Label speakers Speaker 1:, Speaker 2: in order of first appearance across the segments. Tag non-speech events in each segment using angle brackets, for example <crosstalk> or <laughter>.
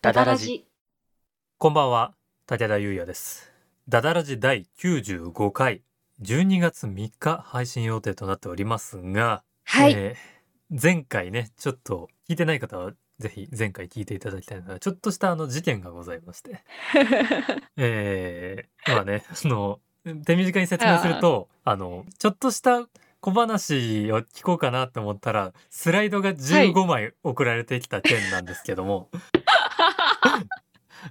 Speaker 1: ダダラジ。
Speaker 2: こんばんは、武田優也です。ダダラジ第95回、12月3日配信予定となっておりますが、
Speaker 1: はい、
Speaker 2: えー前回ね、ちょっと聞いてない方は、ぜひ前回聞いていただきたいのが、ちょっとしたあの事件がございまして、
Speaker 1: <laughs>
Speaker 2: えー、まあね、 <laughs> あの、手短に説明すると、あの、ちょっとした小話を聞こうかなと思ったら、スライドが15枚送られてきた件なんですけど
Speaker 1: <laughs>
Speaker 2: も、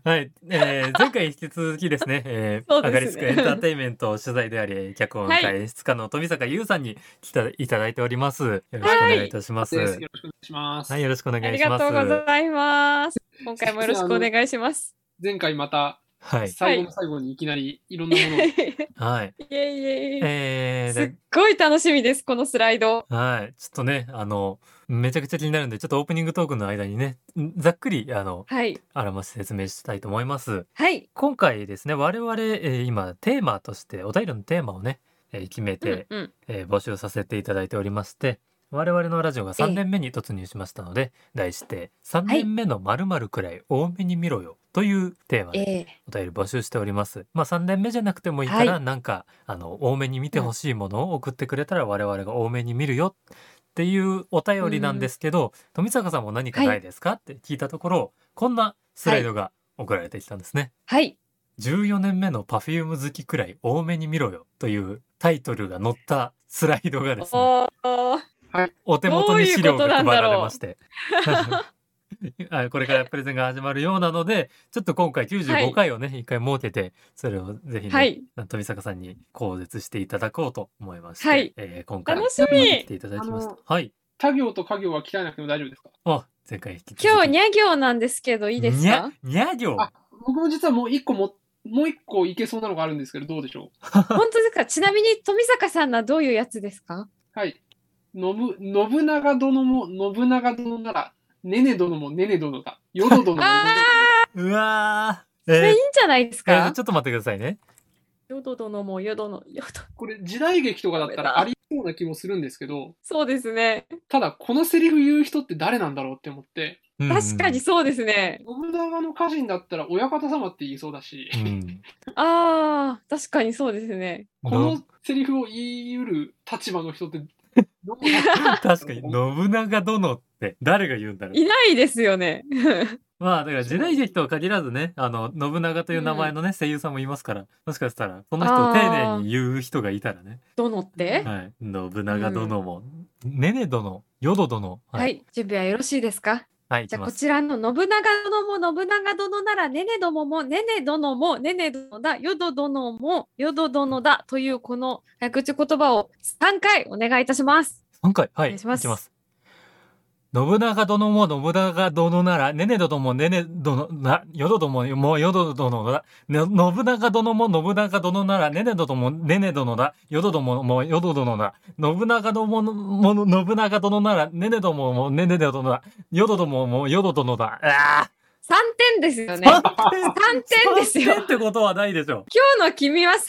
Speaker 2: はい、えー前回引き続きですね、えー
Speaker 1: そうですね
Speaker 2: アガリスクエンターテインメント取材であり、脚本
Speaker 1: は
Speaker 2: 家
Speaker 1: い
Speaker 2: 演出家の富坂優さんに来ていただいております。よろしくお願いいたします。
Speaker 3: です。
Speaker 2: は
Speaker 3: よろしくお願いします。
Speaker 2: い、よろしくお願
Speaker 1: あ
Speaker 2: い
Speaker 1: り
Speaker 2: し
Speaker 1: が
Speaker 2: ます。
Speaker 1: とうございます。今回もよろしくお願いします。
Speaker 3: 前回また
Speaker 2: はい、
Speaker 3: 最後の最後にいきなりいろんなも
Speaker 2: <laughs>
Speaker 1: <laughs>
Speaker 3: のを
Speaker 1: い
Speaker 2: はい、
Speaker 1: えいえいえ。
Speaker 2: えー、
Speaker 1: すっ
Speaker 2: で
Speaker 1: ごい楽しみです、このスライド。
Speaker 2: はい、ちょっとね、あの、めちゃくちゃ気になるんで、ちょっとオープニングトークの間にね、ざっくり、あの、
Speaker 1: はい。
Speaker 2: あらまし説明したいと思います。
Speaker 1: はい。
Speaker 2: 今回ですね我々、えー今テーマとしてお便りのテーマをね、えー決めて、
Speaker 1: うんうん
Speaker 2: えー募集させていただいておりまして我々のラジオが
Speaker 1: ええ
Speaker 2: 3年目に突入しましたので、題して「3
Speaker 1: はい
Speaker 2: 年目のまるくらい多めに見ろよ」というテーマで
Speaker 1: ええ
Speaker 2: お便り募集しております、まあ3年目じゃなくてもいいから、
Speaker 1: は
Speaker 2: なんかあの多めに見てほしいものを送ってくれたら我々が多めに見るよっていうお便りなんですけど、富坂さんも何かないですか、って聞いたところこんなスライドが送られてきたんですね。
Speaker 1: はい。
Speaker 2: 14年目のパフューム好きくらい多めに見ろよというタイトルが載ったスライドがですね、
Speaker 1: おー
Speaker 2: お手元に資料が
Speaker 1: どういうことな
Speaker 2: 配
Speaker 1: んだろう
Speaker 2: られまして。 <laughs> あこれからプレゼンが始まるようなのでちょっと今回95回をね、一回設けてそれをぜひね、
Speaker 1: はい。
Speaker 2: 富坂さんに講説していただこうと思いまして、
Speaker 1: はい
Speaker 2: えー今回
Speaker 1: 楽しみ
Speaker 2: 来ていただきまし
Speaker 3: あ
Speaker 2: た
Speaker 3: の
Speaker 2: はい
Speaker 3: 他行と家業は鍛えなくても大丈夫ですか
Speaker 2: あ前回引き続き
Speaker 1: 今日、にゃ行なんですけど、いいです
Speaker 2: にゃ
Speaker 1: か
Speaker 2: にゃ行
Speaker 3: あ僕も実はもう一個も、もう一個いけそうなのがあるんですけど、どうでしょう
Speaker 1: 本当ですかちなみに、富坂さんのはどういうやつですか
Speaker 3: はい。信信長殿も信長殿なら、ねね殿もねね殿だ。よど
Speaker 2: <laughs>
Speaker 3: 殿も。
Speaker 1: あ
Speaker 2: うわー
Speaker 1: ー、いい
Speaker 2: え
Speaker 1: んじゃないです
Speaker 2: ーえー
Speaker 1: か
Speaker 2: ちょっと待ってくださいね
Speaker 1: ヨド殿もヨドの、ヨド。
Speaker 3: これ時代劇とかだったらありそうな気もするんですけど、
Speaker 1: そうですね。
Speaker 3: ただこのセリフ言う人って誰なんだろうって思って、
Speaker 2: うんうん
Speaker 1: 確かにそうですね。
Speaker 3: 信長の家臣だったら親方様って言いそうだし、
Speaker 2: うん
Speaker 1: ああ、確かにそうですね。
Speaker 3: このセリフを言い得る立場の
Speaker 2: <laughs>
Speaker 3: 人って、どう
Speaker 2: 確かに信長殿って誰が言うんだろう
Speaker 1: いないですよね。
Speaker 2: まあだから時代劇とは限らずねあの信長という名前のね、声優さんもいますからもしかしたらその人を丁寧に言う人がいたらね
Speaker 1: 殿って、はい、
Speaker 2: はい信長殿も、ねね殿淀殿
Speaker 1: 準備はよろしいですか
Speaker 2: はい、はい、
Speaker 1: じゃあ
Speaker 2: 行
Speaker 1: こ
Speaker 2: きます
Speaker 1: ちらの信長殿も信長殿ならねねどももねね殿もねね殿だよど殿もよど殿だというこの早口言葉を3回お願いいたします。
Speaker 2: 三回は
Speaker 1: お願
Speaker 2: い
Speaker 1: いします
Speaker 2: 行きます信長殿も信長殿ならねね殿もねね殿な淀殿ももう淀殿だ、ね、信長殿も信長殿ならねね殿もねね殿だ淀殿ももう淀殿だ信長殿もも信長殿ならねね殿ももうねね殿だ淀殿ももう淀殿だあ
Speaker 1: 3点ですよ
Speaker 2: ー
Speaker 1: ね。3
Speaker 2: 三
Speaker 1: 点ですよ。
Speaker 2: 三点っ
Speaker 1: 今
Speaker 2: てことはないでしょ
Speaker 1: 日の君は3点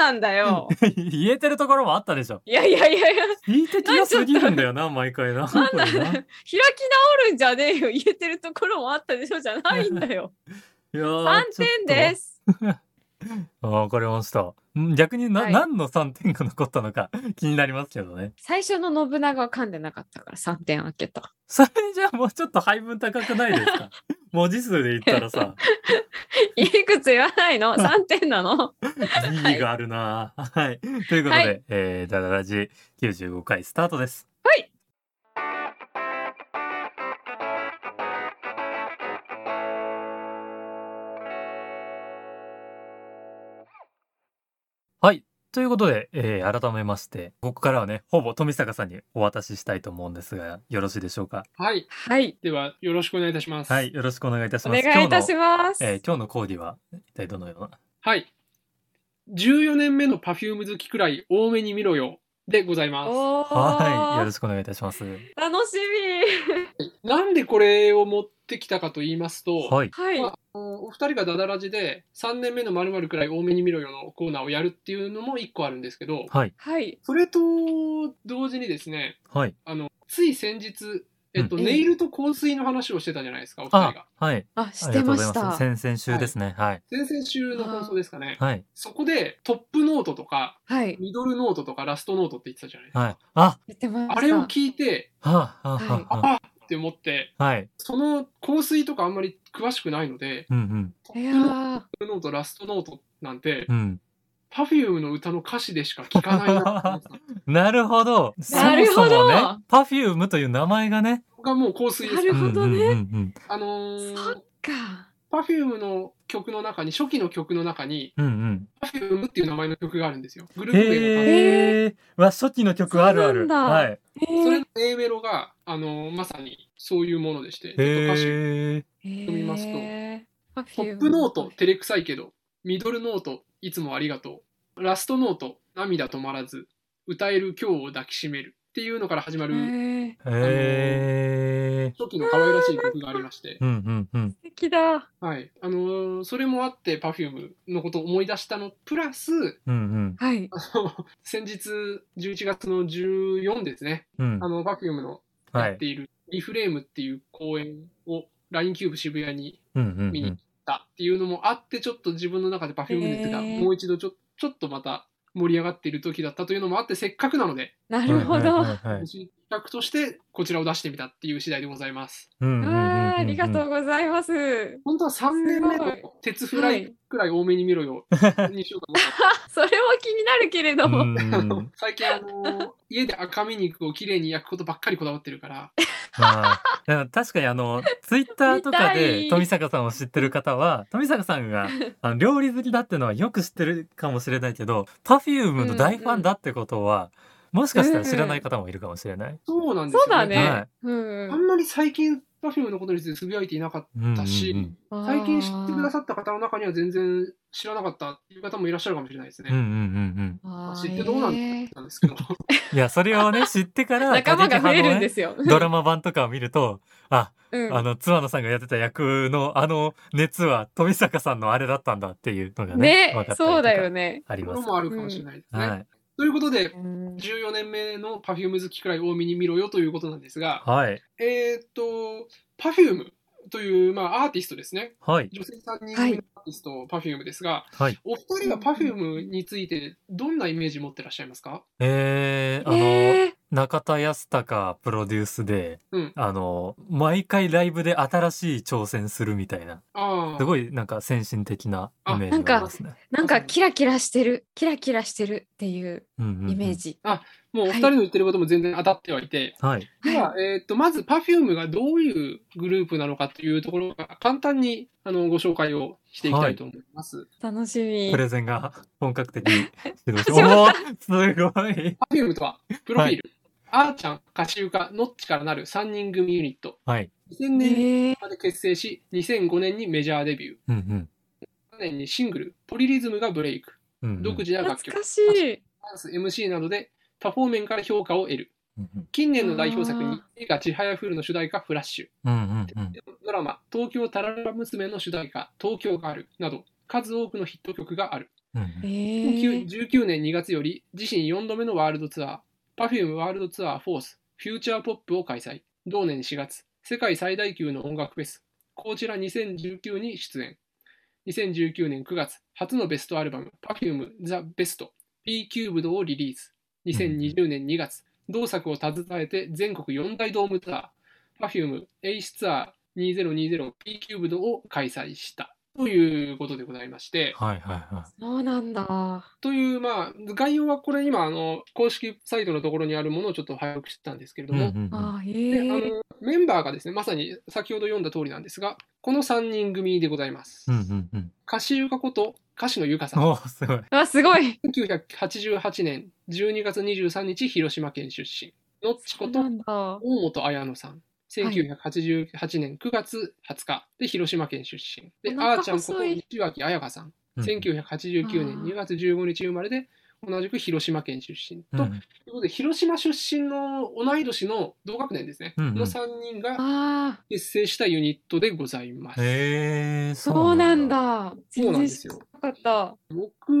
Speaker 1: なんだよ。
Speaker 2: 言えてるところもあったでしょ
Speaker 1: いやいやいやい <laughs> や、
Speaker 2: いい敵が過ぎるんだよな毎
Speaker 1: <laughs>
Speaker 2: 回な
Speaker 1: なんだ
Speaker 2: これな
Speaker 1: ろう開き直るんじゃねえよ。言えてるところもあったでしょじゃないんだよ。
Speaker 2: いやー
Speaker 1: 3点
Speaker 2: ちょっと
Speaker 1: です。
Speaker 2: あわかりました。ん逆にな、
Speaker 1: はい
Speaker 2: 何の3点が残ったのか <laughs> 気になりますけどね。
Speaker 1: 最初の信長は噛んでなかったから3点開けた。
Speaker 2: それじゃあもうちょっと配分高くないです
Speaker 1: <laughs>
Speaker 2: か文字数で言ったらさ、
Speaker 1: いくつ言わないの ?3 点なの
Speaker 2: 意義があるなぁ。はい。ということで、
Speaker 1: はい
Speaker 2: えー、ダダラジ95回スタートです。
Speaker 1: はい。
Speaker 2: はい。ということで、えー改めまして、ここからはね、ほぼ富坂さんにお渡ししたいと思うんですが、よろしいでしょうか。
Speaker 3: はい。
Speaker 1: はい。
Speaker 3: では、よろしくお願いいたします。
Speaker 2: はい。。よろしくお願いいたし
Speaker 1: お
Speaker 2: ます。
Speaker 1: 願いいたし
Speaker 2: 今
Speaker 1: ます。
Speaker 2: 日の、えー今日の講義は、一体どのような
Speaker 3: はい。14年目のパフューム好きくらい多めに見ろよ。でございま
Speaker 1: おー
Speaker 2: はい、よろしくお願いいたします。は
Speaker 1: 楽し
Speaker 3: す。なんでこれを持ってきたかと言いますと、
Speaker 2: い
Speaker 1: み。、はい。
Speaker 3: まああのお二人がダダラジで3年目のまるくらい多めに見ろよのコーナーをやるっていうのも1個あるんですけど、
Speaker 2: はい、
Speaker 1: はい。
Speaker 3: それと同時にですね、
Speaker 2: はい、
Speaker 3: あの、つい先日、えっと、
Speaker 1: うん
Speaker 3: ネイルと香水の話をしてたじゃないですか、お二人
Speaker 2: あ
Speaker 3: が。、
Speaker 2: はい。
Speaker 1: あ、
Speaker 2: あり
Speaker 1: し
Speaker 2: が
Speaker 1: て
Speaker 2: とうご
Speaker 1: ま
Speaker 2: ざい
Speaker 1: し
Speaker 2: ま
Speaker 1: た
Speaker 2: す。。先々週ですね。はい。
Speaker 3: 先々週の放送ですかね。
Speaker 2: はい。
Speaker 3: そこで、トップノートとか、
Speaker 1: はい、
Speaker 3: ミドルノートとか、ラストノートって言ってたじゃないですか。
Speaker 2: はい。あ、
Speaker 1: 言ってました。
Speaker 3: あれを聞いて、
Speaker 2: はあ、はあ、
Speaker 1: はい
Speaker 2: は
Speaker 3: あって思って、
Speaker 2: あ。はい。
Speaker 3: その香水とかあんまり詳しくないので、
Speaker 2: うん
Speaker 3: ト
Speaker 1: い
Speaker 3: ッ
Speaker 1: や
Speaker 3: プノー
Speaker 1: ー
Speaker 3: トノート、ラストノートなんて
Speaker 2: う、ん。
Speaker 3: パフュームの歌の歌詞でしか聞かないなって思ってた。
Speaker 1: <laughs>
Speaker 2: うん。なるほど。そ
Speaker 1: な
Speaker 2: も
Speaker 1: る
Speaker 2: そ
Speaker 1: ほど
Speaker 2: もね、パフュームという名前がね。
Speaker 3: 僕はもう香水です
Speaker 1: な
Speaker 3: か
Speaker 1: る
Speaker 3: ら。
Speaker 1: ほどね
Speaker 2: うんうんうん
Speaker 3: あの
Speaker 1: そっ
Speaker 3: ー、
Speaker 1: か。
Speaker 3: パフュームの曲の中に、初期の曲の中に、
Speaker 2: うん。うんうん。
Speaker 3: パフュームっていう名前の曲があるんですよ。グループ名の中に。
Speaker 2: へえ。わ、初期の曲あるある。
Speaker 1: そうなんだ
Speaker 2: はい。
Speaker 1: え
Speaker 3: それ
Speaker 1: ー
Speaker 3: の A メロが、あのーまさにそういうものでして、ちょっと歌詞
Speaker 2: へえ。
Speaker 1: 読
Speaker 3: みますと
Speaker 1: と、
Speaker 3: トップノート、照れくさいけど、ミドルノート、いつもありがとう、ラストノート、涙止まらず、歌える今日を抱きしめるっていうのから始ま
Speaker 1: え
Speaker 3: る
Speaker 1: ー、
Speaker 2: へえ。
Speaker 3: 初期の可愛らしい曲がありまして
Speaker 2: う、んうんうん。
Speaker 1: 素敵だ。
Speaker 3: はいあのーそれもあって Perfume のことを思い出したのプラス、
Speaker 2: うん
Speaker 1: はい。
Speaker 3: あの先日11月の14ですね、
Speaker 2: うん。うん
Speaker 3: あ。の Perfume の
Speaker 2: は
Speaker 3: やっ
Speaker 2: い。
Speaker 3: ているリフレームっていう公演を LINE キューブ渋谷に
Speaker 2: うんうん
Speaker 3: 見
Speaker 2: う
Speaker 3: に行
Speaker 2: ん
Speaker 3: っ。たっていうのもあって、ちょっと自分の中で Perfume 熱が
Speaker 1: へー
Speaker 3: もう一度ちょちょっとまた盛り上がっている時だったというのもあって、せっかくなので、
Speaker 1: なるほど。
Speaker 2: はい
Speaker 1: わ
Speaker 2: はいはいはい
Speaker 3: 企画としてこちらを出してみたっていう次第でございます。
Speaker 2: うんうんうんうんうん
Speaker 1: あ、ありがとうございます。
Speaker 3: 本当は3年目の
Speaker 1: すご
Speaker 3: 鉄フライくらい多めに見ろよ、にしようかな
Speaker 1: それも気になるけれども、
Speaker 2: うん
Speaker 3: と
Speaker 2: う
Speaker 3: 思っ
Speaker 2: ん
Speaker 3: て。 <laughs> 最近、あの家で赤身肉をきれいに焼くことばっかりこだわってるから、
Speaker 2: まあ、でも確かにあの、ツイッターとか
Speaker 1: 見た
Speaker 2: で
Speaker 1: い
Speaker 2: 富坂さんを知ってる方は、富坂さんがあの料理好きだってのはよく知ってるかもしれないけど、Perfume の大ファンだってことは、もしかしたら知らない方もいるかもしれない。
Speaker 3: そうなんですよ、
Speaker 1: そうだね
Speaker 2: はい
Speaker 1: うん
Speaker 3: あんまり最近 Perfume のことについてつぶやいていなかった。
Speaker 2: うんうんうん
Speaker 3: 私
Speaker 1: あー
Speaker 3: 最近知ってくださった方の中には全然知らなかったっていう方もいらっしゃるかもしれないですね。
Speaker 2: うんうんうん
Speaker 1: あー
Speaker 3: 知ってどうなんだ
Speaker 1: えー
Speaker 3: なんですけど。
Speaker 2: うん。いや、それをね、知ってから、。
Speaker 1: <laughs> 仲間が増えるんですすよ。
Speaker 2: ドラマ版とかを見ると、あ、
Speaker 1: うん
Speaker 2: あの、津和野さんがやってた役のあの熱は富坂さんのあれだったんだっていうのがね、
Speaker 1: ね
Speaker 2: 分かったりと、か
Speaker 1: そうだよね。
Speaker 2: あり
Speaker 3: とこ
Speaker 2: ま
Speaker 3: ろ
Speaker 2: す。
Speaker 3: もあるかもしれないですね。
Speaker 2: はい。
Speaker 3: ということで、
Speaker 1: うん
Speaker 3: 14年目の Perfume 好きくらい多めに見ろよということなんですが、
Speaker 2: はい。
Speaker 3: えーっと、Perfume という、まあ、アーティストですね。
Speaker 2: はい。
Speaker 3: 女性3人組のアーティスト、Perfume ですが、
Speaker 2: はい
Speaker 3: お二人は Perfume についてどんなイメージ持ってらっしゃいますか
Speaker 2: えー、あの、
Speaker 1: え
Speaker 2: 中田康隆プロデュースで、
Speaker 3: うん
Speaker 2: あの、毎回ライブで新しい挑戦するみたいな、
Speaker 3: ああ、
Speaker 2: すごいなんか先進的なイメージがありますね。
Speaker 1: ーなんかキラキラしてる、キラキラしてるっていう
Speaker 2: うんうん
Speaker 1: イメー。ジ。
Speaker 3: もうお二人の言ってることも全然当たってはいて、
Speaker 2: はい。
Speaker 3: では、えーっと、まず Perfume がどういうグループなのかというところが簡単にあのご紹介をしていきたいと思います。
Speaker 1: 楽しみ
Speaker 2: プ。レゼンが本格的に始
Speaker 1: <laughs>
Speaker 2: 動し
Speaker 1: 始ま
Speaker 2: おーすごい。
Speaker 3: Perfume とは、プロフィール、あーちゃん、カシウカ、ノッチからなる3人組ユニット。
Speaker 2: はい。
Speaker 3: 2000年に
Speaker 1: えー
Speaker 3: まで結成し、2005年にメジャーデビュー。
Speaker 2: うんうん
Speaker 3: 7年にシングル、ポリリズムがブレイク。
Speaker 2: うんうん。
Speaker 3: 独自や楽
Speaker 1: 懐か
Speaker 3: 曲、
Speaker 1: しい。
Speaker 3: ダンス、MC などで多方面から評価を得る。
Speaker 2: うんうん
Speaker 3: 近年の代表作
Speaker 1: あ
Speaker 3: に映画「ちはやふる」の主題歌「フラッシ
Speaker 2: うんうんうん。
Speaker 3: ュ」ドラマ「東京タラララ娘」の主題歌「東京がある」など数多くのヒット曲がある。
Speaker 2: うん
Speaker 1: えー
Speaker 3: 19年2月より自身4度目のワールドツアー、Perfume ワールドツアーフォース、フューチャーポップを開催。同年4月、世界最大級の音楽フェス、こちら2019に出演。2019年9月、初のベストアルバム、Perfume The Best P キューブドをリリース。2020年2月、同作を携えて全国4大ドームツアー、Perfume Ace ツアー 2020P キューブドを開催した。ということでございまして、
Speaker 2: はいはいは
Speaker 1: そうなんだ。
Speaker 3: という、まあ、概要はこれ今あの、公式サイトのところにあるものをちょっと拝読してたんですけれ
Speaker 2: い。
Speaker 3: ども、
Speaker 2: うんうんうん
Speaker 1: あー
Speaker 3: であ
Speaker 1: えー
Speaker 3: のメンバーがですね、まさに先ほど読んだ通りなんですが、この3人組でございます。
Speaker 2: うんうんうん。
Speaker 3: カシユカこと、歌手のゆかさん。
Speaker 2: おーすごい。
Speaker 1: あ、すごい。
Speaker 3: 1988年12月23日、広島県出身。のっちこ
Speaker 1: そ
Speaker 3: と
Speaker 1: うな、んだ。
Speaker 3: 大本彩乃さん。1988年9月20日で広島県出身。で、
Speaker 1: お
Speaker 3: あ
Speaker 1: 腹
Speaker 3: ーちゃんこと
Speaker 1: 細い
Speaker 3: 西脇彩香さん。
Speaker 2: うん
Speaker 3: 1989
Speaker 1: あ
Speaker 3: 年
Speaker 1: ー
Speaker 3: 2月15日生まれで、同じく広島県出身と、
Speaker 2: うん
Speaker 3: ということで、広島出身の同い年の同学年ですね、
Speaker 2: うんうん
Speaker 3: の3人が
Speaker 1: ああ、
Speaker 3: 結成したユニットでございます。
Speaker 2: へえ、
Speaker 1: そうなん。だ。
Speaker 3: そう
Speaker 1: 全
Speaker 3: なん
Speaker 1: 然
Speaker 3: で
Speaker 1: 知
Speaker 3: す
Speaker 1: ら
Speaker 3: よ
Speaker 1: なかった。
Speaker 3: 僕は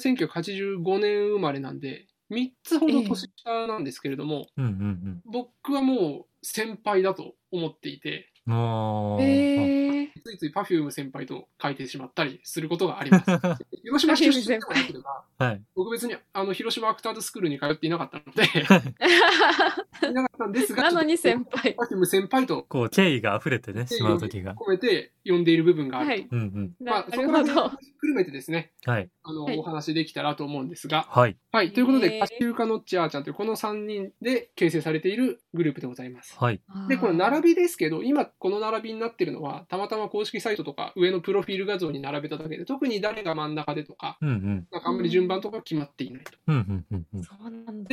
Speaker 3: 1985年生まれなんで、 3つほど年下なんですけれども、
Speaker 2: うんうん
Speaker 3: 僕はもう先輩だと思っていて、
Speaker 2: うん。おー。
Speaker 1: えー、
Speaker 3: ついつい Perfume 先輩と書いてしまったりすることがあり
Speaker 2: <laughs>
Speaker 3: ます。広島出身でもなければ、
Speaker 2: はい。
Speaker 3: 僕別にあの広島アクターズスクールに通っていなかったので、いなかったんですが、
Speaker 1: なのに先輩。
Speaker 3: Perfume 先輩と
Speaker 2: こう、敬意が溢れてね、しまうときが。
Speaker 3: 込めて呼んでいる部分がある。
Speaker 1: はい。
Speaker 2: うん
Speaker 3: ま
Speaker 1: な
Speaker 3: あ、そ
Speaker 1: る
Speaker 3: こ
Speaker 1: ほ
Speaker 3: ら辺
Speaker 1: ど
Speaker 3: を。ひっくるめてですね、
Speaker 2: うん。はい。
Speaker 3: あの、
Speaker 1: はい
Speaker 3: お話できたらと思うんですが、
Speaker 2: はい。
Speaker 3: はい、ということで、
Speaker 1: えー
Speaker 3: カシウカノッチアーちゃんというこの3人で形成されているグループでございます。
Speaker 2: はい。
Speaker 3: で、この
Speaker 1: あー
Speaker 3: 並びですけど、今この並びになってるのは、たまたま公式サイトとか上のプロフィール画像に並べただけで、特に誰が真ん中でとか、
Speaker 2: うんうん。
Speaker 3: なんかあんまり順番とか決まっていないと。
Speaker 2: うんうんうんうん。
Speaker 1: そうなんだ。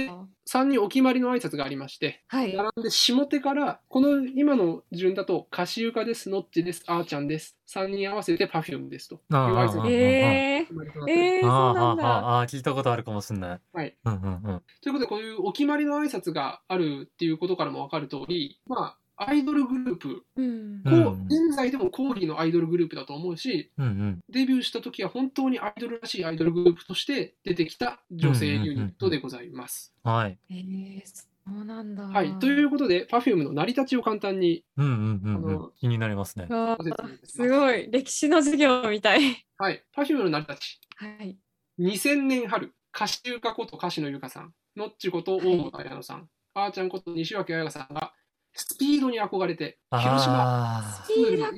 Speaker 3: 3人お決まりの挨拶がありまして、
Speaker 1: はい。
Speaker 3: 並んで下手から、この今の順だと、カシウカです、ノッチです、アーちゃんです、3人合わせてパフュームですという挨拶
Speaker 2: あ
Speaker 3: が
Speaker 2: ー
Speaker 1: え
Speaker 3: 決まりとな
Speaker 1: ー、
Speaker 3: っており
Speaker 1: え
Speaker 3: ます
Speaker 1: ー、
Speaker 2: あ
Speaker 1: そう
Speaker 2: あ
Speaker 1: なんだ。
Speaker 2: ああー、聞いたことあるかもしれない。
Speaker 3: はい。
Speaker 2: うんうんうん。
Speaker 3: ということで、こういうお決まりの挨拶があるっていうことからも分かる通り、まあ、アイドルグループ、
Speaker 1: うん
Speaker 2: う
Speaker 3: こ
Speaker 2: ん
Speaker 3: う現在でもコーギーのアイドルグループだと思うし、
Speaker 2: うんうん。
Speaker 3: デビューした時は本当にアイドルらしいアイドルグループとして出てきた女性ユニットでございます。
Speaker 2: はい。
Speaker 1: えー、そうなんだ。
Speaker 3: はい、ということで、Perfume の成り立ちを簡単に、
Speaker 2: うんうんうん
Speaker 3: あ
Speaker 2: う
Speaker 3: の
Speaker 2: ん。気になりますね。
Speaker 1: わ
Speaker 3: ご説
Speaker 1: あ
Speaker 3: 明いたします
Speaker 1: すごい。歴史の授業みたい。
Speaker 3: はい、Perfume の成り立ち、
Speaker 1: はい。
Speaker 3: 2000年春、歌手ゆかこと歌手のゆかさん、ノッチこと大本彩乃さん、あーちゃんこと西脇彩香さんが、スピードに憧れて、広島
Speaker 2: あ
Speaker 1: スピードか。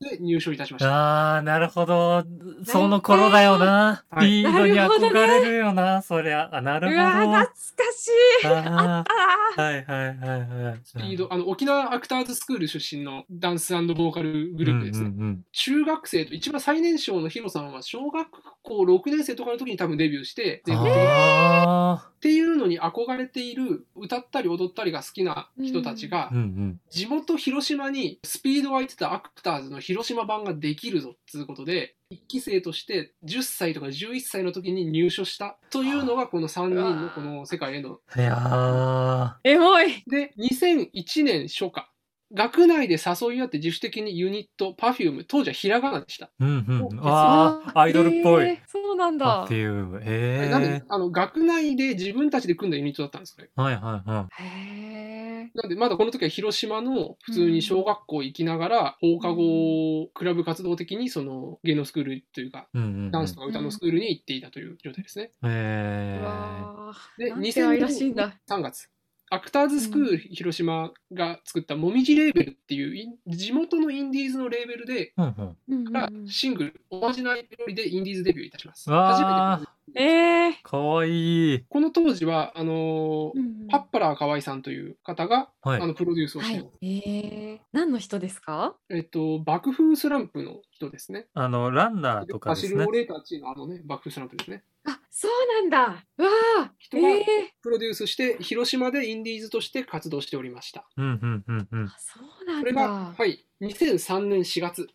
Speaker 3: で入賞いたしま
Speaker 2: ー
Speaker 3: した。
Speaker 2: あー、なるほど。その頃だよな。スピ
Speaker 3: はい
Speaker 2: ードに憧れるよな、そりゃ。あ、な
Speaker 1: う
Speaker 2: る
Speaker 1: わ
Speaker 2: ほ
Speaker 1: ー、
Speaker 2: ど。
Speaker 1: 懐かしい。
Speaker 2: あ
Speaker 1: あ
Speaker 2: ーはいはいはいはい。ス
Speaker 3: スピードあの沖縄アクターズスクール出身のダンスボーカルグ
Speaker 2: グ
Speaker 3: ループですね、
Speaker 2: ね。
Speaker 3: 中学生と一番最年少のヒロさんは小学校6年生とかの時に多分デビューしてデビューして
Speaker 2: あ
Speaker 3: っていうのに憧れている歌ったり踊ったりが好きな人たちが、
Speaker 2: あ。うんうん。
Speaker 3: 地元広島にスピードがいてたアクターズの広島版ができるぞっつうことで1期生として10歳とか11歳の時に入所したというのがこの3人のこの世界への
Speaker 2: いやー。
Speaker 1: ーエモい。
Speaker 3: で、2001年初夏、学内で誘い合って自主的にユニット、Perfume、当時はひらがなでした。
Speaker 2: うんうん
Speaker 3: お。
Speaker 2: ああ、アイドルっぽ
Speaker 1: え
Speaker 2: い
Speaker 1: ー。。そうなん
Speaker 2: あ
Speaker 1: だ
Speaker 2: っ。ていう。
Speaker 3: なんで
Speaker 2: へえ。
Speaker 3: あの学内で自分たちで組んだユニットだったんですね。
Speaker 2: はいはいはい。
Speaker 1: へえ。
Speaker 3: なんで、まだこの時は広島の普通に小学校行きながら、放課後、クラブ活動的にその芸能スクールというか、
Speaker 2: うんうんうん。
Speaker 3: ダンスとか歌のスクールに行っていたという状態ですね。
Speaker 1: う
Speaker 2: えー
Speaker 1: わー
Speaker 3: で、
Speaker 1: なんて愛
Speaker 3: 2000
Speaker 1: らしいん
Speaker 3: 年
Speaker 1: だ。
Speaker 3: 3月。アクターズスクール広島が作ったもみじレーベルっていうイン地元のインディーズのレーベルで
Speaker 2: うんうん。
Speaker 1: うんうんう
Speaker 3: が
Speaker 1: ん
Speaker 3: シングル、おまじないよりでインディーズデビューいたします。初
Speaker 2: わー
Speaker 3: めて
Speaker 1: ええー。
Speaker 2: かわいい。
Speaker 3: この当時は、あの
Speaker 1: う
Speaker 3: ー
Speaker 1: ん
Speaker 3: パッパラー河合さんという方が、
Speaker 2: はい
Speaker 3: あのプロデュースをして、
Speaker 1: はい。えー、何の人ですか
Speaker 3: えっと、爆風スランプの人ですね。
Speaker 2: あの、ランナーとか
Speaker 3: バ
Speaker 2: で
Speaker 3: シ
Speaker 2: す
Speaker 3: ル・
Speaker 2: ね
Speaker 3: オ。レーターチーのあのね、爆風スランプですね。
Speaker 1: あ、そうなんだ。うわあ。
Speaker 3: 人
Speaker 1: え
Speaker 3: が
Speaker 1: え
Speaker 3: プロデュースして、広島でインディーズとして活動しておりました。
Speaker 2: うんうんうんうん
Speaker 1: ー。。そうな
Speaker 3: こ
Speaker 1: ん
Speaker 3: れが
Speaker 1: だ、。
Speaker 3: はい、2003年4月、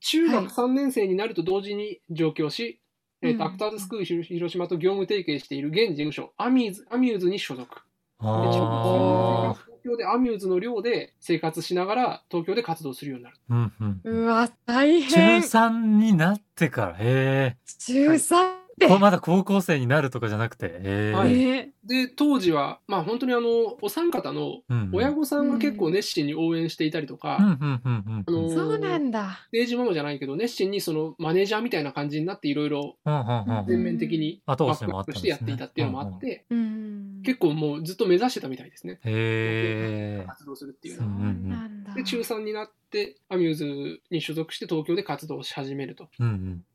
Speaker 3: 中
Speaker 1: はい
Speaker 3: 学3年生になると同時に上京し、えっと
Speaker 1: うん
Speaker 3: アクターズスクール広島と業務提携している現事務所、アミューズアミューズに所属。で中学3
Speaker 2: あ
Speaker 3: 年生が東京でアミューズの寮で生活しながら東京で活動するようになる。
Speaker 2: あ。うんうんう。
Speaker 1: うんわ、大変。
Speaker 2: 13になってから、へ
Speaker 1: 中三って。
Speaker 2: え。これまだ高校生になるとかじゃなくて、へ
Speaker 3: はい
Speaker 2: え。
Speaker 1: え
Speaker 3: で当時は、まあ、本当にあのお三方の
Speaker 2: うんうん
Speaker 3: 親御さんが結構熱心に応援していたりとか、
Speaker 2: うんうんうん
Speaker 3: あ
Speaker 2: うん
Speaker 3: の
Speaker 1: ーそうなんだ。
Speaker 3: ステージママじゃないけど熱心にそのマネージャーみたいな感じになっていろいろ
Speaker 2: うんうんうん
Speaker 1: で
Speaker 3: 全面的に
Speaker 2: 後
Speaker 3: バ
Speaker 2: 押し
Speaker 3: ック
Speaker 2: も
Speaker 3: ア
Speaker 2: あ
Speaker 3: ッ
Speaker 2: った
Speaker 3: プ
Speaker 2: ん
Speaker 3: し
Speaker 2: です
Speaker 3: て
Speaker 2: ね
Speaker 3: やっていたっていうのもあって、
Speaker 1: うん。
Speaker 3: 結構もうずっと目指してたみたいですね。
Speaker 2: へえ。
Speaker 3: 活動するっていう
Speaker 1: そ
Speaker 3: の
Speaker 1: う
Speaker 3: は。
Speaker 1: なんだ。
Speaker 3: で中3になってアミューズに所属して東京で活動し始めると。
Speaker 2: うん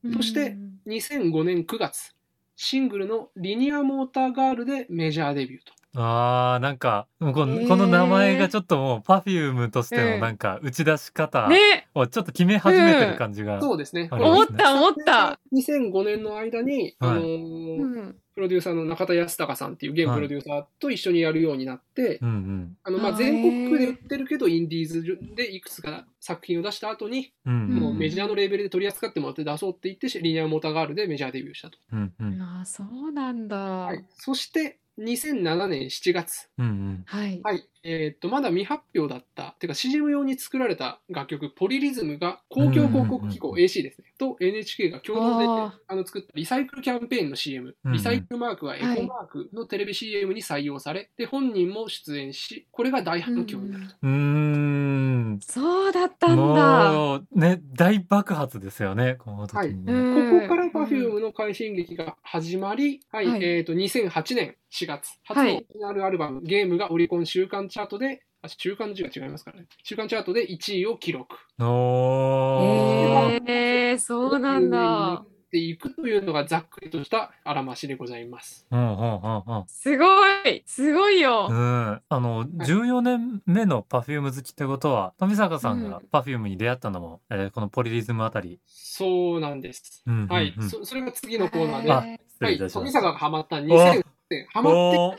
Speaker 2: うん。
Speaker 1: うん
Speaker 3: そして2005年9月シングルの「リニアモーターガール」でメジャーデビューと。
Speaker 2: あーなんかもうこ
Speaker 1: へ
Speaker 2: の
Speaker 1: ー
Speaker 2: この名前がちょっともう Perfume として
Speaker 1: う
Speaker 2: の
Speaker 1: ん
Speaker 2: なんか打ち出し方
Speaker 1: ね、
Speaker 2: をちょっと決め始めてる感じが。
Speaker 3: そうですね。
Speaker 2: あ
Speaker 1: 思
Speaker 2: りま
Speaker 1: っ
Speaker 2: すね
Speaker 1: た思った。
Speaker 3: 2005年の間に、
Speaker 2: はい
Speaker 3: あの
Speaker 1: う
Speaker 3: ー
Speaker 1: ん。
Speaker 3: プロデューサーの中田康隆さんっていう現プロデューサーと一緒にやるようになって、
Speaker 2: うんうん
Speaker 3: あのまあ、
Speaker 1: あー
Speaker 3: 全国区で売ってるけどインディーズでいくつか作品を出した後に、
Speaker 2: うん
Speaker 3: もうメ
Speaker 2: う
Speaker 3: ジャーのレーベルで取り扱ってもらって出そうって言ってリニアモーターガールでメジャーデビューしたと。
Speaker 2: んうんうん
Speaker 1: あー、そうなんだ。
Speaker 3: はい、そして2007年7月、
Speaker 2: うんうん
Speaker 1: はい。
Speaker 3: はい、えーっと、まだ未発表だった、てか CM 用に作られた楽曲、ポリリズムが公共広告機構
Speaker 2: うん
Speaker 3: AC ですね、と NHK が共同で
Speaker 1: あー
Speaker 3: あの作ったリサイクルキャンペーンの CM、
Speaker 2: うん
Speaker 3: リサイクルマークはエコ
Speaker 1: はい
Speaker 3: マークのテレビ CM に採用され、で、本人も出演し、これが大反響になると。
Speaker 2: うーん。
Speaker 1: そうだったんだ。
Speaker 2: もう、ね、大爆発ですよね、この時にね、
Speaker 1: はい
Speaker 3: ここから
Speaker 1: うん
Speaker 3: Perfume の快進撃が始まり、はい
Speaker 1: はい
Speaker 3: えー、と2008年4月、初
Speaker 1: はい
Speaker 3: のオリジナルアルバム、ゲームがオリコン週間チャートで、あ週間時が違いますからね、週間チャートで1位を記録。
Speaker 2: おー。
Speaker 1: えー、そうなんだ。。
Speaker 3: っていくというのがざっくりとしたあらましでございます。
Speaker 2: うんうんうんうん。
Speaker 1: すごいすごいよ
Speaker 2: う。ん、あの14年目の Perfume 好きってことは富坂さんが
Speaker 1: う
Speaker 2: Perfume に出会ったのも、えーこのポリリズムあたり、
Speaker 3: そうなんです。
Speaker 2: うんうんうん
Speaker 3: はい、そそれが次のコーナーで、
Speaker 2: あ
Speaker 3: は
Speaker 1: へー
Speaker 2: 失礼
Speaker 3: い、
Speaker 2: いたしま
Speaker 3: 富
Speaker 2: した
Speaker 3: 坂がハマった2000年、ハマって、
Speaker 2: おー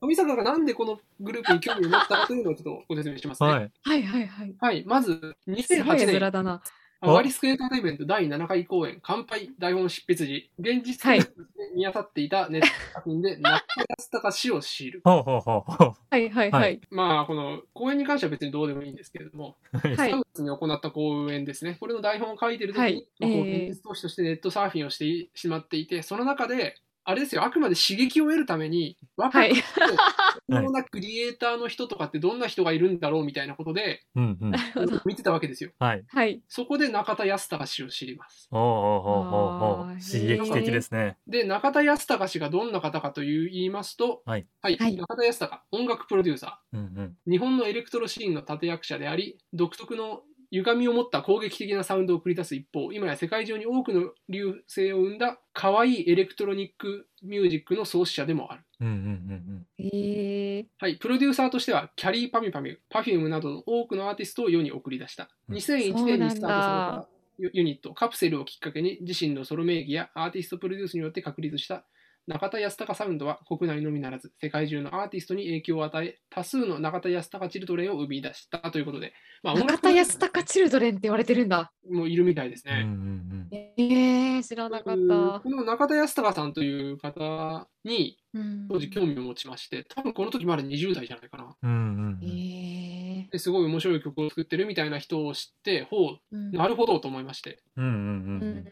Speaker 3: 富坂がなんでこのグループに興味を持ったかというのをちょっとご説明しますね。
Speaker 2: は
Speaker 3: はい、
Speaker 2: い
Speaker 1: はいはいはい。
Speaker 3: ま
Speaker 1: す
Speaker 3: ず
Speaker 1: ごい絵
Speaker 3: 2008
Speaker 1: 面
Speaker 3: 年、
Speaker 1: だな。
Speaker 2: お
Speaker 3: ワリスクエンターテインメント第7回公演、乾杯、台本執筆時、現実
Speaker 1: は
Speaker 3: に
Speaker 1: い
Speaker 3: 見当たっていたネット作品
Speaker 1: <laughs>
Speaker 3: で、ナックラスタが死を強いる。
Speaker 2: ほうほうほうほ
Speaker 1: はいはいはい。
Speaker 3: まあ、この公演に関しては別にどうでもいいんですけれども、
Speaker 2: う
Speaker 1: はい
Speaker 3: 3月に行った講演ですね、これの台本を書いてる時に、
Speaker 1: はい
Speaker 3: まあこう
Speaker 1: えー
Speaker 3: 現実投資としてネットサーフィンをしていしまっていて、その中で、あれですよ、あくまで刺激を得るために、若
Speaker 1: は
Speaker 3: く <laughs>
Speaker 1: い
Speaker 3: て、有
Speaker 1: <laughs>
Speaker 3: 能なクリエイターの人とかってどんな人がいるんだろうみたいなことで、
Speaker 2: うん
Speaker 1: <laughs>
Speaker 2: うん
Speaker 3: 見てたわけですよ。
Speaker 2: はい
Speaker 1: はい。
Speaker 3: <laughs> そこで中田康隆氏を知ります。
Speaker 2: ほうほうほうほうほ
Speaker 1: あ
Speaker 2: う
Speaker 1: ー
Speaker 2: 刺激的ですね
Speaker 3: で、中田康隆氏がどんな方かという言いますと、
Speaker 2: はい
Speaker 1: はい
Speaker 3: 中田康隆、音楽プロデューサー、
Speaker 2: うん
Speaker 3: 日本のエレクトロシーンの立役者であり独特の歪みを持った攻撃的なサウンドを繰り出す一方今や世界中に多くの流星を生んだ可愛いエレクトロニックミュージックの創始者でもある、
Speaker 2: うんうんうん
Speaker 1: えー、
Speaker 3: はい、プロデューサーとしてはキャリーパミュパミュパフュームなどの多くのアーティストを世に送り出した
Speaker 2: うん
Speaker 3: 2001
Speaker 1: そうなん
Speaker 3: 年
Speaker 1: だ
Speaker 3: にスタートされたユニットカプセルをきっかけに自身のソロ名義やアーティストプロデュースによって確立した中田康隆サウンドは国内のみならず世界中のアーティストに影響を与え多数の中田康隆チルドレンを生み出したということで、まあ、音
Speaker 1: 中
Speaker 3: 楽
Speaker 1: 田康隆チルドレンって言われてるんだ。
Speaker 3: もいるみたいです
Speaker 2: うんうんう
Speaker 3: ね。
Speaker 2: ん
Speaker 1: えー、知らなかった
Speaker 3: こ。の中田康隆さんという方に
Speaker 1: うん
Speaker 3: 当時興味を持ちまして多分この時まだ20代じゃないかな。
Speaker 2: うんうん
Speaker 1: えー
Speaker 3: ですごい面白い曲を作ってるみたいな人を知ってほう
Speaker 1: うん
Speaker 3: なるほどと思いまして
Speaker 2: うんうんうんうん
Speaker 1: うん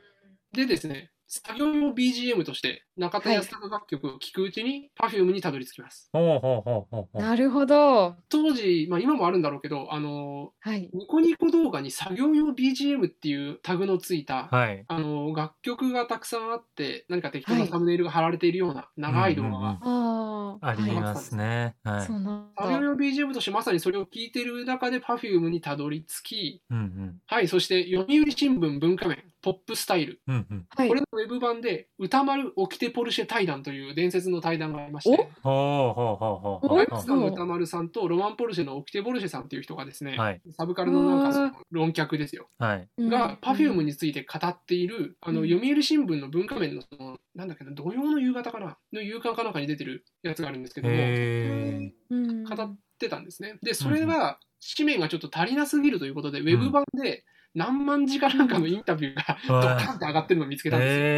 Speaker 3: でですね、作業用 BGM として中田康隆楽曲を聴くうちに Perfume にたどり着きます。
Speaker 2: ほうほうほうほうほう
Speaker 1: なるほど。
Speaker 3: 当時、まあ、今もあるんだろうけど、あの
Speaker 1: はい。
Speaker 3: ニコニコ動画に作業用 BGM っていうタグのついた、
Speaker 2: はい
Speaker 3: あの楽曲がたくさんあって、何か適当な
Speaker 1: はい
Speaker 3: サムネイルが貼られているような長い動画
Speaker 2: う
Speaker 3: が、
Speaker 2: んうんうん
Speaker 1: ああ。
Speaker 2: ありますね
Speaker 1: は。
Speaker 2: はいい
Speaker 1: そうなん
Speaker 3: 作業
Speaker 1: だ。
Speaker 3: 用 BGM としてまさにそれを聴いてる中で Perfume にたどり着き、
Speaker 2: うん
Speaker 3: はい、そして読売新聞文化面、ポップスタイル、
Speaker 2: うんうんうん
Speaker 1: はい
Speaker 3: これのウェブ版で歌丸起きてポルシェ対談という伝説の対談がありまして、
Speaker 1: お
Speaker 2: ほうほうほうほうほう
Speaker 1: お
Speaker 3: ワ
Speaker 1: は
Speaker 3: イ
Speaker 1: い
Speaker 3: プスの歌丸さんとロマン・ポルシェのオキテ・ボルシェさんという人がですね、
Speaker 2: はい
Speaker 3: サブカルのなんかそうの
Speaker 1: わ
Speaker 3: 論客ですよ、
Speaker 2: はい
Speaker 3: が Perfume について語っている、あの
Speaker 1: うん
Speaker 3: 読売新聞の文化面のその、なんだっけな、土曜の夕方かな、の夕刊かなんかに出てるやつがあるんですけども、語
Speaker 2: へ
Speaker 1: うん
Speaker 3: ってたんですね。で、それは紙面がちょっと足りなすぎるということで、ウェブ版で何万字かなんかのインタビューが <laughs> ド
Speaker 2: わあ
Speaker 3: カンって上がってるのを見つけ
Speaker 2: え
Speaker 3: たんですよ。
Speaker 2: へ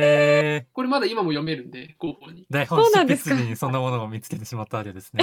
Speaker 1: <laughs>
Speaker 2: え
Speaker 3: これまだ今も読めるんで、広報に。
Speaker 2: 台本
Speaker 1: そうなん
Speaker 2: 執
Speaker 1: ですか
Speaker 2: 筆にそんなものを見つけてしまったわけです
Speaker 1: <laughs>
Speaker 2: ね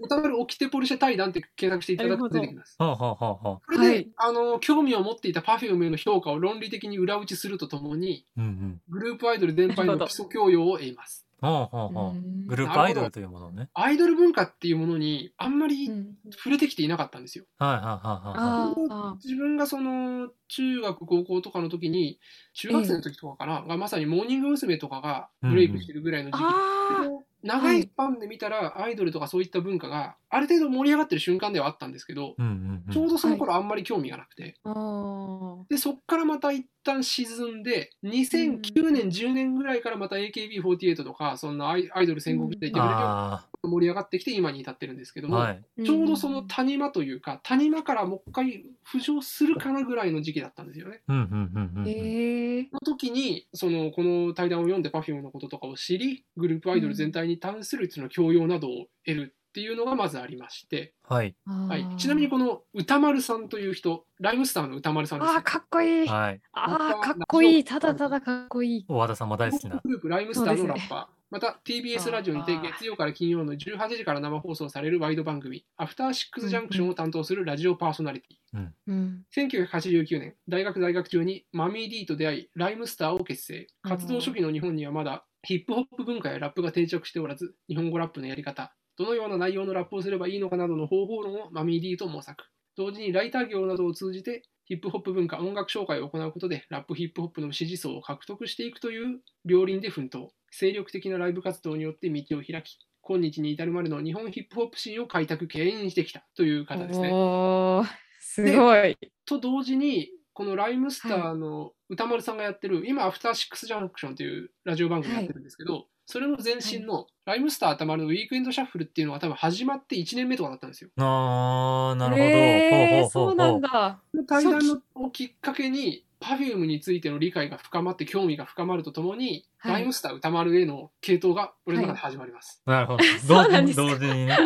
Speaker 3: 歌丸オキテ・ポルシェ対談って検索していただくと出てきます。
Speaker 2: ほうほうほうほう
Speaker 3: これで、
Speaker 1: はい
Speaker 3: あの興味を持っていた Perfume への評価を論理的に裏打ちするとともに
Speaker 2: うんうん
Speaker 3: グループアイドル全般
Speaker 1: なるほ
Speaker 3: の
Speaker 1: ど
Speaker 3: 基礎教養を得ます。
Speaker 2: ほうほうほう
Speaker 1: うん
Speaker 2: グループアイドルというものをね。
Speaker 3: アイドル文化っていうものにあんま
Speaker 1: う
Speaker 3: り
Speaker 1: ん
Speaker 3: 触れてきていなかったんですよ。
Speaker 2: はいはいはいはい。
Speaker 1: ああ。
Speaker 3: 自分がその中学高校とかの時に中学生の時とかかな、がまさにモーニング娘。とかがブレイクしてるぐらいの時期、
Speaker 1: あ
Speaker 3: 長いスパンで見たらアイドルとかそういった文化がある程度盛り上がってる瞬間ではあったんですけど、
Speaker 2: うんうんうん。
Speaker 3: ちょうどその頃あんまり興味がなくて、
Speaker 1: あ。あ
Speaker 3: でそこからまた一旦沈んで2009年10年ぐらいからまた AKB48 とかそんなアイアイドル戦国時代って言われるよ
Speaker 2: あ
Speaker 3: うに盛り上がってきて今に至ってるんですけど
Speaker 2: あ、
Speaker 3: も、
Speaker 2: はい。
Speaker 1: あ。
Speaker 3: ちょうどその谷間というか谷間からもう一回浮上するかなぐらいの時期だったんですよね。
Speaker 2: うんうんうんうん。
Speaker 1: ええ。
Speaker 3: その時にそのこの対談を読んで Perfume のこととかを知りグループアイドル全体に対するその教養などを得るっていうのがまずありまして、
Speaker 2: はい。
Speaker 3: はい、ちなみにこの歌丸さんという人ライムスターの歌丸さんです
Speaker 1: あ
Speaker 3: ね、
Speaker 1: あ、かっこいい。あ
Speaker 2: はい。
Speaker 1: あ、かっこいい。ただただかっこいい。
Speaker 2: 大和田さんも大好き
Speaker 1: <laughs>
Speaker 2: な。
Speaker 3: グループライムスターのラッ
Speaker 1: そうで
Speaker 3: パー、また TBS ラジオにて
Speaker 1: あー
Speaker 3: 月曜から金曜の18時から生放送されるワイド番組「アフターシックスジャンクション」を担当するラジオパーソナリティ
Speaker 1: うん。
Speaker 3: 1989年大学在学中にマミー D と出会いライムスターを結成活動初期の日本にはまだヒップホップ文化やラップが定着しておらず日本語ラップのやり方どのような内容のラップをすればいいのかなどの方法論をマミー D と模索同時にライター業などを通じてヒップホップ文化音楽紹介を行うことでラップヒップホップの支持層を獲得していくという両輪で奮闘精力的なライブ活動によって道を開き今日に至るまでの日本ヒップホップシーンを開拓牽引してきたという方ですね
Speaker 1: おーすごい。
Speaker 3: と同時にこのライムスターの歌丸さんがやってる、今「アフターシックスジャンクション」というラジオ番組やってるんですけど、それの前身の「ライムスター歌丸のウィークエンドシャッフル」っていうのが多分始まって1年目とかだったんですよ。
Speaker 2: あー、なるほど。
Speaker 1: えー
Speaker 2: ほうほ
Speaker 1: そうう
Speaker 2: ほう
Speaker 1: な
Speaker 2: ほうん
Speaker 1: だ。
Speaker 3: この対談をきっかけに Perfume についての理解が深まって興味が深まるとともに、
Speaker 1: はい
Speaker 3: ライムスター歌丸への系統が俺の中で始まります。
Speaker 2: なるほ
Speaker 1: そ
Speaker 2: ど。
Speaker 1: うな
Speaker 2: 同
Speaker 1: んですか
Speaker 2: 同時
Speaker 1: <laughs>
Speaker 2: にね。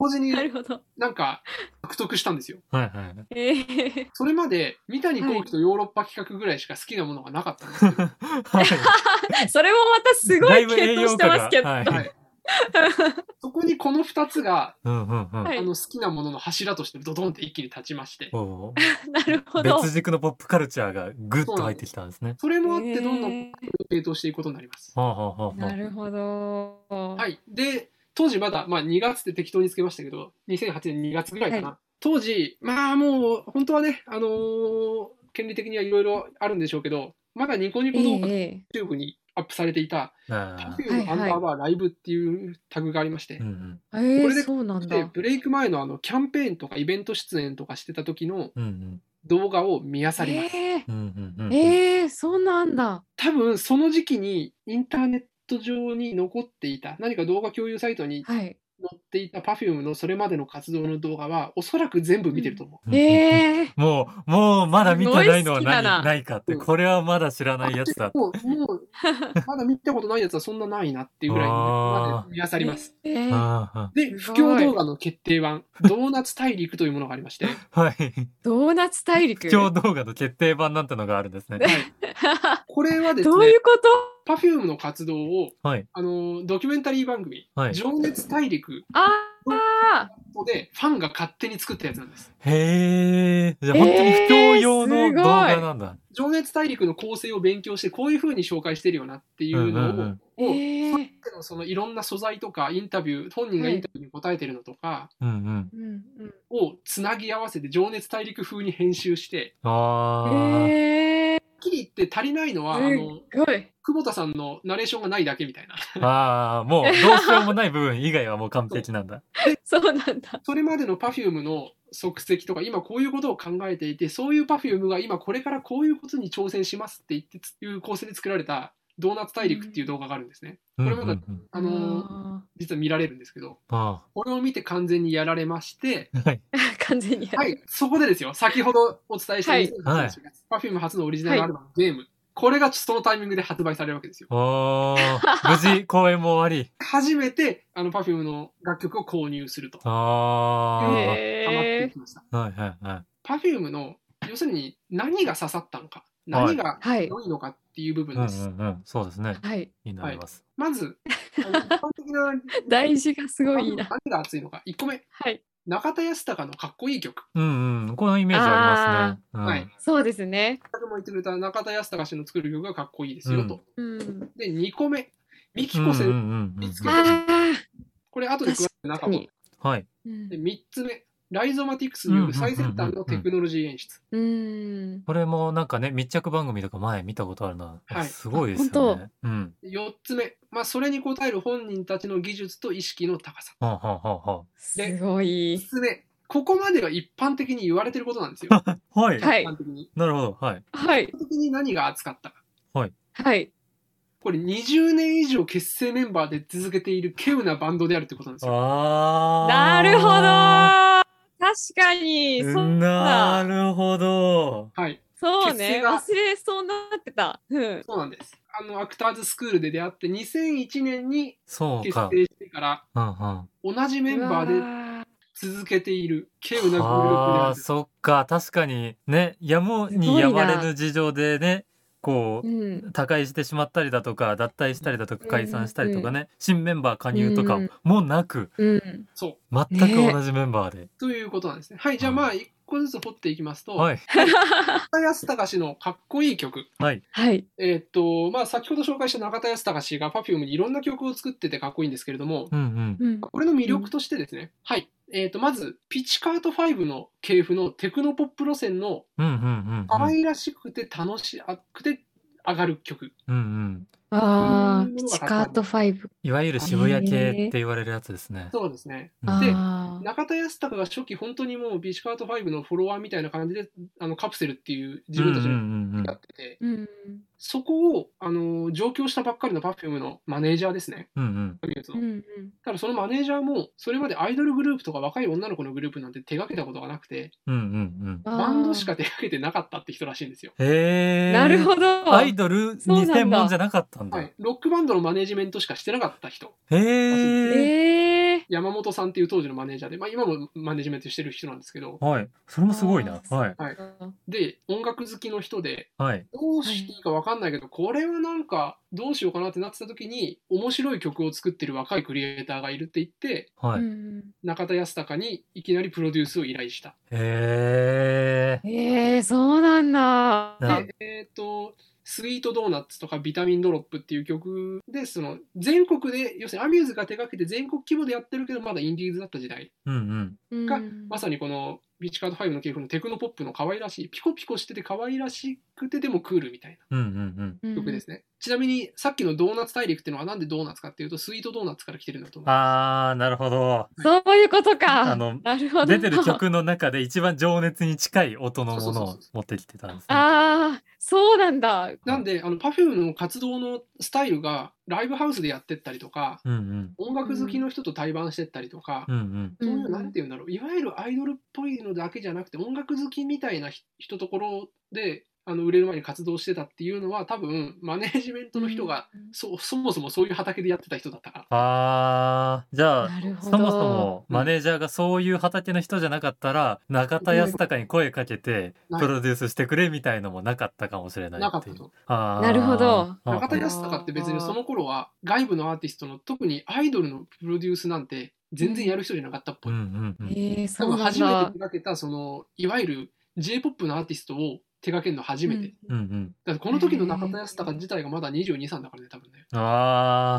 Speaker 3: 同時に
Speaker 1: なるほど。
Speaker 3: なんか獲得したんですよ。
Speaker 2: はいはい。
Speaker 1: えー、 <laughs>
Speaker 3: それまで三谷幸喜とヨーロッパ企画ぐらいしか好きなものがなかったんですよ。
Speaker 2: は
Speaker 1: それもまた <laughs> すご
Speaker 2: だ
Speaker 1: い
Speaker 2: いぶ栄
Speaker 1: 検討
Speaker 2: 養
Speaker 1: し
Speaker 2: 価
Speaker 1: て
Speaker 2: が
Speaker 1: ますけど。
Speaker 2: はい
Speaker 1: <laughs>
Speaker 3: はい、そこにこの2つが
Speaker 2: うんうんうん。
Speaker 1: はい
Speaker 3: あの好きなものの柱としてドドンって一気に立ちまして、
Speaker 2: ほうほ
Speaker 1: なるほ
Speaker 2: う
Speaker 1: ど。
Speaker 2: 別軸のポップカルチャーがぐっと入ってきたんですね。
Speaker 3: それもあってどんどん
Speaker 1: え
Speaker 3: 系統していくことになります。
Speaker 2: ほうほうほうほ
Speaker 1: ー
Speaker 2: う
Speaker 1: なるほど。
Speaker 3: は、
Speaker 1: はい
Speaker 3: で当時まだ、まあ、2月って適当につけましたけど2008年2月ぐらいかな、
Speaker 1: は
Speaker 3: 当時まあもう本当はね、あのー権利的にはいろいろあるんでしょうけどまだニコニ
Speaker 1: え
Speaker 3: コ動画
Speaker 1: ー
Speaker 3: YouTube
Speaker 1: え
Speaker 3: にアップされていた「
Speaker 2: あー
Speaker 3: Perfume アンダーバーライブ」っていうタグがありまして
Speaker 2: うんう。ん
Speaker 1: ーえー
Speaker 3: これで
Speaker 1: そうなんだ。
Speaker 3: でブレイク前のあのキャンペーンとかイベント出演とかしてた時の
Speaker 2: うんうん
Speaker 3: 動画を見漁ります、
Speaker 1: えー
Speaker 2: うんうんうん
Speaker 1: えー、そうなんだ。
Speaker 3: 多分その時期にインターネット上に残っていた何か動画共有サイトに
Speaker 1: はい。
Speaker 3: 載っていた Perfume のそれまでの活動の動画はおそらく全部見てると思う、
Speaker 2: うん
Speaker 1: えー、
Speaker 2: もう、もうまだ見てないのは
Speaker 1: すごい好きだな
Speaker 2: 何ないかって、これはまだ知らないやつだって。
Speaker 3: もうもう <laughs> まだ見たことないやつはそんなないなっていうぐらい
Speaker 2: あ
Speaker 3: ま
Speaker 2: ー
Speaker 3: で見漁ります
Speaker 1: えー、
Speaker 2: あー
Speaker 3: で
Speaker 1: す
Speaker 3: 不
Speaker 1: ごい
Speaker 3: 況動画の決定版「ドーナツ大陸」というものがあ
Speaker 1: <laughs>
Speaker 3: りまして
Speaker 2: はい。
Speaker 1: ドーナツ大陸。
Speaker 2: 不況動画の決定版なんてのがあるんですね。
Speaker 3: これはです
Speaker 1: どうい
Speaker 3: ね
Speaker 1: うこと
Speaker 3: Perfume の活動を
Speaker 2: はい。
Speaker 3: あのドキュメンタリー番組
Speaker 2: は
Speaker 3: 「
Speaker 2: い。
Speaker 3: 情熱大陸
Speaker 1: ああ。」
Speaker 3: でファンが勝手に作ったやつなんです
Speaker 2: へえ。じゃあ本当に不況用
Speaker 1: え
Speaker 2: の
Speaker 1: ーすごい
Speaker 2: 動画なんだ。
Speaker 3: 情熱大陸の構成を勉強してこういうふうに紹介してるよなっていううん
Speaker 2: う
Speaker 3: のを、
Speaker 2: んうん
Speaker 1: えー
Speaker 3: でもそのいろんな素材とかインタビュー本人がインタビューに答えてるのとか
Speaker 2: うんうん。
Speaker 1: うんうん
Speaker 3: をつなぎ合わせて「情熱大陸」風に編集して
Speaker 2: あ
Speaker 1: え
Speaker 3: はっきり言って足りないのは、あ
Speaker 1: ー、
Speaker 3: の
Speaker 1: すごい。
Speaker 3: 久保田さんのナレーションがないだけみたいな
Speaker 2: あ。ああ、もうどうしようもない部分以外はもう完璧なんだ。
Speaker 1: そうなんだ。
Speaker 3: それまでの Perfume の足跡とか今こういうことを考えていてそういう Perfume が今これからこういうことに挑戦しますって言ってついう構成で作られた「ドーナツ大陸」っていう動画があるんですね。
Speaker 2: うんうん
Speaker 3: こ
Speaker 2: う
Speaker 3: れまだ
Speaker 2: ん。
Speaker 3: あのー実は見られるんですけど
Speaker 2: あ
Speaker 3: これを見て完全にやられまして
Speaker 2: あ。はい。
Speaker 1: あー <laughs> 完全にやる。
Speaker 3: はい、そこでですよ、先ほどお伝えした
Speaker 1: はい
Speaker 3: 2008年4月、Perfume 初のオリジナルアルバム、ゲーム、これがそのタイミングで発売されるわけですよ。
Speaker 2: お
Speaker 3: <laughs>
Speaker 2: ー。無事公演も終わり。
Speaker 3: 初めてあの Perfume の楽曲を購入すると、
Speaker 2: ああ。はい
Speaker 3: ハマってい
Speaker 1: えー
Speaker 3: きました。
Speaker 2: はいはい。
Speaker 3: Perfume の、要するに何が刺さったのか、何が
Speaker 1: はい。
Speaker 3: 良いのかっていう部
Speaker 2: うんう
Speaker 3: 分
Speaker 2: ん
Speaker 3: です。
Speaker 2: うん。そうですね。
Speaker 1: はい。
Speaker 2: になります。
Speaker 3: ま
Speaker 1: <laughs>
Speaker 3: ず、あの一般的な
Speaker 1: 大事がすごいいいな。
Speaker 3: 何が熱いのか、1個目、
Speaker 1: はい。
Speaker 3: 中田康隆のかっこいい曲。
Speaker 2: うんうん。このイメージありますね。うん
Speaker 3: はい。
Speaker 1: そうですね。
Speaker 3: 先ほども言ってくれた中田康隆の作る曲がかっこいいですよと。
Speaker 1: うん。
Speaker 3: で、2個目、ミキ
Speaker 2: うん
Speaker 3: コ
Speaker 2: うんう
Speaker 3: 先生、
Speaker 2: んうん
Speaker 3: つけ
Speaker 1: あ
Speaker 3: これ後で詳しく中
Speaker 1: あ。
Speaker 3: も
Speaker 1: に。
Speaker 2: はい。
Speaker 1: うん
Speaker 3: で3つ目、ライゾマティクスによる最先端のテクノロジー演出。
Speaker 1: うん。
Speaker 2: これもなんかね、密着番組とか前見たことあるな。
Speaker 3: はい
Speaker 2: すごいですよね。うん。
Speaker 3: 4つ目、まあ、それに応える本人たちの技術と意識の高さ。
Speaker 2: はあ、はあは
Speaker 1: すご
Speaker 3: 5
Speaker 1: い。
Speaker 3: つ目、ここまでは一般的に言われてることなんですよ。
Speaker 2: あはあ、はい。
Speaker 1: はい
Speaker 3: 一般的に。
Speaker 2: なるほど。はい。
Speaker 1: はい
Speaker 3: 一。般的に何が熱かったか。
Speaker 1: はい。
Speaker 3: これ20年以上結成メンバーで続けている稀有なバンドであるってことなんですよ。
Speaker 2: あ
Speaker 1: なるほど確かに。そ
Speaker 2: なるほど。
Speaker 3: はい、
Speaker 1: そう
Speaker 3: 結成
Speaker 1: ね。
Speaker 3: が
Speaker 1: 忘れそうになってた。うん。
Speaker 3: そうなんです。あの、アクターズスクールで出会って、2001年に
Speaker 2: そう
Speaker 3: 結
Speaker 2: か。
Speaker 3: 成してから、
Speaker 2: うんうん。
Speaker 3: 同じメンバーで
Speaker 1: で
Speaker 3: 続けている、稀有なグル
Speaker 2: あ
Speaker 3: ー
Speaker 2: あ、
Speaker 3: プで
Speaker 2: そっか。確かに、ね、やむにやまれぬ事情でね、こう、
Speaker 1: うん、
Speaker 2: 他界してしまったりだとか、脱退したりだとか、
Speaker 1: うん
Speaker 2: 解散したりとかね、新メンバー加入とか
Speaker 1: うん
Speaker 2: もなく、
Speaker 1: うん、
Speaker 3: す。そう。
Speaker 2: 全く同じメンバーで。
Speaker 3: ということなんですね。はい、じゃあ
Speaker 2: はい
Speaker 3: まあ、一個ずつ掘っていきますと、
Speaker 2: はい。
Speaker 3: 中田康隆のかっこいい曲。
Speaker 2: はい。
Speaker 1: はい、
Speaker 3: えーっと、まあ、先ほど紹介した中田康隆が Perfume にいろんな曲を作っててかっこいいんですけれども、
Speaker 2: うんうん。
Speaker 1: うん、
Speaker 3: これの魅力としてですね、はい。えーっと、まず、ピチカート5の系譜のテクノポップ路線の
Speaker 2: うんうんうん
Speaker 3: 可
Speaker 2: うん。
Speaker 3: 愛らしくて楽しくて上がる曲。
Speaker 2: うんうん。
Speaker 1: ああ
Speaker 3: うん
Speaker 1: ピチカートファイブ
Speaker 2: いわゆる渋谷系って言われるやつですね。
Speaker 3: そうですね。
Speaker 2: うん
Speaker 1: あ
Speaker 3: 中田康隆が初期本当にもうビチカート5のフォロワーみたいな感じで、あのカプセルっていう自分たち
Speaker 2: うんう
Speaker 3: の
Speaker 2: んうん
Speaker 3: やってて、
Speaker 1: ーうん
Speaker 3: そこを、あの、上京したばっかりの Perfume のマネージャーですね。
Speaker 2: うんうん
Speaker 3: ミューズ
Speaker 1: う
Speaker 3: の
Speaker 1: んうん
Speaker 3: ただそのマネージャーも、それまでアイドルグループとか若い女の子のグループなんて手掛けたことがなくて、
Speaker 2: うんうん
Speaker 1: あー
Speaker 3: バンドしか手掛けてなかったって人らしいんですよ。
Speaker 2: うん。へえ。
Speaker 1: なるほど
Speaker 2: アイドルに専門じゃなかったんだ。
Speaker 3: はい、ロックバンドのマネージメントしかしてなかった人、
Speaker 2: へえ。
Speaker 1: ええ
Speaker 3: 山本さんっていう当時のマネージャーで、まあ、今もマネージメントしてる人なんですけど、
Speaker 2: はい。それもすごいな
Speaker 1: あ。ー
Speaker 2: はい。
Speaker 3: はいで、音楽好きの人で、
Speaker 2: はい。
Speaker 3: どうしていいか分かんないけど、これはなんか、どうしようかなってなってた時に、面白い曲を作ってる若いクリエイターがいるって言って、
Speaker 2: は
Speaker 1: う
Speaker 2: い。
Speaker 1: ん
Speaker 3: 中田康隆にいきなりプロデュースを依頼した。
Speaker 2: へえ。
Speaker 1: えー、そうなんだ。
Speaker 2: な
Speaker 3: で、えっ、と、スイートドーナツとかビタミンドロップっていう曲で、その全国で、要するにアミューズが手掛けて全国規模でやってるけど、まだインディーズだった時代
Speaker 2: うんうん。
Speaker 1: うん
Speaker 3: が、まさにこのビーチカード5の系譜のテクノポップの可愛らしい、ピコピコしてて可愛らしくてでもクールみたい
Speaker 2: うんうん
Speaker 1: に
Speaker 3: な曲ですね。ちなみにさっきのドーナツ大陸っていうのはなんでドーナツかっていうと、スイートドーナツから来てるんだと
Speaker 2: うん。
Speaker 3: 思う。
Speaker 2: あー、なるほど。
Speaker 1: そういうことか。
Speaker 2: あの
Speaker 1: なるほど。
Speaker 2: 出てる。曲の中で一番情熱に近い音のものを持ってきてたんですね。
Speaker 1: ああ、そうなんだ。
Speaker 3: なんで、あの Perfume の活動のスタイルがライブハウスでやってったりとか、
Speaker 2: うんうん。
Speaker 3: 音楽好きの人と対バンしてったりとか、
Speaker 2: うんうん。
Speaker 1: う
Speaker 3: そうい
Speaker 1: ん
Speaker 3: う、なんて言うんだろう、いわゆるアイドルっぽいのだけじゃなくて、音楽好きみたいなひ人ところで、あの売れる前に活動してたっていうのは、多分マネージメントの人が、そそもそもそういう畑でやってた人だったから。
Speaker 2: あー、じゃあ、
Speaker 1: なるほ
Speaker 2: そ
Speaker 1: ど。
Speaker 2: もそもマネージャーがそういう畑の人じゃなかったら、中田康隆に声かけて
Speaker 3: うん
Speaker 2: プロデュースしてくれみたいのもなかったかもしれない
Speaker 3: なか
Speaker 2: っ
Speaker 3: って
Speaker 2: い
Speaker 3: た
Speaker 2: う。
Speaker 3: と。
Speaker 2: あー
Speaker 1: なるほど
Speaker 2: あー
Speaker 3: 中田康隆って別にその頃は外部のアーティストの特にアイドルのプロデュースなんて全然やる人じゃなかったっぽ
Speaker 2: う
Speaker 3: い。
Speaker 2: んうんうん。
Speaker 1: えー、そう
Speaker 3: 多分
Speaker 1: なん
Speaker 3: 初めて手
Speaker 1: だ。
Speaker 3: 掛けたそのいわゆる J-POP のアーティストを手掛けるの初めて。
Speaker 2: うんうん。
Speaker 3: だってこの時の中田康隆自体がまだ22、3だからね、多分ね。
Speaker 1: あ
Speaker 2: あ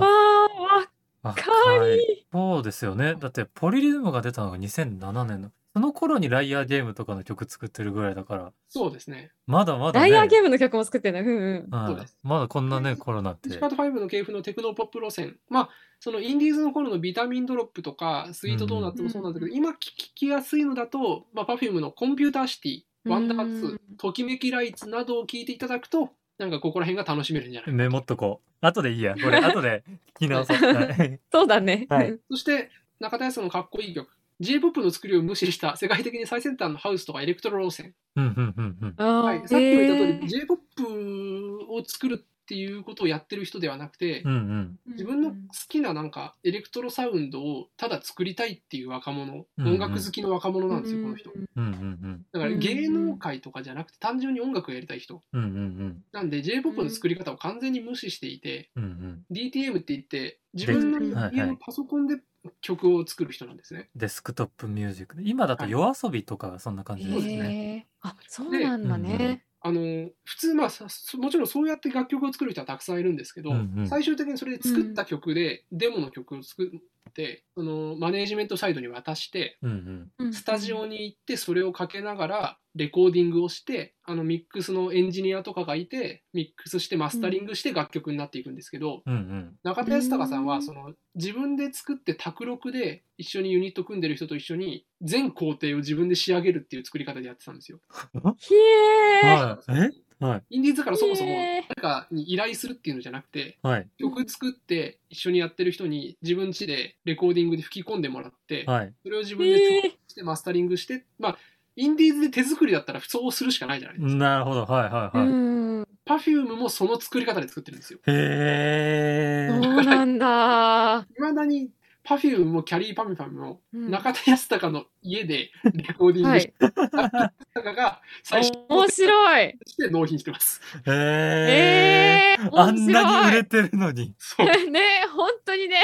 Speaker 2: あ、
Speaker 1: あ、
Speaker 2: 若
Speaker 1: 若い。
Speaker 2: そうですよね。だってポリリズムが出たのが2007年の。その頃にライアーゲームとかの曲作ってるぐらいだから、
Speaker 3: そうですね。
Speaker 2: まだまだ、
Speaker 1: ダ
Speaker 2: ね。
Speaker 1: イヤーゲームの曲も作ってない。うんうん。
Speaker 2: はい
Speaker 3: そうです
Speaker 2: まだこんなね、コロナって
Speaker 3: ピチ。カート5の系譜のテクノポップ路線、まあ、そのインディーズの頃のビタミンドロップとか、スイートドーナツもそうなんだけど、
Speaker 1: う
Speaker 3: 今聞きやすいのだと、まあ、Perfume のコンピューターシティ、ワンダーツ
Speaker 1: うん
Speaker 3: ー、ときめきライツなどを聞いていただくと、なんかここら辺が楽しめるんじゃないか
Speaker 2: メモっとこう。後でいいや。これ後で聞き
Speaker 3: <laughs>
Speaker 2: 直そう。はい
Speaker 1: そうだね。
Speaker 2: はい
Speaker 1: うん
Speaker 3: そして、中田康のかっこいい曲、J-POP の作りを無視した世界的に最先端のハウスとかエレクトロ路線。
Speaker 2: うんうんうんうん。
Speaker 1: あ
Speaker 3: はい、
Speaker 1: ー
Speaker 3: さっきも言っ
Speaker 1: え
Speaker 3: た通り、
Speaker 1: ー
Speaker 3: J-POP を作るっていうことをやってる人ではなくて、
Speaker 2: うんうん。
Speaker 3: 自分の好きななんかエレクトロサウンドをただ作りたいっていう若者、
Speaker 2: うん
Speaker 3: 音楽好きの若者なんですよ、この人。
Speaker 2: うんうん
Speaker 3: だから芸能界とかじゃなくて単純に音楽をやりたい人。
Speaker 2: うん。うんうん
Speaker 3: なんで J-POP の作り方を完全に無視していて、
Speaker 2: うん。うんうん。
Speaker 3: DTM って言って自分の家のパソコンで曲を作る人なんですね。
Speaker 2: デスクトップミュージック。今だと夜遊びとかがそんな感じですね。
Speaker 1: えーあ、そうなんだね。
Speaker 3: あの普通、まあ、さもちろんそうやって楽曲を作る人はたくさんいるんですけど、
Speaker 2: うんうん
Speaker 3: 最終的にそれで作った曲で、デモの曲を作ってそのマネージメントサイドに渡して、
Speaker 2: うん
Speaker 1: ス
Speaker 3: スタジオに行ってそれをかけながらレコーディングをしてあのミックスのエンジニアとかがいてミックスしてマスタリングして楽曲になっていくんですけど、
Speaker 2: うん。うんうん。
Speaker 3: 中田康隆さん
Speaker 1: う
Speaker 3: は
Speaker 1: ん
Speaker 3: その自分で作って卓録で一緒にユニット組んでる人と一緒に全工程を自分で仕上げるっていう作り方でやってたんですよ。
Speaker 1: ひえー。
Speaker 2: はい。えはい。
Speaker 3: インディーズからそもそも
Speaker 1: へ
Speaker 3: 誰かに依頼するっていうのじゃなくて
Speaker 2: はい。
Speaker 3: 曲作って一緒にやってる人に自分家でレコーディングで吹き込んでもらって
Speaker 2: はい。
Speaker 3: それを自分で作
Speaker 1: ー。
Speaker 3: してマスタリングしてまあインディーズで手作りだったらそうするしかないじゃないですか。
Speaker 2: なるほど。はいはいうはい。
Speaker 1: ん。
Speaker 3: Perfume もその作り方で作ってるんですよ。
Speaker 2: へ
Speaker 1: そう
Speaker 2: ー。
Speaker 1: なんだ。
Speaker 3: いまだに Perfume もキャリーパミュパミュも
Speaker 1: うん
Speaker 3: 中田康隆の家で
Speaker 2: <laughs>
Speaker 3: レコーディン
Speaker 1: は
Speaker 3: グし
Speaker 1: い。
Speaker 3: たかが最初
Speaker 1: 面白い。
Speaker 3: にして納品してます。
Speaker 2: へー。
Speaker 1: ええー。
Speaker 2: あん
Speaker 1: 面
Speaker 2: なに売
Speaker 1: 白
Speaker 2: れてるのに。
Speaker 3: そう。っ
Speaker 1: い。ね、本当にね。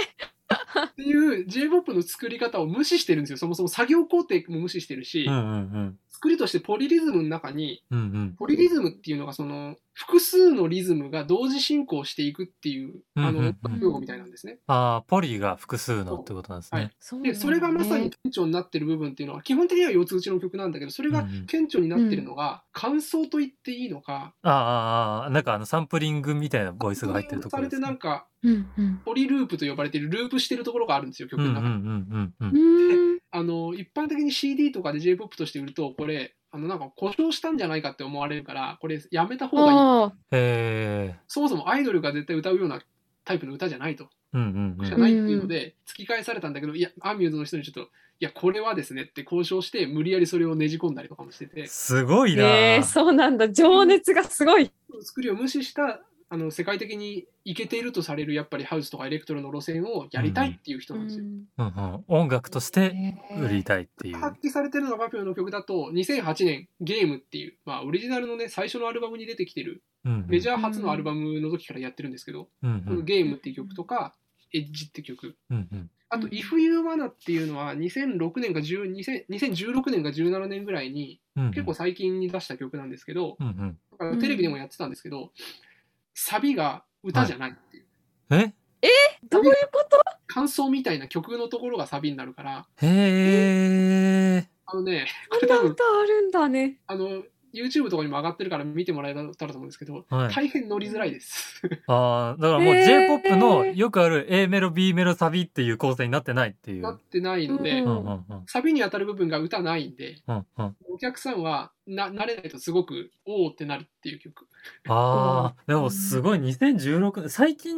Speaker 3: ていう J-POP の作り方を無視してるんですよ。そもそも作業工程も無視してるし、
Speaker 2: うんうん
Speaker 3: 作りとしてポリリズムの中に、
Speaker 2: うん。うん
Speaker 3: ポリリズムっていうのがその複数のリズムが同時進行していくっていう、あ
Speaker 2: うんうんう
Speaker 3: の
Speaker 2: ん、
Speaker 3: 用語みたいなんですね。
Speaker 2: ああ、ポリが複数のってことなんですね。
Speaker 1: そうなんだ
Speaker 3: で
Speaker 1: ね
Speaker 3: それがまさに。顕著になってる部分っていうのは基本的には四つ打ちの曲なんだけどそれ
Speaker 2: う
Speaker 3: が
Speaker 2: んうん
Speaker 3: 顕著になってるのが感想と言っていいのか、
Speaker 2: ああああ、なんかあのサンプリングみたいなボイスが入ってるとこ
Speaker 3: さ
Speaker 2: ろ
Speaker 3: れ
Speaker 2: で
Speaker 3: て
Speaker 2: す
Speaker 3: な
Speaker 2: ね
Speaker 3: ん。か
Speaker 1: うんうん。
Speaker 3: ポリループと呼ばれてるループしてるところがあるんですよ
Speaker 2: う
Speaker 3: 曲
Speaker 2: んうんう
Speaker 3: の中
Speaker 2: ん
Speaker 3: に、
Speaker 2: うん
Speaker 1: う
Speaker 2: うん。
Speaker 1: ーん。
Speaker 3: あの一般的に CD とかで J−POP として売るとこれあのなんか故障したんじゃないかって思われるからこれやめた方がいい
Speaker 1: ああ。
Speaker 2: へ
Speaker 3: そもそもアイドルが絶対歌うようなタイプの歌じゃないと、
Speaker 2: ー。うんうんう
Speaker 3: じゃ
Speaker 2: ん。
Speaker 3: ないっていうので突き返されたんだけどいやアミューズの人にちょっといやこれはですねって交渉して無理やりそれをねじ込んだりとかもしてて
Speaker 2: すごいな
Speaker 1: ええー、そうなんだ。情熱がすごい。
Speaker 3: 作りを無視したあの世界的にイケているとされるやっぱりハウスとかエレクトロの路線をやりたいっていう人なんですよ。
Speaker 2: うんうん。音楽として売りたいっていう。
Speaker 3: 発揮されてるのが Perfume の曲だと2008年「ゲームっていう、まあ、オリジナルのね最初のアルバムに出てきてるメジ
Speaker 2: ャ
Speaker 3: ャー初のアルバムの時からやってるんですけど、
Speaker 2: ー。うんう
Speaker 3: この「
Speaker 2: ん
Speaker 3: ゲームっていう曲とか「エッジって曲
Speaker 2: うんうん。
Speaker 3: あと「
Speaker 1: うん
Speaker 3: If You Wanna」っていうのは2006年か10 2000 2016年か17年ぐらいに
Speaker 2: うんうん
Speaker 3: 結構最近に出した曲なんですけど
Speaker 2: うんうん。
Speaker 3: だからテレビでもやってたんですけどサビが歌じゃないっていう。
Speaker 2: え
Speaker 1: どういうこと
Speaker 3: 感想みたいな曲のところがサビになるから、
Speaker 2: へえ。
Speaker 3: あのね、こ
Speaker 1: こん
Speaker 3: れ
Speaker 1: な
Speaker 3: 多分
Speaker 1: 歌あるんだね。
Speaker 3: あの YouTube とかにも上がってるから見てもらえたらと思うんですけど、
Speaker 2: はい。
Speaker 3: 大変乗りづらいです。
Speaker 2: ああ、だからもう
Speaker 1: えー
Speaker 2: J-POP のよくある A メロ、B メロ、サビっていう構成になってないってい
Speaker 3: な
Speaker 2: う
Speaker 3: っ。てないので、
Speaker 1: う
Speaker 2: うんんうんうん。
Speaker 3: サビに当たる部分が歌ないんで、
Speaker 2: うんうん。あ
Speaker 3: お客さんはな慣れないとすごく、おーってなるっていう曲。
Speaker 2: あー、でもすごい2016年、最近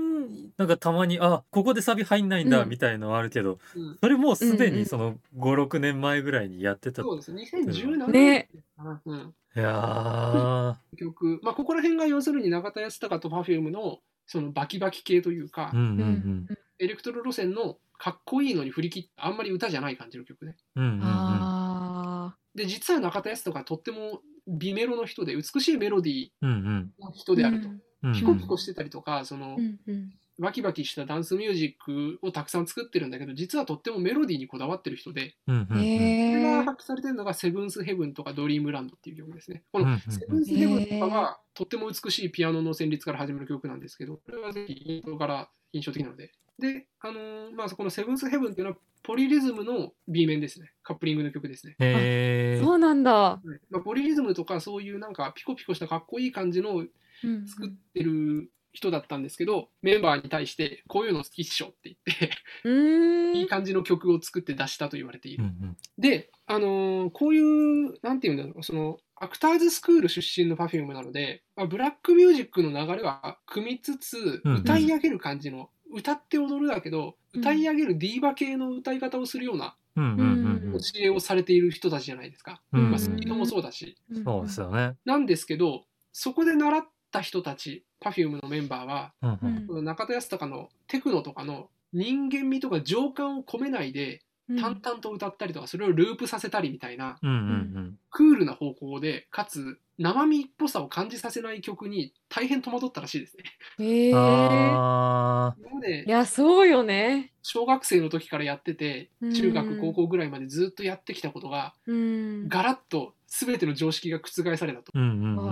Speaker 2: なんかたまに、あ、ここでサビ入んないんだ
Speaker 1: うん
Speaker 2: みたいのあるけど、
Speaker 3: うん
Speaker 2: それもうすで
Speaker 1: うんう
Speaker 2: に
Speaker 1: ん
Speaker 2: その5、6年前ぐらいにやってた。い
Speaker 3: そうですね、2017年
Speaker 1: ね
Speaker 3: かな。うん
Speaker 2: やー、
Speaker 3: 曲まあ、ここら辺が要するに中田康隆と Perfume のそのバキバキ系というか、
Speaker 2: うんうん
Speaker 3: エレクトロ路線のかっこいいのに振り切ったあんまり歌じゃない感じの曲ね。
Speaker 2: うん。うんうんうん。
Speaker 1: ああ。
Speaker 3: で実は中田康とかとっても美メロの人で美しいメロディー
Speaker 2: うんうん
Speaker 3: の人であると、
Speaker 2: うんうん。
Speaker 3: ピコピコしてたりとかその、
Speaker 1: うんうん。
Speaker 3: バキバキしたダンスミュージックをたくさん作ってるんだけど実はとってもメロディーにこだわってる人で
Speaker 2: うんうんうん。
Speaker 3: それ
Speaker 1: え
Speaker 3: が
Speaker 1: え。
Speaker 3: 発揮されてるのが「セブンスヘブン」とか「ドリームランド」っていう曲ですね。こ
Speaker 2: うんう
Speaker 3: の
Speaker 2: ん
Speaker 3: セブンスヘブンとかはとっても美しいピアノの旋律から始まる曲なんですけど、これはぜひイントロから印象的なので。で、あのーまあ、そこのセブンスヘブンっていうのはポリリズムの B 面ですね。カップリングの曲ですね。
Speaker 2: へえ。
Speaker 1: そうなんだ。
Speaker 3: はいまあ、ポリリズムとかそういうなんかピコピコしたかっこいい感じの
Speaker 1: うんうん
Speaker 3: 作ってる人だったんですけどメンバーに対してこういうの好きっしょって言って
Speaker 1: うーん。
Speaker 3: いい感じの曲を作って出したと言われていうる。
Speaker 2: ん
Speaker 3: で、あのーこういうなんていうんだろうそのアクターズスクール出身の Perfume なので、まあ、ブラックミュージックの流れは組みつつ
Speaker 2: うんうん
Speaker 3: 歌い上げる感じの、歌って踊るだけど歌い上げるディーバ系の歌い方をするような
Speaker 2: うん。うんうんうん
Speaker 3: 教えをされている人たちじゃないですか。
Speaker 2: うん。う
Speaker 3: ま
Speaker 2: ん
Speaker 3: あ、スピードもそうだし、
Speaker 2: そうですよね。
Speaker 3: なんですけど、そこで習った人たち、Perfume のメンバーは、
Speaker 2: うんう。
Speaker 1: うんん
Speaker 3: この中田康隆のテクノとかの人間味とか情感を込めないで、
Speaker 1: うん
Speaker 3: 淡々と歌ったりとか、それをループさせたりみたいな、
Speaker 2: うんうん
Speaker 3: クールな方向で、かつ、生身っぽさを感じさせない曲に大変戸惑ったらしいですね。
Speaker 1: へ
Speaker 2: うん。
Speaker 1: え。
Speaker 2: あ
Speaker 3: 今まで
Speaker 1: いや、そうよね。
Speaker 3: 小学生の時からやってて、中学、高校ぐらいまでずっとやってきたことが、
Speaker 1: うん。
Speaker 3: ガラッと全ての常識が覆されたと。
Speaker 2: ー。うんうんうん。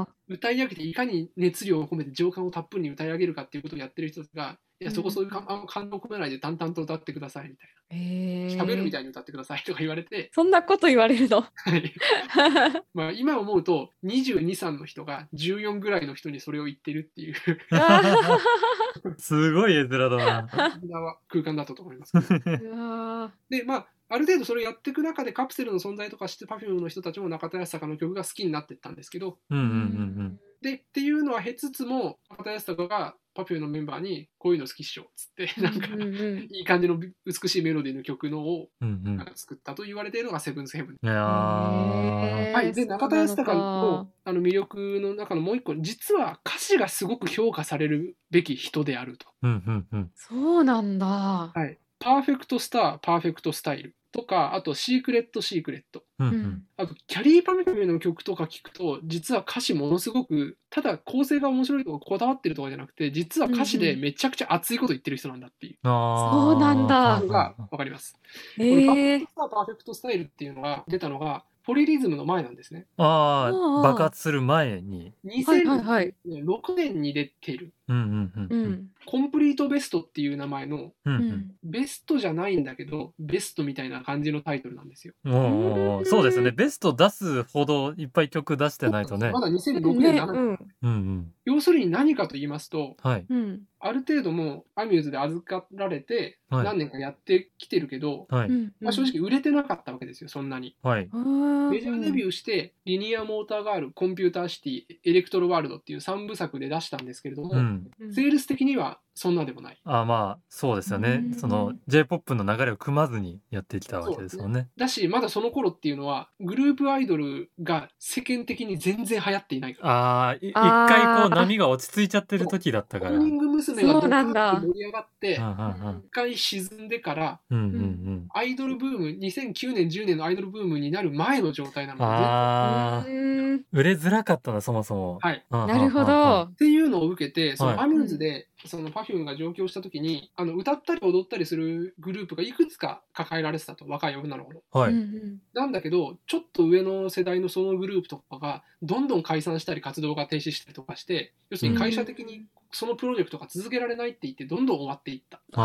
Speaker 1: ああ。
Speaker 3: 歌い上げていかに熱量を込めて情感をたっぷりに歌い上げるかっていうことをやってる人たちが、いや
Speaker 1: うん
Speaker 3: そこそういうかあの感動を込めないで淡々と歌ってくださいみたい
Speaker 1: へえ。
Speaker 3: な、喋るみ
Speaker 1: い。
Speaker 3: たいに歌ってくださいとか言われて、
Speaker 1: そんなこと言われる
Speaker 3: <laughs>
Speaker 1: の。 <laughs>
Speaker 3: はいまあ今思うと22、3の人が14ぐらいの人にそれを言ってるっ
Speaker 1: <laughs>
Speaker 3: ていう
Speaker 1: あ
Speaker 2: すごい絵面だ
Speaker 3: <laughs>
Speaker 2: な。
Speaker 3: そんな空間だったと思いますけど。
Speaker 1: ーうわ
Speaker 3: で、まあある程度それをやっていく中でカプセルの存在とかして Perfume の人たちも中田康隆の曲が好きになってったんですけど、
Speaker 2: うんう
Speaker 1: ー
Speaker 2: んうんうん。
Speaker 3: でっていうのは経つつも中田康隆が Perfume のメンバーにこういうの好きっしょっつってなんか
Speaker 1: うんうん
Speaker 3: いい感じの美しいメロディーの曲のを
Speaker 2: うんうん。
Speaker 3: 作ったと言われているのがセブンスヘブン。
Speaker 2: いやー
Speaker 1: へー
Speaker 3: はい、で中田康
Speaker 1: そう
Speaker 3: 隆
Speaker 1: なの
Speaker 3: の
Speaker 1: か
Speaker 3: あの魅力の中のもう一個実は歌詞がすごく評価されるべき人であると。
Speaker 2: うんうんうん。
Speaker 1: そうなんだ。
Speaker 3: はい、パーフェクトスター、パーフェクトスタイルとか、あとシークレット、シークレット。
Speaker 2: うんう。
Speaker 1: うんん
Speaker 3: あと、キャリーパミュパミュの曲とか聞くと、実は歌詞ものすごく、ただ構成が面白いとかこだわってるとかじゃなくて、実は歌詞でめちゃくちゃ熱いこと言ってる人なんだっていう
Speaker 2: あー
Speaker 1: そうなんだ
Speaker 2: う
Speaker 3: の
Speaker 2: ん
Speaker 3: がわかります。
Speaker 1: え
Speaker 3: これパ
Speaker 1: ー
Speaker 3: ーフェクトスター、パーフェクトスタイルっていうのが出たのが、ポリリズムの前なんですね。
Speaker 2: あ
Speaker 1: うんう
Speaker 2: あ、
Speaker 1: ん
Speaker 2: 爆発する前に。
Speaker 1: はいはい
Speaker 3: 2006
Speaker 1: はい。
Speaker 3: 年に出てる、
Speaker 2: うんうんう。
Speaker 1: うんん。
Speaker 3: コンプリートベストっていう名前の、
Speaker 2: うんう。
Speaker 1: うんん。
Speaker 3: ベストじゃないんだけど、ベストみたいな感じのタイトルなんですよ。
Speaker 2: も
Speaker 1: う
Speaker 2: う、
Speaker 1: ん
Speaker 2: そうですね。ベスト出すほどいっぱい曲出してないとね
Speaker 3: ま。だ2006年、
Speaker 1: ね、
Speaker 3: 7年
Speaker 1: うん。
Speaker 2: うんうん。
Speaker 3: 要するに何かと言いますと、
Speaker 2: はい。
Speaker 1: うん。
Speaker 3: ある程度もうアミューズで預かられて、
Speaker 2: はい
Speaker 3: 何年かやってきてるけど、
Speaker 2: は
Speaker 1: う
Speaker 2: い。
Speaker 1: ん。
Speaker 3: まあ、正直売れてなかったわけですよ、そんなに。
Speaker 2: はい。
Speaker 1: うん。
Speaker 3: メジャーデビューして、リニアモーターガール、コンピューターシティ、エレクトロワールドっていう3部作で出したんですけれども、
Speaker 2: うん。
Speaker 1: うん
Speaker 3: セールス的にはそんなでもない。
Speaker 2: あまあ、そうですよ
Speaker 1: う
Speaker 2: ね。
Speaker 1: ん
Speaker 2: その J-POP の流れを組まずにやってきたわけですもんね。
Speaker 3: だし、まだその頃っていうのは、グループアイドルが世間的に全然流行っていないから。
Speaker 2: ああ、い一
Speaker 1: あー
Speaker 2: 回こう波が落ち着いちゃってる時だった
Speaker 3: モ
Speaker 2: から。
Speaker 3: ー
Speaker 2: うんう
Speaker 3: ニン
Speaker 2: ん
Speaker 3: グ娘。がド
Speaker 1: そう
Speaker 3: カ
Speaker 1: なんだ
Speaker 3: ーンと盛り上がって、
Speaker 2: うん
Speaker 3: 一回沈んでから、
Speaker 2: うんうん
Speaker 3: アイドルブーム、2009年、10年のアイドルブームになる前の状態なので、
Speaker 2: ああ
Speaker 1: う、ん
Speaker 2: 売れづらかったな、そもそも。
Speaker 3: はい。
Speaker 2: な
Speaker 1: なるほ。ど。
Speaker 3: っていうのを受けて、そ
Speaker 2: はい
Speaker 3: のアミューズで、その Perfume が上京した時に、あの歌ったり踊ったりするグループがいくつか抱えられてたと、若い女の子の。
Speaker 2: は
Speaker 1: うん
Speaker 2: い。
Speaker 3: なんだけど、ちょっと上の世代のそのグループとかが、どんどん解散したり、活動が停止したりとかして、要するに会社的にそのプロジェクトが続けられないって言って、どんどん終わっていった。
Speaker 2: は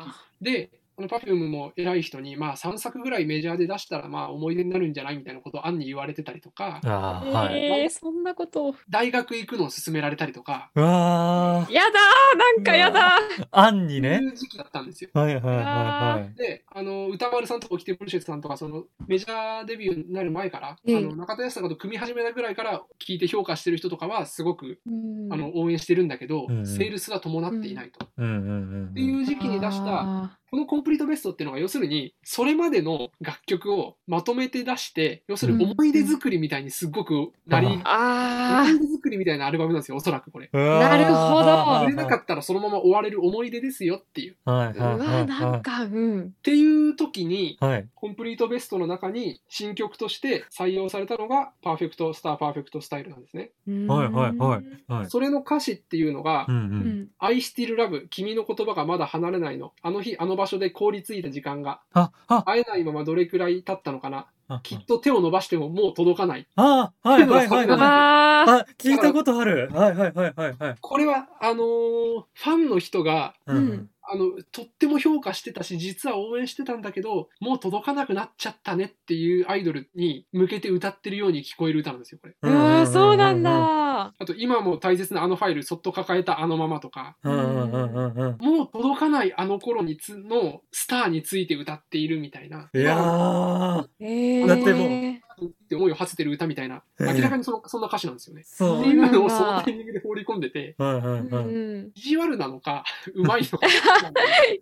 Speaker 1: あ
Speaker 3: で、この Perfume も偉い人に、まあ3作ぐらいメジャーで出したら、まあ思い出になるんじゃないみたいなことを暗に言われてたりとか
Speaker 2: い。、ああ、
Speaker 1: ー
Speaker 2: はい。
Speaker 1: えー、そんなこと。
Speaker 3: 大学行くのを勧められたりとか、
Speaker 2: うわ
Speaker 1: やだーなんかやだー
Speaker 2: あ、あんに
Speaker 3: そ
Speaker 2: ね。
Speaker 3: ういう時期だったんですよ。
Speaker 2: はいはいはい
Speaker 3: で、あの歌丸さんとかオキテポルシェツさんとか、そのメジャーデビューになる前から、
Speaker 1: ええ
Speaker 3: あの中田康隆と組み始めたぐらいから聞いて評価してる人とかは、すごく、
Speaker 1: うん
Speaker 3: あの応援してるんだけど、
Speaker 2: うんうん
Speaker 3: セールスが伴っていないと。
Speaker 2: はい。うんうん
Speaker 3: っ
Speaker 2: う
Speaker 3: て
Speaker 2: んうん。
Speaker 3: いう時期に出した、
Speaker 1: あ
Speaker 3: このコンプリートベストっていうのが、要するに、それまでの楽曲をまとめて出して、要するに思い出作りみたいにすごくなり、
Speaker 2: うん
Speaker 1: ーあ
Speaker 3: 思
Speaker 1: ー
Speaker 3: い出作りみたいなアルバムなんですよ、おそらくこれ。
Speaker 2: うわー
Speaker 1: なるほど
Speaker 3: 売れなかったらそのまま終われる思い出ですよっていう。
Speaker 2: はいはいは
Speaker 1: う
Speaker 2: い
Speaker 1: わな
Speaker 2: は
Speaker 1: んかうん
Speaker 3: っていう時に、
Speaker 2: い。はい。
Speaker 3: コンプリートベストの中に新曲として採用されたのがパーフェクトスターパーフェクトスタイルなんですね。
Speaker 2: はいはいはいはい。
Speaker 3: それの歌詞っていうのが
Speaker 2: うんう。
Speaker 1: うんん
Speaker 3: I still love 君の言葉がまだ離れないの。あの日あの場所で凍りついた時間が
Speaker 2: あ、あ、
Speaker 3: 会えないままどれくらい経ったのかな。
Speaker 2: あ
Speaker 3: きっと手を伸ばしてももう届かない。
Speaker 2: あ、はいはいはい
Speaker 1: うんう
Speaker 2: は
Speaker 1: <laughs>
Speaker 2: い。
Speaker 1: わー
Speaker 2: あ、聞いたことある。はいはいはいはいはい。
Speaker 3: これはあのーファンの人が
Speaker 2: うんうん
Speaker 3: あのとっても評価してたし実は応援してたんだけどもう届かなくなっちゃったねっていうアイドルに向けて歌ってるように聞こえる歌なんですよこれ。
Speaker 1: うわーそうなん。だ
Speaker 3: あと今も大切なあのファイルそっと抱えたあのままとか
Speaker 2: うんうんうんうんうん。
Speaker 3: もう届かないあの頃につのスターについて歌っているみたいない
Speaker 2: やー、
Speaker 1: えー
Speaker 2: だっても
Speaker 3: って思いを馳せてる歌みたいな
Speaker 2: ええ
Speaker 3: 明らかにそのそんな歌詞なんですよね。
Speaker 2: そ
Speaker 3: っ
Speaker 2: う
Speaker 3: て。いうのを
Speaker 1: そうなんだ
Speaker 3: そのタイミングで放り込んでて
Speaker 2: うんうん
Speaker 1: う
Speaker 2: うん。
Speaker 1: ん
Speaker 3: 意地悪なのかうまいのか、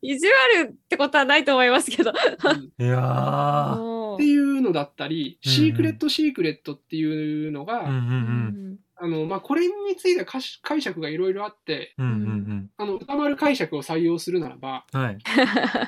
Speaker 1: 意地悪ってことはないと思いますけど
Speaker 3: うんっ
Speaker 2: いやー。
Speaker 1: も
Speaker 3: ていうのだったり「
Speaker 2: うん
Speaker 3: シークレット・シークレット」っていうのが、
Speaker 2: うんうん
Speaker 1: う
Speaker 2: うん。
Speaker 1: ん
Speaker 3: あのまあ、これについては歌詞解釈がいろいろあって
Speaker 2: うんうん
Speaker 3: あの歌丸解釈を採用するならば
Speaker 2: うん。はい。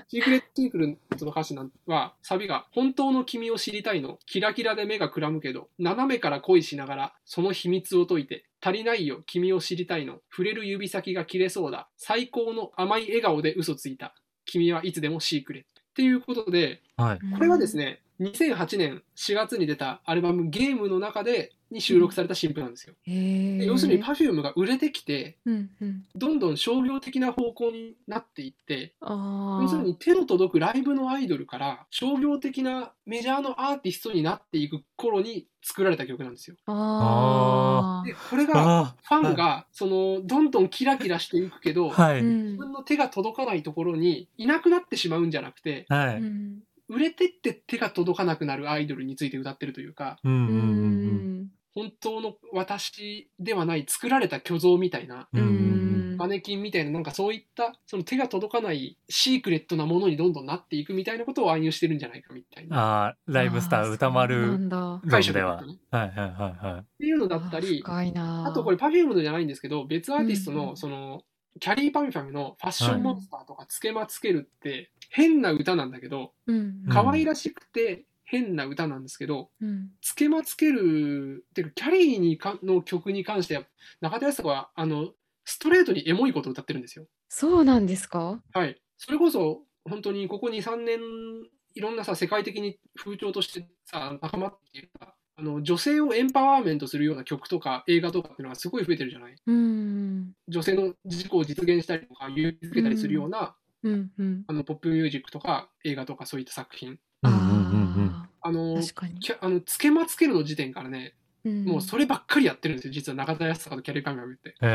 Speaker 3: シークレット・ティークルの歌詞なんは、サビが、本当の君を知りたいの、キラキラで目がくらむけど、斜めから恋しながら、その秘密を解いて、足りないよ、君を知りたいの、触れる指先が切れそうだ、最高の甘い笑顔で嘘ついた、君はいつでもシークレット。っていうことで、
Speaker 2: はい。
Speaker 1: うん
Speaker 3: これはで
Speaker 1: <laughs>
Speaker 3: すね、2008年4月に出たアルバムゲームの中で、に収録された新譜なんですよ。
Speaker 1: へー
Speaker 3: で要するに Perfume が売れてきて、
Speaker 1: うんうん
Speaker 3: どんどん商業的な方向になっていって、
Speaker 1: あー
Speaker 3: 要するに手の届くライブのアイドルから商業的なメジャーのアーティストになっていく頃に作られた曲なんですよ。
Speaker 1: あ
Speaker 3: でこれが
Speaker 2: あ
Speaker 3: ファンがそのどんどんキラキラしていくけど、
Speaker 2: ー。は
Speaker 1: ー
Speaker 2: い。
Speaker 1: うん
Speaker 3: 自分の手が届かないところにいなくなってしまうんじゃなくて
Speaker 2: は
Speaker 1: う
Speaker 2: い。
Speaker 1: ん
Speaker 3: 売れてって手が届かなくなるアイドルについて歌ってるというか
Speaker 2: うん
Speaker 1: う
Speaker 2: うんうん
Speaker 1: ん
Speaker 3: 本当の私ではない作られた虚像みたいな
Speaker 2: うん。うんうんうん。
Speaker 3: マネキンみたいな、なんかそういった、その手が届かないシークレットなものにどんどんなっていくみたいなことを暗喩してるんじゃないかみたいな。
Speaker 2: ああ、ライブスター歌
Speaker 1: あーそうな
Speaker 2: 丸
Speaker 1: んだ
Speaker 2: 論
Speaker 3: 解釈
Speaker 2: で
Speaker 3: だ
Speaker 2: は。
Speaker 3: っ
Speaker 2: は
Speaker 3: たね
Speaker 2: いはいはいはい。
Speaker 3: っていうのだったり、
Speaker 1: あ深いな
Speaker 3: あとこれ Perfume のじゃないんですけど、別アーティスト
Speaker 1: うんう
Speaker 3: の
Speaker 1: ん
Speaker 3: その、キャリーパミュパミュのファッションモンスターとかつけまつけるって変な歌なんだけど、
Speaker 1: うん
Speaker 2: か
Speaker 3: 可愛らしくて変な歌なんですけど、
Speaker 1: うん
Speaker 3: つけまつけるっていうキャリーにかの曲に関しては中田康子はあのストレートにエモいことを歌ってるんですよ。
Speaker 1: そうなんですか
Speaker 3: はい、それこそ本当にここ23年いろんなさ世界的に風潮としてさ高まっているさあの女性をエンパワーメントするような曲とか映画とかっていうのがすごい増えてるじゃない
Speaker 1: うん
Speaker 3: 女性の自己を実現したりとか勇気づけたりするような、
Speaker 1: うんうん
Speaker 3: あのポップミュージックとか映画とかそういった作品
Speaker 1: あ
Speaker 3: あ
Speaker 1: あ
Speaker 3: の
Speaker 1: 確かに
Speaker 3: きゃあのつけまつけるの時点からね、
Speaker 1: うん
Speaker 3: もうそればっかりやってるんですよ実は中田康子とキャリーパンが言って。
Speaker 2: いや
Speaker 1: そう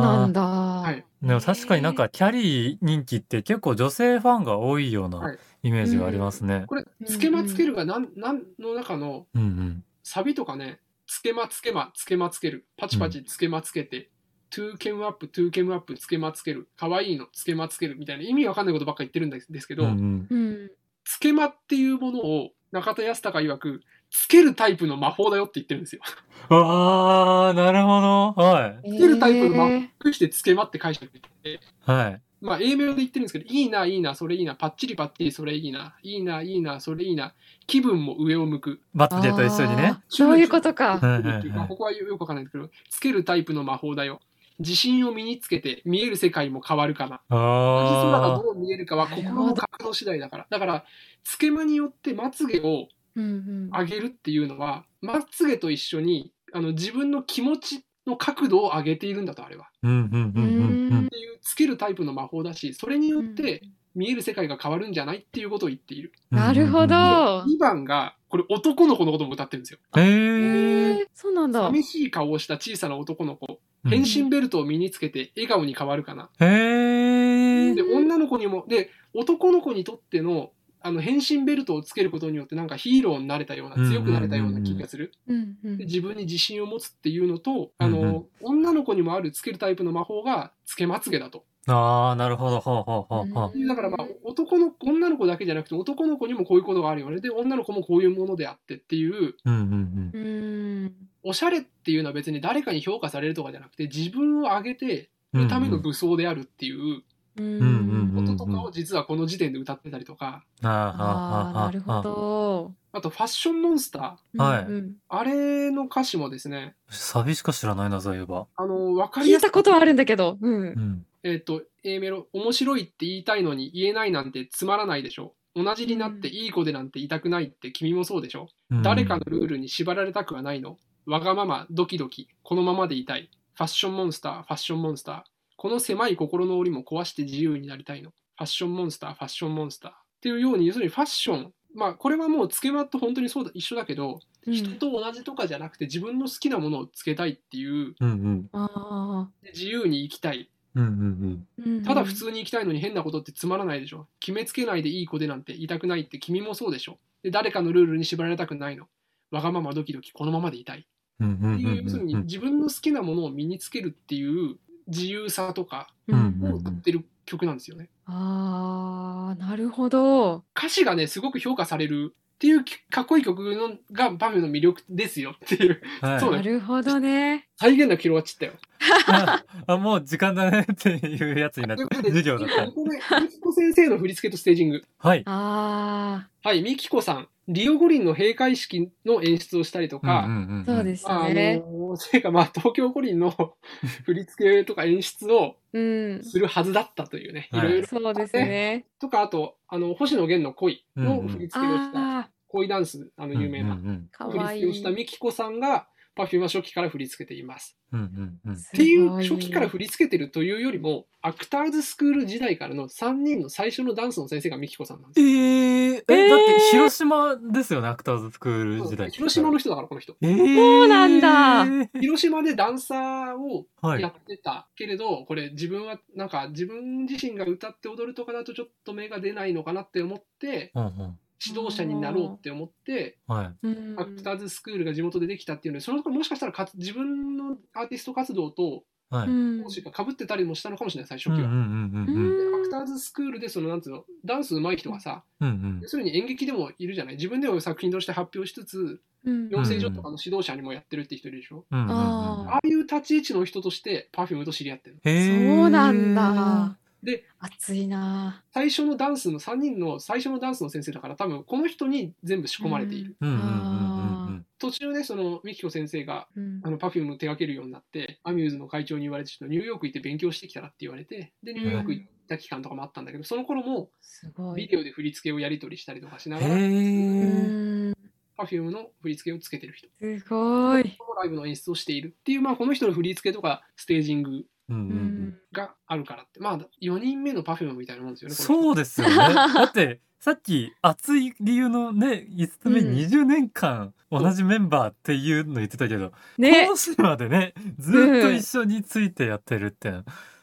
Speaker 1: なん
Speaker 2: だ。
Speaker 1: だ
Speaker 3: はい
Speaker 2: でも確かになんかキャリー人気って結構女性ファンが多いよう
Speaker 3: は
Speaker 2: ないイメージがありますね。
Speaker 3: これ「つけまつける」がなんなんの中の
Speaker 2: うんうん。
Speaker 3: サビとかね、つけまつけまつけまつける、パチパチつけまつけて、トゥーケムアップ、トゥーケムアップ、つけまつける、かわいいの、つけまつけるみたいな意味わかんないことばっか言ってるんですですけど、
Speaker 2: うんうん
Speaker 1: うん
Speaker 3: つけまっていうものを中田康隆曰く、つけるタイプの魔法だよって言ってるんですよ。
Speaker 2: ああ、なるほど。は
Speaker 1: つ
Speaker 3: けるタイプのマ
Speaker 1: えー
Speaker 3: そしてつけまって解釈してて、
Speaker 2: い。はい。
Speaker 3: まあ A メロで言ってるんですけど、いいな、いいな、それいいな、パッチリパッチリ、それいいな、いいな、いいな、それいいな、気分も上を向く。
Speaker 2: バッテリーと一緒にね
Speaker 1: あ。ーそういうこと
Speaker 2: は
Speaker 1: か。
Speaker 2: いはい
Speaker 3: まあ
Speaker 2: は
Speaker 3: ここはよくわかんないんですけど、つけるタイプの魔法だよ。自信を身につけて見える世界も変わるかな。
Speaker 2: い。
Speaker 3: 同じ空が
Speaker 2: あ
Speaker 3: どう見えるかは心の角度次第だから。だから、つけまによってまつげを
Speaker 1: うん
Speaker 3: 上げるっていうのは、まつげと一緒にあの自分の気持ちの角度を上げているんだと、あれは。
Speaker 2: あ。うんうんうんうんうん
Speaker 3: っ。ていう、つけるタイプの魔法だし、それに
Speaker 1: う
Speaker 3: よっ
Speaker 1: ん。
Speaker 3: て見える世界が変わるんじゃないっていうことを言っている。
Speaker 1: なるほ
Speaker 2: うんうんうん。
Speaker 1: ど。
Speaker 3: 2番が、これ男の子のことも歌ってるんですよ。
Speaker 1: え
Speaker 2: ええ。
Speaker 1: ー、そうなんだ。
Speaker 3: 寂しい顔をした小さな男の子。
Speaker 2: うん
Speaker 3: 変身ベルトを身につけて笑顔に変わるかな。
Speaker 2: え
Speaker 3: で
Speaker 2: え。
Speaker 3: 女の子にもで男の子にとってのあの変身ベルトをつけることによってなんかヒーローになれたよう
Speaker 2: うんうんう
Speaker 3: なん強くなれたような気がする、
Speaker 1: うんうん
Speaker 3: で自分に自信を持つっていうのとあの、
Speaker 2: うんうん
Speaker 3: 女の子にもあるつけるタイプの魔法がつけまつげだと
Speaker 2: ああ、なるほど。ほうほうほうほう。
Speaker 1: うん
Speaker 3: だからまあ男の女の子だけじゃなくて男の子にもこういうことがあるよねで女の子もこういうものであってっていう
Speaker 2: うんうん
Speaker 1: うん。
Speaker 3: おしゃれっていうのは別に誰かに評価されるとかじゃなくて自分を上げて
Speaker 2: うん。
Speaker 3: るための武装であるっていう
Speaker 1: うん
Speaker 2: うん
Speaker 3: こととかを実はこの時点で歌ってたりとか
Speaker 2: あ
Speaker 1: ああ、なるほど。
Speaker 3: あとファッションモンスター
Speaker 2: はい
Speaker 1: うんうん
Speaker 3: あれの歌詞もですね、
Speaker 2: サビしか知らないな、そういえば。
Speaker 3: あの、わかり
Speaker 1: 聞
Speaker 3: や
Speaker 1: い
Speaker 3: す
Speaker 1: た
Speaker 3: く、
Speaker 1: ことはあるんだけど。う。
Speaker 2: うんん。
Speaker 3: えっ、と、A メロ、面白いって言いたいのに言えないなんてつまらないでしょ。同じになっていい子でなんて言いたくないって君もそうでしょ。
Speaker 2: うん
Speaker 3: 誰かのルールに縛られたくはないの。わがまま、ドキドキ、このままでいたい。ファッションモンスター、ファッションモンスター。この狭い心の檻も壊して自由になりたいの。ファッションモンスター、ファッションモンスター。っていうように、要するにファッション、まあ、これはもうつけまと本当にそうだ一緒だけど、
Speaker 1: うん
Speaker 3: 人と同じとかじゃなくて自分の好きなものをつけたいっていう
Speaker 2: うんうん。
Speaker 1: あ
Speaker 3: で自由に生きたい
Speaker 2: うんうん
Speaker 1: ーうん
Speaker 3: ただ普通に生きたいのに変なことってつまらないでしょ決めつけないでいい子でなんて言いたくないって君もそうでしょで誰かのルールに縛られたくないのわがままドキドキこのままでいたい
Speaker 2: うん。うんうん
Speaker 3: って
Speaker 2: うん
Speaker 3: いう要するに自分の好きなものを身につけるっていう自由さとか
Speaker 1: う
Speaker 2: うん
Speaker 3: を
Speaker 1: ん
Speaker 3: 歌ってる曲なんですよね
Speaker 1: ああ、なるほど。
Speaker 3: 歌詞がねすごく評価されるっていうかっこいい曲のがバミュの魅力ですよっていう
Speaker 2: はい
Speaker 3: そうだ
Speaker 1: な
Speaker 3: ね
Speaker 1: るほどね。
Speaker 3: 再現なキロワッチったよ
Speaker 2: ああ、もう時間だねっていうやつになっ
Speaker 3: とい
Speaker 2: た
Speaker 3: うこと。で
Speaker 2: <laughs> 授業だっ
Speaker 3: ここでみきこ先生の振り付けとステージング
Speaker 2: た。はい。。
Speaker 1: あ
Speaker 3: はいみきこさんリオ五輪の閉会式の演出をしたりとか、
Speaker 1: あ、そうですす
Speaker 3: まああ
Speaker 1: ね。
Speaker 3: のていうかまあ東京五輪の
Speaker 2: <laughs>
Speaker 3: 振り付けとか演出を
Speaker 1: うん。
Speaker 3: するはずだったというね、
Speaker 2: はい
Speaker 3: いろいろ
Speaker 1: そうですね。
Speaker 3: とかあとあの星野源の恋の振り付けをした、
Speaker 1: ああ、
Speaker 3: 恋ダンスあの有名
Speaker 2: う
Speaker 3: なん
Speaker 2: うん
Speaker 1: か
Speaker 3: 振り
Speaker 1: わ
Speaker 3: 付
Speaker 1: い
Speaker 3: けを
Speaker 1: い。
Speaker 3: したみきこさんが Perfume は初期から振り付けています。
Speaker 2: うんうんうんうん。
Speaker 1: っ
Speaker 3: っていう初期から振り付けてるというよりもアクターズスクール時代からの3人の最初のダンスの先生がみきこさんなんです
Speaker 2: えー、え、だって広島ですよね、アクターズスクール時
Speaker 3: よ。
Speaker 2: 代。
Speaker 3: 広島の人だからこ
Speaker 2: <laughs>
Speaker 3: の人。
Speaker 2: えー
Speaker 1: そうなんだ
Speaker 3: 広島でダンサーを
Speaker 2: は
Speaker 3: や
Speaker 2: い。
Speaker 3: ってたけれど、これ自分はなんか自分自身が歌って踊るとかだとちょっと芽が出ないのかなって思って
Speaker 2: うんうん。
Speaker 3: 指導者になろうって思って
Speaker 2: はい。
Speaker 1: うん
Speaker 3: アクターズスクールが地元でできたっていうのでその頃もしかしたらかつ自分のアーティスト活動と
Speaker 2: はい。
Speaker 1: うん
Speaker 3: もしか被ってたりもしたのかもしれない、最初
Speaker 2: うん
Speaker 3: 期
Speaker 2: うん
Speaker 3: は。
Speaker 2: うんうんうん
Speaker 3: でアクターズスクールで、その、なんつうの、ダンス上手い人がさ、
Speaker 2: うんうん
Speaker 3: 要するに演劇でもいるじゃない。自分でも作品として発表しつつ、
Speaker 1: うん
Speaker 3: 養成所とかの指導者にもやってるって人いるでしょ。
Speaker 2: うんうんうん
Speaker 3: ああいう立ち位置の人として、Perfume と知り合ってるの。
Speaker 2: へー
Speaker 1: そうなんだ。
Speaker 3: で、
Speaker 1: 熱いな。
Speaker 3: 最初のダンスの、3人の最初のダンスの先生だから、多分この人に全部仕込まれている。
Speaker 2: うんうんうん
Speaker 3: 途中で、その、ミキコ先生が、
Speaker 1: うん
Speaker 3: あの Perfume を手掛けるようになって、アミューズの会長に言われて、ちょっとニューヨーク行って勉強してきたらって言われて、で、ニューヨーク行った期間とかもあったんだけど、その頃も
Speaker 1: すご
Speaker 3: ビ
Speaker 1: い。
Speaker 3: デオで振り付けをやり取りしたりとかしな
Speaker 2: うん
Speaker 3: が
Speaker 2: へ
Speaker 3: ら、
Speaker 1: う
Speaker 2: ー
Speaker 1: ん、
Speaker 3: Perfume の振り付けをつけてる人、
Speaker 1: すごい。
Speaker 3: ライブの演出をしているっていう、まあ、この人の振り付けとかステージング
Speaker 2: うんうん
Speaker 1: う
Speaker 2: うん
Speaker 1: ん、
Speaker 3: があるからって、まあ、4人目の Perfume みたいなもんですよね。この人
Speaker 2: そうですよね。
Speaker 1: <laughs>
Speaker 2: だって、さっき熱い理由のね、5つ目
Speaker 1: うん
Speaker 2: 20年間同じメンバーっていうの言ってたけど、
Speaker 1: ね
Speaker 2: 講、師までね、ずっと一緒についてやってるって。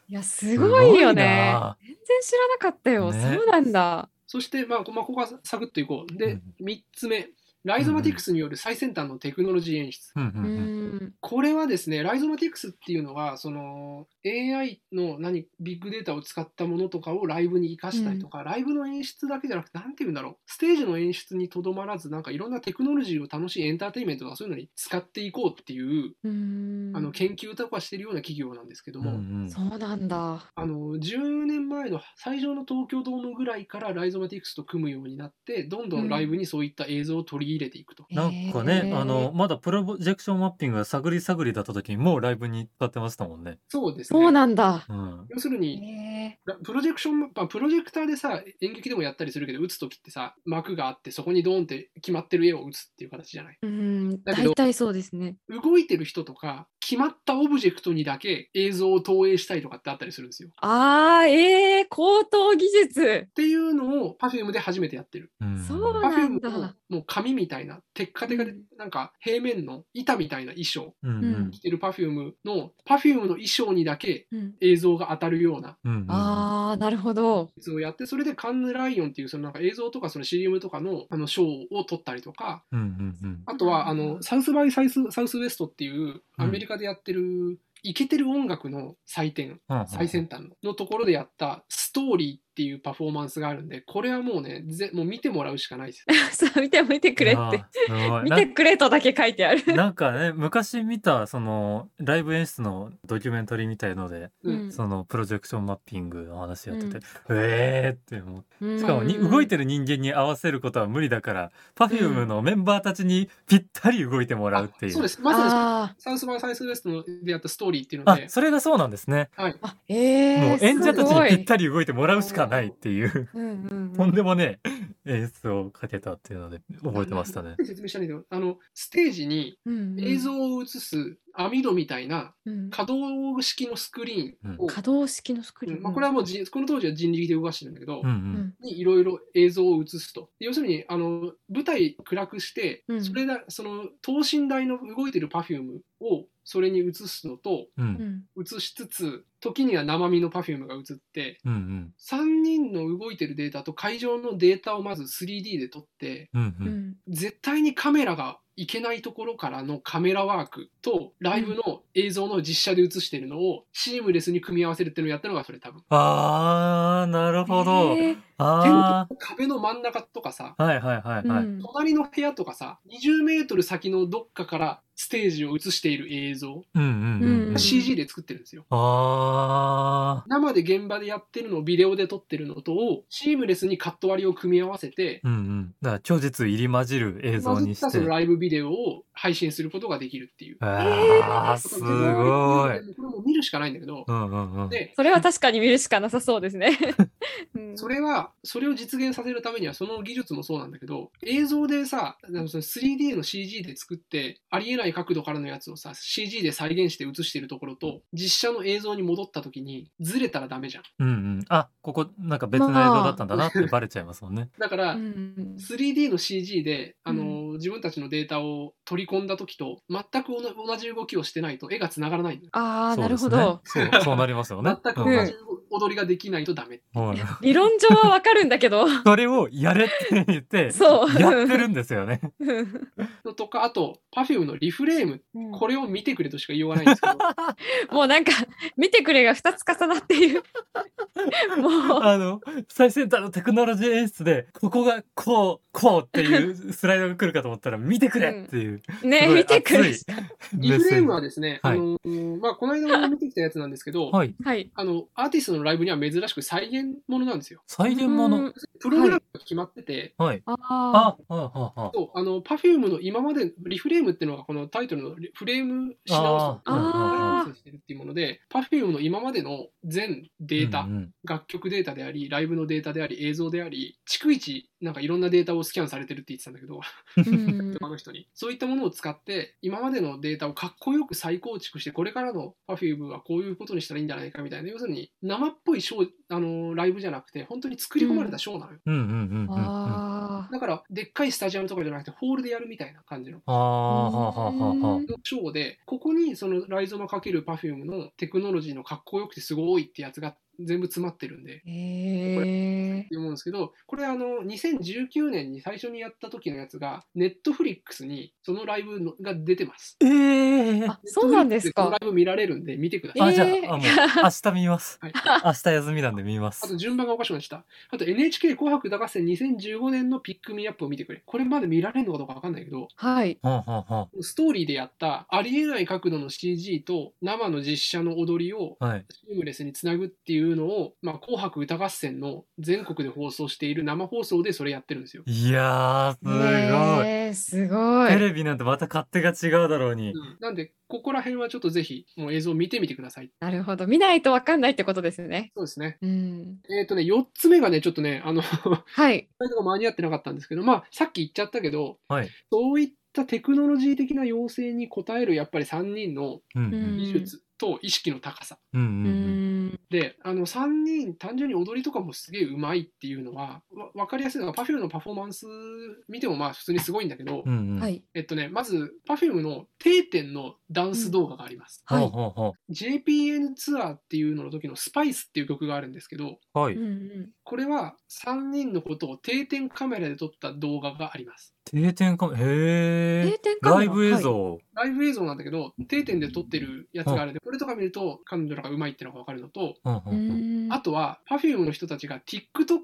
Speaker 1: いやすごいよね。
Speaker 2: な
Speaker 1: 全然知らなかったよ。
Speaker 2: ね
Speaker 1: そうなんだ。
Speaker 3: そして、まあ、こまあ、ここはサクッといこう。
Speaker 2: う
Speaker 3: で
Speaker 2: ん、
Speaker 3: 3つ目、ライゾマティクスによる最先端のテクノロジー演出。
Speaker 2: あ。うんう
Speaker 1: うん
Speaker 2: うん
Speaker 1: ん、
Speaker 3: これはですね、ライゾマティクスっていうのは、その AI の何ビッグデータを使ったものとかをライブに生かしたりとか、ライブの演出だけじゃなくて、なんていうんだろう、ステージの演出にとどまらず、なんかいろんなテクノロジーを楽しいエンターテインメントとかそういうのに使っていこうっていう、
Speaker 1: うん、
Speaker 3: あの研究とかしてるような企業なんですけど
Speaker 2: うんう
Speaker 3: も、
Speaker 2: ん
Speaker 1: そうなんだ。
Speaker 3: あの10年前の最初の東京ドームぐらいからライゾマティクスと組むようになって、どんどんライブにそういった映像を取り入れていくと。
Speaker 2: なんかね
Speaker 1: へ、ー
Speaker 2: あの、、まだプロジェクションマッピングが探り探りだった時にもうライブに使ってましたもんね。
Speaker 3: そうですね。
Speaker 1: そうなんだ。
Speaker 2: うん。
Speaker 3: 要するに、
Speaker 1: へ
Speaker 3: なプロジェクションマ、まあ、プロジェクターでさ演劇でもやったりするけど打つ時ってさ幕があってそこにドーンって決まってる絵を打つっていう形じゃない
Speaker 1: え、うん、
Speaker 3: だけど
Speaker 1: 大体そうですね。
Speaker 3: 動いてる人とか決まったオブジェクトにだけ映像を投影したりとかってあったりするんですよっ
Speaker 1: ああ、ええ高等技術。
Speaker 3: ていうのを Perfume で初めてやってる
Speaker 2: うん
Speaker 1: そうなんだ
Speaker 3: Perfume ももう紙みたいなテッカテカで
Speaker 1: うん
Speaker 3: なんか平面の板みたいな衣装
Speaker 2: うんうん
Speaker 3: 着てる Perfume の Perfume の衣装にだけ
Speaker 1: うん、
Speaker 3: 映像が当たるような
Speaker 2: うんうん
Speaker 1: ああ、なるほど。 <laughs>
Speaker 3: やつをやってそれでカンヌライオンっていうそのなんか映像とかその CM とかのあのショーを撮ったりとか
Speaker 2: うんうんうん
Speaker 3: あとは、あ
Speaker 1: う
Speaker 3: の、
Speaker 1: ん
Speaker 3: サウスバイサイス、サウスウエストっていう、アメリカでやってる、イケてる音楽の祭典、
Speaker 2: うん。
Speaker 3: 最先端ののところでやった、ストーリーっていうパフォーマンスがあるんで、これはもうね、ぜもう見てもらうしかないです。
Speaker 1: そう、見て、見てくれって。
Speaker 2: て
Speaker 1: <laughs> 見てくれとだけ書いて <laughs> あ
Speaker 2: <laughs>
Speaker 1: る。
Speaker 2: なんかね昔見たそのライブ演出のドキュメンタリーみたいので、
Speaker 3: うん
Speaker 2: そのプロジェクションマッピングの話やってて、
Speaker 1: うん
Speaker 2: えーって思ってし
Speaker 1: し
Speaker 2: かもに動いてる人間に合わせることは無理だから Perfume のメンバーたちにぴったり動いてもらうってい
Speaker 3: そう
Speaker 2: う。
Speaker 3: です。まさに、
Speaker 1: あ
Speaker 3: サウスバイサイスウエストのでやったストーリーっていうの
Speaker 2: あ
Speaker 3: で、
Speaker 2: それがそうなんですね。
Speaker 3: はい。
Speaker 1: ーあ、えー、
Speaker 2: もう演者たち
Speaker 1: すごい
Speaker 2: にぴったり動いてもらうしかないっていう、
Speaker 1: うんうんうん
Speaker 2: とんでもねえ演出をかけたっていうので覚えてましたね。
Speaker 3: 説明したんだけど、あの、ステージに
Speaker 1: うんうん
Speaker 3: 映像を映す網戸みたいな
Speaker 1: うん
Speaker 3: 可動式のスクリーンを、
Speaker 1: 可動式のスクリーン。
Speaker 3: まあ、これはもうじ、この当時は人力で動かしてるんだけど、
Speaker 2: うんう
Speaker 1: うんん
Speaker 3: にいろいろ映像を映すと。要するにあの舞台暗くして、
Speaker 1: うん
Speaker 3: それだその等身大の動いてる Perfume をそれに映すのと
Speaker 2: う
Speaker 1: うんん
Speaker 3: 映しつつ時には生身の Perfume が映って
Speaker 2: うんうん
Speaker 3: 3人の動いてるデータと会場のデータをまず 3D で撮って
Speaker 2: うんう
Speaker 1: うんん
Speaker 3: 絶対にカメラがいけないところからのカメラワークとライブの映像の実写で映してるのをシームレスに組み合わせるっていうのをやったのがそれ多分。
Speaker 2: あーなるほど。
Speaker 1: えー
Speaker 2: あ
Speaker 3: 壁の真ん中とかさ
Speaker 2: ーはいはいはいはい。
Speaker 1: うん
Speaker 3: 隣の部屋とかさ20メートル先のどっかからステージを映している映像、
Speaker 2: うんうんうんうん
Speaker 1: うん
Speaker 3: CG で作ってるんですよ
Speaker 2: あ
Speaker 3: 生で現場でやってるのをビデオで撮ってるのとをシームレスにカット割りを組み合わせて
Speaker 2: あ。うんうん。だから、虚実入り混じる映像
Speaker 3: 混じ
Speaker 2: に
Speaker 3: っ
Speaker 2: したて
Speaker 3: その。ライブビデオを配信することができるっていう
Speaker 2: ああ、すごい。うん
Speaker 3: これもう見るしかないんだけど、
Speaker 2: うんうん。
Speaker 3: で
Speaker 1: それは確かに見るしかなさそうですね。 <laughs> うん
Speaker 3: それはそれを実現させるためにはその技術もそうなんだけど映像でさあのその 3D の CG で作ってありえない角度からのやつをさ CG で再現して映してるところと実写の映像に戻った時にずれたらダメじゃん
Speaker 2: うんうん。あ、ここ、なんか別の映像だったんだなってバレちゃいますもんね。
Speaker 3: だから、
Speaker 1: うん
Speaker 3: 3D の CG で、あの自分たちのデータを取り込んだ時と全く同じ同じ動きをしてないと絵がつながらないんだよ
Speaker 1: ああ、なるほ
Speaker 2: そう
Speaker 1: ど。
Speaker 2: ですね。そう、そうなりますよね。
Speaker 3: 全く
Speaker 2: うん
Speaker 3: 同じ,、踊りができないとダメ。
Speaker 2: もう
Speaker 1: 理論上はわかるんだけど。
Speaker 2: それをやれって言って
Speaker 1: そう
Speaker 2: やってるんですよね。
Speaker 3: のとか、あと、Perfume のリフレーム、こ
Speaker 1: も <laughs>
Speaker 3: れを見てくれとしか言わないんですけど、
Speaker 1: うなんか、見てくれが2つ重なってい <laughs> る。もう、
Speaker 2: あの最先端のテクノロジー演出でここがこうこうっていうスライドが来るかと思ったら見てくれっていう、
Speaker 1: ね、
Speaker 2: すごい
Speaker 1: 見てくれ
Speaker 2: 熱。い
Speaker 3: リフレームはですね、
Speaker 2: はい
Speaker 3: あのーまあ、この間も見てきたやつなんですけど、
Speaker 2: はい
Speaker 1: はい。
Speaker 3: あの、アーティストのライブには珍しく再現ものなんですよ。
Speaker 2: 再現もの
Speaker 1: うん
Speaker 3: プログラムが決まってて、
Speaker 2: はい
Speaker 1: あ
Speaker 2: ああああ
Speaker 3: そうあの、Perfume の今までリフレームっていうのがこのタイトルのリフレームし直す。
Speaker 2: あー
Speaker 1: あー
Speaker 3: してるっていうもので、Perfume の今までの全データ、
Speaker 2: うんうん
Speaker 3: 楽曲データであり、ライブのデータであり、映像であり、逐一、なんかいろんなデータをスキャンされてるって言ってたんだけど、
Speaker 1: ー。うん
Speaker 3: 他の人に。そういったものを使って、今までのデータをかっこよく再構築して、これからの Perfume はこういうことにしたらいいんじゃないかみたいな、要するに生っぽいショー、あのーライブじゃなくて、本当に作り込まれたショーなのよ。
Speaker 2: うんうんうんうんうんあ
Speaker 1: あー
Speaker 3: だから、でっかいスタジアムとかじゃなくて、ホールでやるみたいな感じの。
Speaker 2: あはあはあはあ
Speaker 3: ショーで、ここにそのライゾマかける Perfume のテクノロジーのかっこよくてすごいってやつが全部詰まってるんで、
Speaker 1: へえ。
Speaker 3: って思うんですけど、これあの2019年に最初にやった時のやつが、ネットフリックスにそのライブのが出てます。
Speaker 2: ええ
Speaker 1: あ、そうなんです
Speaker 3: Netflix そのラ
Speaker 1: か。
Speaker 3: イブ見られるんで見てください。
Speaker 2: あじゃ
Speaker 1: えー
Speaker 2: ああもう
Speaker 1: <laughs>
Speaker 2: 明日見ます
Speaker 3: はい、
Speaker 2: 明日休みなんで見ま
Speaker 3: あ
Speaker 2: す
Speaker 3: と順番がおかしくなっちゃった。あと NHK 紅白歌合戦2015年のピックミアップを見てくれ。これまで見られるのかどうかわかんないけど、
Speaker 1: はい。
Speaker 2: はあはあは
Speaker 3: ストーリーでやったありえない角度の CG と生の実写の踊りを
Speaker 2: あはい
Speaker 3: シームレスにつなぐっていうのを、まあ、紅白歌合戦の全国で放送している生放送でそれやってるんですよ。
Speaker 2: いやーすごい
Speaker 1: ねえすご
Speaker 2: テ
Speaker 1: い。
Speaker 2: レビなんてまた勝手が違うだろうに
Speaker 3: うんなんで、ここら辺はちょっとぜひ、もう映像を見てみてください。
Speaker 1: なるほど。見ないとわかんないってことですよね。
Speaker 3: そうですね。
Speaker 1: うん。
Speaker 3: えっ、とね、4つ目がね、ちょっとね、あの、 <laughs>
Speaker 1: はい。
Speaker 3: サイトが間に合ってなかったんですけど、まあ、さっき言っちゃったけど、
Speaker 2: はい
Speaker 3: そういったテクノロジー的な要請に応えるやっぱり3人の
Speaker 2: うんうん
Speaker 3: 技術と意識の高さ。
Speaker 2: うん
Speaker 1: う
Speaker 2: うんうん
Speaker 1: ん。
Speaker 3: で、あの3人、単純に踊りとかもすげえうまいっていうのは、わ分かりやすいのが、Perfume のパフォーマンス見てもまあ普通にすごいんだけど、
Speaker 2: うんうん
Speaker 1: はい。
Speaker 3: えっとね、まず Perfume の定点のダンス動画があります。
Speaker 1: は
Speaker 2: ほう
Speaker 1: い。
Speaker 2: ほうほ
Speaker 3: JPN ツアーっていうのの時の「スパイスっていう曲があるんですけど、
Speaker 2: うは
Speaker 1: う
Speaker 2: い
Speaker 1: んうん
Speaker 3: これは3人のことを定点カメラで撮った動画があります。
Speaker 2: 定点カメへえ
Speaker 1: 定点カメ
Speaker 2: ラ
Speaker 1: ラ
Speaker 2: イブ映
Speaker 1: はい
Speaker 2: 像を
Speaker 3: ライブ映像なんだけど、定点で撮ってるやつがあるんで、これとか見ると彼女らがうまいってのが分かるのと、
Speaker 2: うんう
Speaker 1: うんん
Speaker 3: あとは Perfume の人たちが TikTok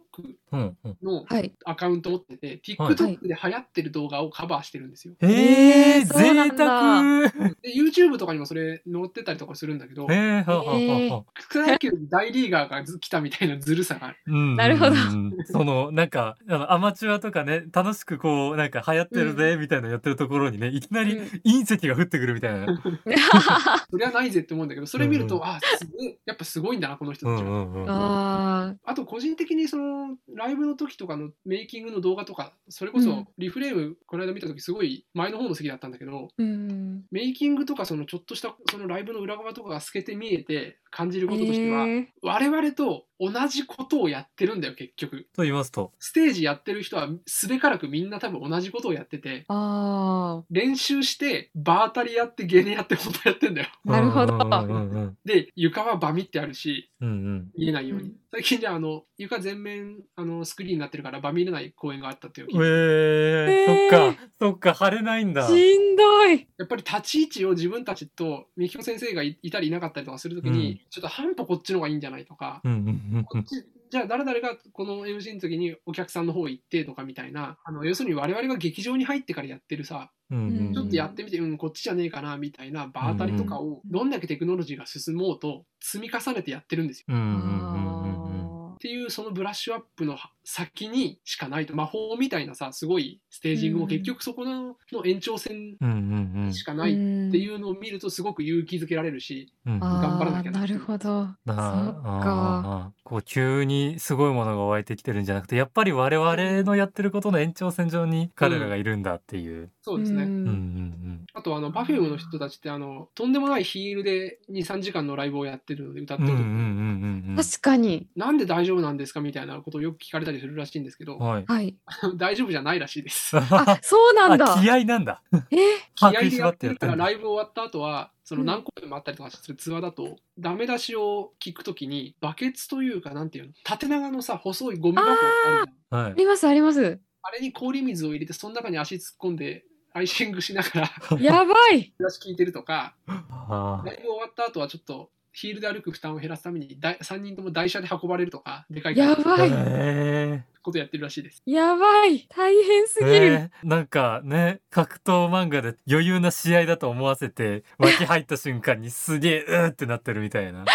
Speaker 2: うんうん
Speaker 3: の
Speaker 1: はい。
Speaker 3: アカウント持ってて、
Speaker 2: はい
Speaker 3: TikTok で流行ってる動画をカバーしてるんですよ。
Speaker 2: へえ
Speaker 1: えーそうな
Speaker 2: 贅
Speaker 1: んだ
Speaker 2: 沢
Speaker 3: で、YouTube とかにもそれ載ってたりとかするんだけど、
Speaker 2: へえはあはあはあはあ
Speaker 3: 草野球大リーガーがず来たみたいなずるさがある。
Speaker 2: うん
Speaker 1: なるほど
Speaker 2: うんうん <laughs> そのなんかあのアマチュアとかね楽しくこうなんか流行ってるぜみたいなのやってるところにねいきなり
Speaker 1: うん
Speaker 2: 隕石が降ってくるみたいな <laughs>
Speaker 3: それはないぜって思うんだけど、それ見ると、
Speaker 2: うん
Speaker 3: あすごい、やっぱすごいんだな、この人
Speaker 2: う
Speaker 3: た
Speaker 2: ん
Speaker 3: ち
Speaker 2: う
Speaker 3: は。
Speaker 2: んうんうん
Speaker 1: あ
Speaker 3: あと個人的にそのライブの時とかのメイキングの動画とかそれこ
Speaker 1: う
Speaker 3: そ
Speaker 1: ん
Speaker 3: リフレームこの間見た時すごい前の方の席だったんだけど
Speaker 1: ーうん。
Speaker 3: メイキングとかそのちょっとしたそのライブの裏側とかが透けて見えて感じることとしては、
Speaker 1: え
Speaker 3: 我々と同じことをやってるんだよ結局
Speaker 2: と言いますと
Speaker 3: ステージやってる人はすべからくみんな多分同じことをやってて
Speaker 1: あ
Speaker 3: 練習して場当たりやってゲネやってことやってんだよ
Speaker 1: あ。なるほど。
Speaker 2: うんうんうん
Speaker 3: で床はバミってあるし
Speaker 2: うんうん
Speaker 3: 見えないように、
Speaker 1: うん
Speaker 3: 最近じゃああの床全面あのスクリーンになってるから場見れない公演があったっていう
Speaker 2: うんえー
Speaker 1: えー
Speaker 2: そっかそっか晴れないんだ
Speaker 1: しんどい。
Speaker 3: やっぱり立ち位置を自分たちとみきこ先生がいいたりいなかったりとかするときに、
Speaker 2: うん
Speaker 3: ちょっと半歩こっちの方がいいんじゃないとか、
Speaker 2: うんうんうんう
Speaker 3: こ
Speaker 2: ん
Speaker 3: っちじゃあ誰々がこの MC の時にお客さんの方行ってとかみたいなあの要するに我々が劇場に入ってからやってるさ
Speaker 2: うんうんうん
Speaker 3: ちょっとやってみて、うん、こっちじゃねえかなみたいな場当たりとかをどんだけテクノロジーが進もうと積み重ねてやってるんですよ。
Speaker 2: うんうんうんうんうん
Speaker 1: あ
Speaker 3: っていうそのブラッシュアップの先にしかないと魔法みたいなさすごいステージングも結局そこのの延長線
Speaker 2: うんうんうん
Speaker 3: しか
Speaker 1: ー。
Speaker 3: ないっていううのを見るとすごく勇気づけられるし、
Speaker 2: うん
Speaker 1: あー
Speaker 3: 頑張らなきゃな
Speaker 1: なるほど。そっか。
Speaker 2: あーこう急にすごいものが湧いてきてるんじゃなくてやっぱり我々のやってることの延長線上に彼らがいるんだっていう。
Speaker 3: そうですね。
Speaker 1: ん
Speaker 2: うんうん
Speaker 3: あとあの Perfume の人たちってあのとんでもないヒールで2、3時間のライブをやってるので歌っ
Speaker 2: う
Speaker 3: て
Speaker 2: ん
Speaker 3: る
Speaker 2: う
Speaker 3: と、
Speaker 2: んうんうんうん
Speaker 1: 確かに。
Speaker 3: なんで大丈夫なんですかみたいなことをよく聞かれたりするらしいんですけど、
Speaker 2: はい。
Speaker 1: はい。
Speaker 3: <laughs> 大丈夫じゃないらしいです。
Speaker 1: あ、そうなんだ
Speaker 2: あ。気合なんだ。
Speaker 1: え
Speaker 3: 気
Speaker 2: 把
Speaker 3: 合
Speaker 2: 握
Speaker 3: で
Speaker 2: し
Speaker 3: や
Speaker 2: ば
Speaker 3: っ
Speaker 2: っててやっ
Speaker 3: る
Speaker 2: て
Speaker 3: か
Speaker 2: ん
Speaker 3: ら
Speaker 2: だ
Speaker 3: ライブ終わった後はその何個でもあったりとかするツアーだと、ダメ出しを聞くときにバケツというかなんていうの縦長のさ細いゴミ箱あるじゃん
Speaker 2: は
Speaker 1: ありますあり
Speaker 2: <laughs>
Speaker 1: ます。
Speaker 3: あれに氷水を入れてその中に足突っ込んでアイシングしな
Speaker 2: <laughs>
Speaker 3: がら
Speaker 1: やばい。
Speaker 3: 話聞いてるとか
Speaker 2: あ
Speaker 3: ライブ終わった後はちょっとヒールで歩く負担を減らすためにだい3人とも台車で運ばれるとかでかい
Speaker 1: や
Speaker 3: こ
Speaker 2: ー
Speaker 1: ばい。
Speaker 2: へ
Speaker 3: とやってるらしいです。
Speaker 1: やばい。大変す
Speaker 2: ー
Speaker 1: ぎる。
Speaker 2: へーなんかね格闘漫画で余裕な試合だと思わせ
Speaker 1: <laughs>
Speaker 2: て脇入った瞬間にすげえうーってなってるみたいな
Speaker 3: み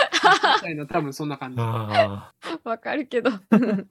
Speaker 3: たいな多分そんな感じ。
Speaker 2: あ
Speaker 1: わかる
Speaker 2: <laughs>
Speaker 1: けど。
Speaker 2: ー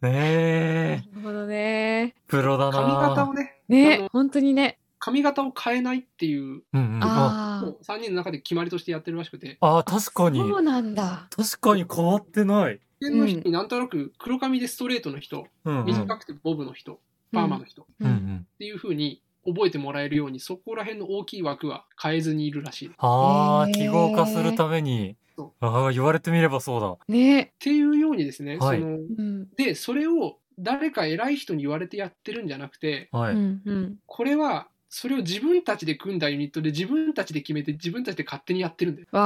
Speaker 1: な
Speaker 2: ね
Speaker 1: る
Speaker 2: え
Speaker 1: ほどね。
Speaker 2: プロだな
Speaker 3: 髪型をねあ
Speaker 1: ね
Speaker 3: の、
Speaker 1: 本当にね。
Speaker 3: 髪型を変えないっていう
Speaker 2: うんうん、あ
Speaker 1: あ
Speaker 3: もう3人の中で決まりとしてやってるらしくて
Speaker 2: あー確か
Speaker 1: あ。
Speaker 2: に
Speaker 1: そうなんだ。
Speaker 2: 確かに変わってない、
Speaker 3: 一見の人になんとなく黒髪でストレートの人
Speaker 2: うんうん、
Speaker 3: 短くてボブの人パーマの人っ
Speaker 2: うんうん、
Speaker 3: ていう風に覚えてもらえるようにそこら辺の大きい枠は変えずにいるらしい。
Speaker 2: ああ、
Speaker 1: へー
Speaker 2: 記号化するために
Speaker 3: そ
Speaker 2: ああ言われてみればそうだ
Speaker 1: ね。
Speaker 3: っていうようにですね、
Speaker 2: はい
Speaker 3: その
Speaker 1: うん。
Speaker 3: でそれを誰か偉い人に言われてやってるんじゃなくて
Speaker 2: は
Speaker 1: う
Speaker 2: い、
Speaker 1: んうん。
Speaker 3: これはそれを自分たちで組んだユニットで自分たちで決めて自分たちで勝手にやってるんだよ。
Speaker 1: わ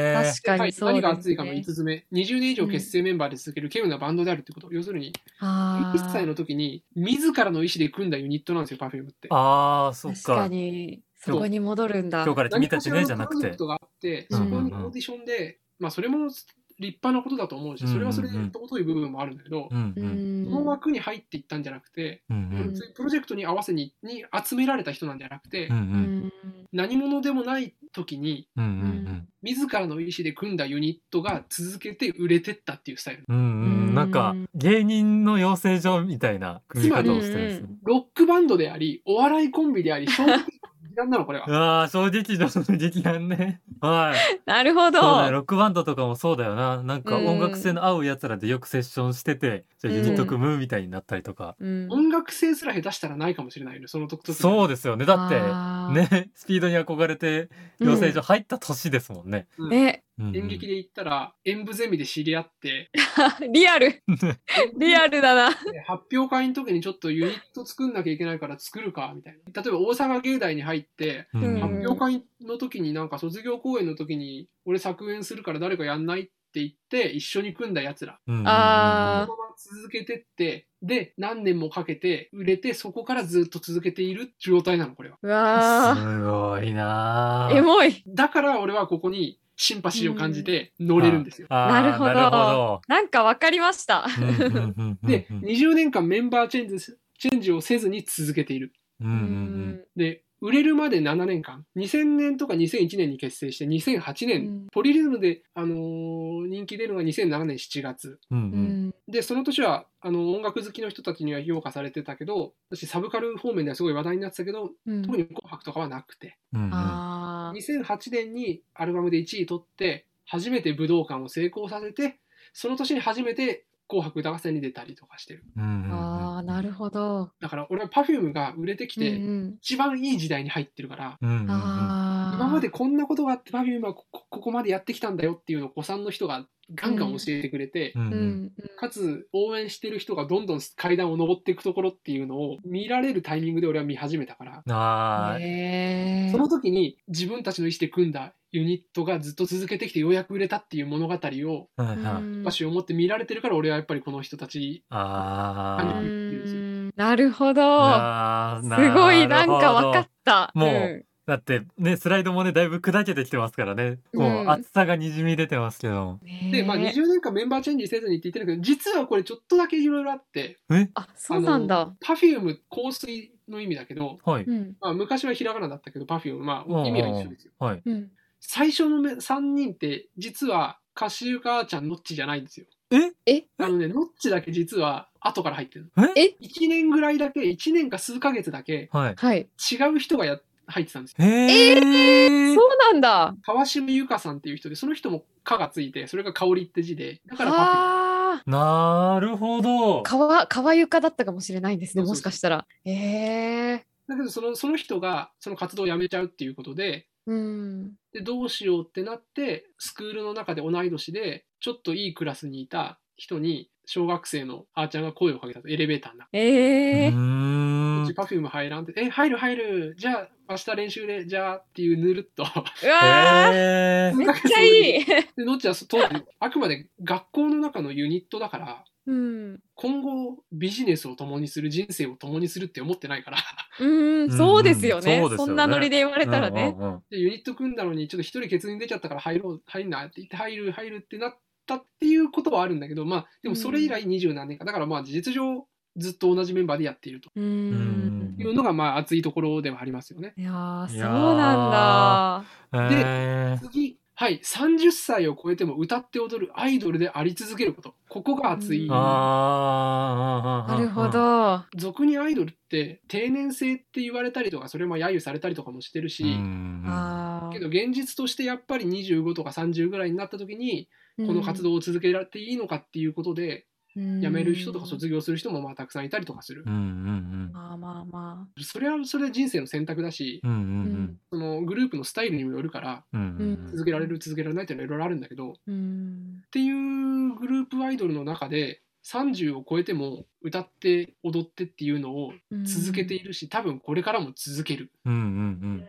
Speaker 2: へ
Speaker 1: あ
Speaker 2: ー。
Speaker 1: 確かにそう
Speaker 3: 何
Speaker 1: です、ね。
Speaker 3: が熱いかの5つ目20年以上結成メンバーで続ける稀有なバンドであるってこと、要するに
Speaker 1: あ
Speaker 3: 1歳の時に自らの意思で組んだユニットなんですよ Perfume って。
Speaker 2: ああそ
Speaker 1: ー
Speaker 2: っ
Speaker 1: 確
Speaker 2: か
Speaker 1: かに。そこに戻るんだ。
Speaker 2: 今日から君たちね
Speaker 3: 何
Speaker 2: じゃな
Speaker 3: か
Speaker 2: く
Speaker 3: しらのプロジェ
Speaker 2: て
Speaker 3: クトがあって
Speaker 1: う
Speaker 3: そ
Speaker 1: ん
Speaker 3: こ
Speaker 1: うんうん
Speaker 3: にオーディションで、まあ、それも立派なことだと思う
Speaker 2: う
Speaker 3: し
Speaker 2: んうん
Speaker 3: そ
Speaker 2: うん
Speaker 3: れはそれで尊い部分もあるんだけど
Speaker 2: う、んう
Speaker 1: うんん
Speaker 3: その枠に入っていったんじゃなくて、
Speaker 2: うんうん
Speaker 3: そういうプロジェクトに合わせにに集められた人なんじゃなくて、
Speaker 2: うんう
Speaker 1: うんん
Speaker 3: 何者でもない時に
Speaker 2: うんうん
Speaker 3: 自らの意思で組んだユニットが続けて売れてったっていうスタイル
Speaker 2: うんうんなんか芸人の養成所みたいな組み方をしてるんですね
Speaker 3: ロックバンドでありお笑いコンビであり正直時間なのこれは。
Speaker 2: ああ正直の劇団ねはい
Speaker 1: なるほど。
Speaker 2: そうだよロックバンドとかもそうだよななんか
Speaker 1: うん
Speaker 2: 音楽性の合うやつらでよくセッションしててじゃあユニット組むみたいになったりとか
Speaker 1: うん
Speaker 3: 音楽性すら下手したらないかもしれないよねその時々
Speaker 2: そうですよねだって
Speaker 1: あー
Speaker 2: ねスピードに憧れて養成所入った年ですもんね
Speaker 3: うん
Speaker 1: ね
Speaker 2: うん
Speaker 3: 演劇で言ったら演舞ゼミで知り合
Speaker 2: <laughs>
Speaker 3: って
Speaker 1: リアルリアルだな
Speaker 3: で発表会の時にちょっとユニット作んなきゃいけないから作るかみたいな例えば大阪芸大に入って
Speaker 2: うん
Speaker 1: うん
Speaker 3: 発表会の時になんか卒業公演の時に俺作演するから誰かやんないって言って一緒に組んだやつら
Speaker 2: うん
Speaker 1: あ
Speaker 3: そのまま続けてってで何年もかけて売れてそこからずっと続けている状態なのこれは
Speaker 1: うわ
Speaker 2: すごいな
Speaker 1: ー
Speaker 2: ー
Speaker 1: エモい
Speaker 3: だから俺はここにシンパシーを感じて乗れるんですよ、
Speaker 2: あー
Speaker 1: なるほ
Speaker 2: な
Speaker 1: ど
Speaker 2: るほ
Speaker 1: なんかわかりました
Speaker 2: どうんうんうんうん
Speaker 3: で20年間メンバーチェンジチェンジをせずに続けている
Speaker 2: うんうんうん
Speaker 3: で売れるまで7年間2000年とか2001年に結成して2008年、
Speaker 1: うん
Speaker 3: ポリリズムで、あのー人気出るのが2007年7月
Speaker 2: うんう
Speaker 1: うんん
Speaker 3: でその年はあの音楽好きの人たちには評価されてたけど私サブカル方面ではすごい話題になってたけど
Speaker 1: うん
Speaker 3: 特に「紅白」とかはなくて
Speaker 2: うんうん
Speaker 1: あー
Speaker 3: 2008年にアルバムで1位取って初めて武道館を成功させてその年に初めて「紅白歌合戦」に出たりとかしてる
Speaker 2: うんうん
Speaker 1: あーなるほど
Speaker 3: だから俺は Perfume が売れてきて、
Speaker 1: うんうん
Speaker 3: 一番いい時代に入ってるから
Speaker 2: うんうんうん
Speaker 1: あー
Speaker 3: 今までこんなことがあって Perfume はここここまでやってきたんだよっていうのを子さんの人がガンガン教えてくれて、
Speaker 2: うん
Speaker 1: う
Speaker 2: うん
Speaker 1: ん
Speaker 3: かつ応援してる人がどんどん階段を上っていくところっていうのを見られるタイミングで俺は見始めたから、
Speaker 2: あー
Speaker 1: へ
Speaker 3: その時に自分たちの意思で組んだユニットがずっと続けてきてようやく売れたっていう物語を
Speaker 2: はい
Speaker 1: ー
Speaker 2: は
Speaker 1: う
Speaker 2: い
Speaker 1: ん
Speaker 3: 場所を持って見られてるから俺はやっぱりこの人たち
Speaker 2: あー
Speaker 3: う
Speaker 1: うんなるほど
Speaker 2: あー
Speaker 1: す
Speaker 2: なるほど
Speaker 1: ごいなんかわかった
Speaker 2: もうんだってねスライドもねだいぶ砕けてきてますからねも
Speaker 1: う
Speaker 2: うん厚さがにじみ出てますけど
Speaker 3: で、まあ、
Speaker 1: ねえ
Speaker 3: 20年間メンバーチェンジせずにって言ってるけど実はこれちょっとだけいろいろあって
Speaker 1: あそうなんだ
Speaker 3: Perfume 香水の意味だけど、
Speaker 2: はい
Speaker 1: うん
Speaker 3: まあ、昔はひらがなだったけど Perfume ま
Speaker 2: うんうん
Speaker 3: あ意味は一緒ですよ
Speaker 2: はい
Speaker 1: うん
Speaker 3: 最初のめ3人って実はカシウカあーちゃんノッチじゃないんですよ
Speaker 2: え
Speaker 1: え
Speaker 3: あのねノッチだけ実は後から入ってる
Speaker 2: え
Speaker 1: え
Speaker 3: 1年ぐらいだけ1年か数ヶ月だけ
Speaker 2: はい
Speaker 1: はい
Speaker 3: 違う人がや入ってたんですよ
Speaker 2: へえ
Speaker 1: そうなんだ
Speaker 3: 川島優香さんっていう人でその人も「か」がついてそれが「香り」って字でだからパフェ
Speaker 1: あー
Speaker 2: なるほど
Speaker 1: 川川床だったかもしれないんですね
Speaker 3: そうそ
Speaker 1: も
Speaker 3: う
Speaker 1: しかしたらええ
Speaker 3: だけどそのその人がその活動をやめちゃうっていうことで
Speaker 1: うん
Speaker 3: でどうしようってなってスクールの中で同い年でちょっといいクラスにいた人に小学生のあーちゃんが声をかけたと、エレベーターの中。
Speaker 1: ええ
Speaker 2: うーん
Speaker 3: うちパフューム入らんって、え、入る入る、じゃあ明日練習で、じゃあっていうぬるっと。 <laughs>
Speaker 1: うわ
Speaker 2: へー
Speaker 1: ーめっちゃいい。 <laughs>
Speaker 3: で、のっちは当時、あくまで学校の中のユニットだから、
Speaker 1: うん。
Speaker 3: 今後ビジネスを共にする、人生を共にするって思ってないから、 <laughs>
Speaker 1: うん、そうですよね。
Speaker 2: うんうん
Speaker 1: そ
Speaker 2: そうですよね
Speaker 1: んなノリで言われたらね。
Speaker 2: うんうんうん
Speaker 3: でユニット組んだのに、ちょっと一人欠員出ちゃったから入ろう、入んなって言って、入る、入るってなったっていうことはあるんだけど、まあ、でもそれ以来二十何年か、だからまあ、事実上、ずっと同じメンバーでやっていると
Speaker 1: う
Speaker 2: うんん。
Speaker 3: いうのが、まあ、熱いところではありますよね。
Speaker 1: いやー、そう
Speaker 2: いやー
Speaker 1: なんだ。
Speaker 2: へー
Speaker 3: 次、はい、30歳を超えても歌って踊るアイドルであり続けること。ここが熱い
Speaker 1: うん。
Speaker 2: あー
Speaker 1: なるほ。ど。
Speaker 3: 俗にアイドルって定年制って言われたりとか、それも揶揄されたりとかもしてるし、
Speaker 2: うん
Speaker 1: あ
Speaker 3: け
Speaker 1: ー
Speaker 3: ど現実としてやっぱり25とか30ぐらいになった時に、この活動を続けられていいのかっていうことで、
Speaker 1: うん
Speaker 3: 辞める人とか卒業する人もまあたくさんいたりとかする
Speaker 2: うんう。ん
Speaker 1: まあまあま
Speaker 3: それはそれで人生の選択だし、
Speaker 2: うんうんうん
Speaker 3: そのグループのスタイルにもよるから、
Speaker 2: うんうん
Speaker 3: 続けられる続けられないっていうのはいろいろあるんだけど、っ
Speaker 1: あ。うん。
Speaker 3: ていうグループアイドルの中で、30を超えても歌って踊ってっていうのを続けているし、多分これからも続ける。
Speaker 2: うんうん
Speaker 1: うん。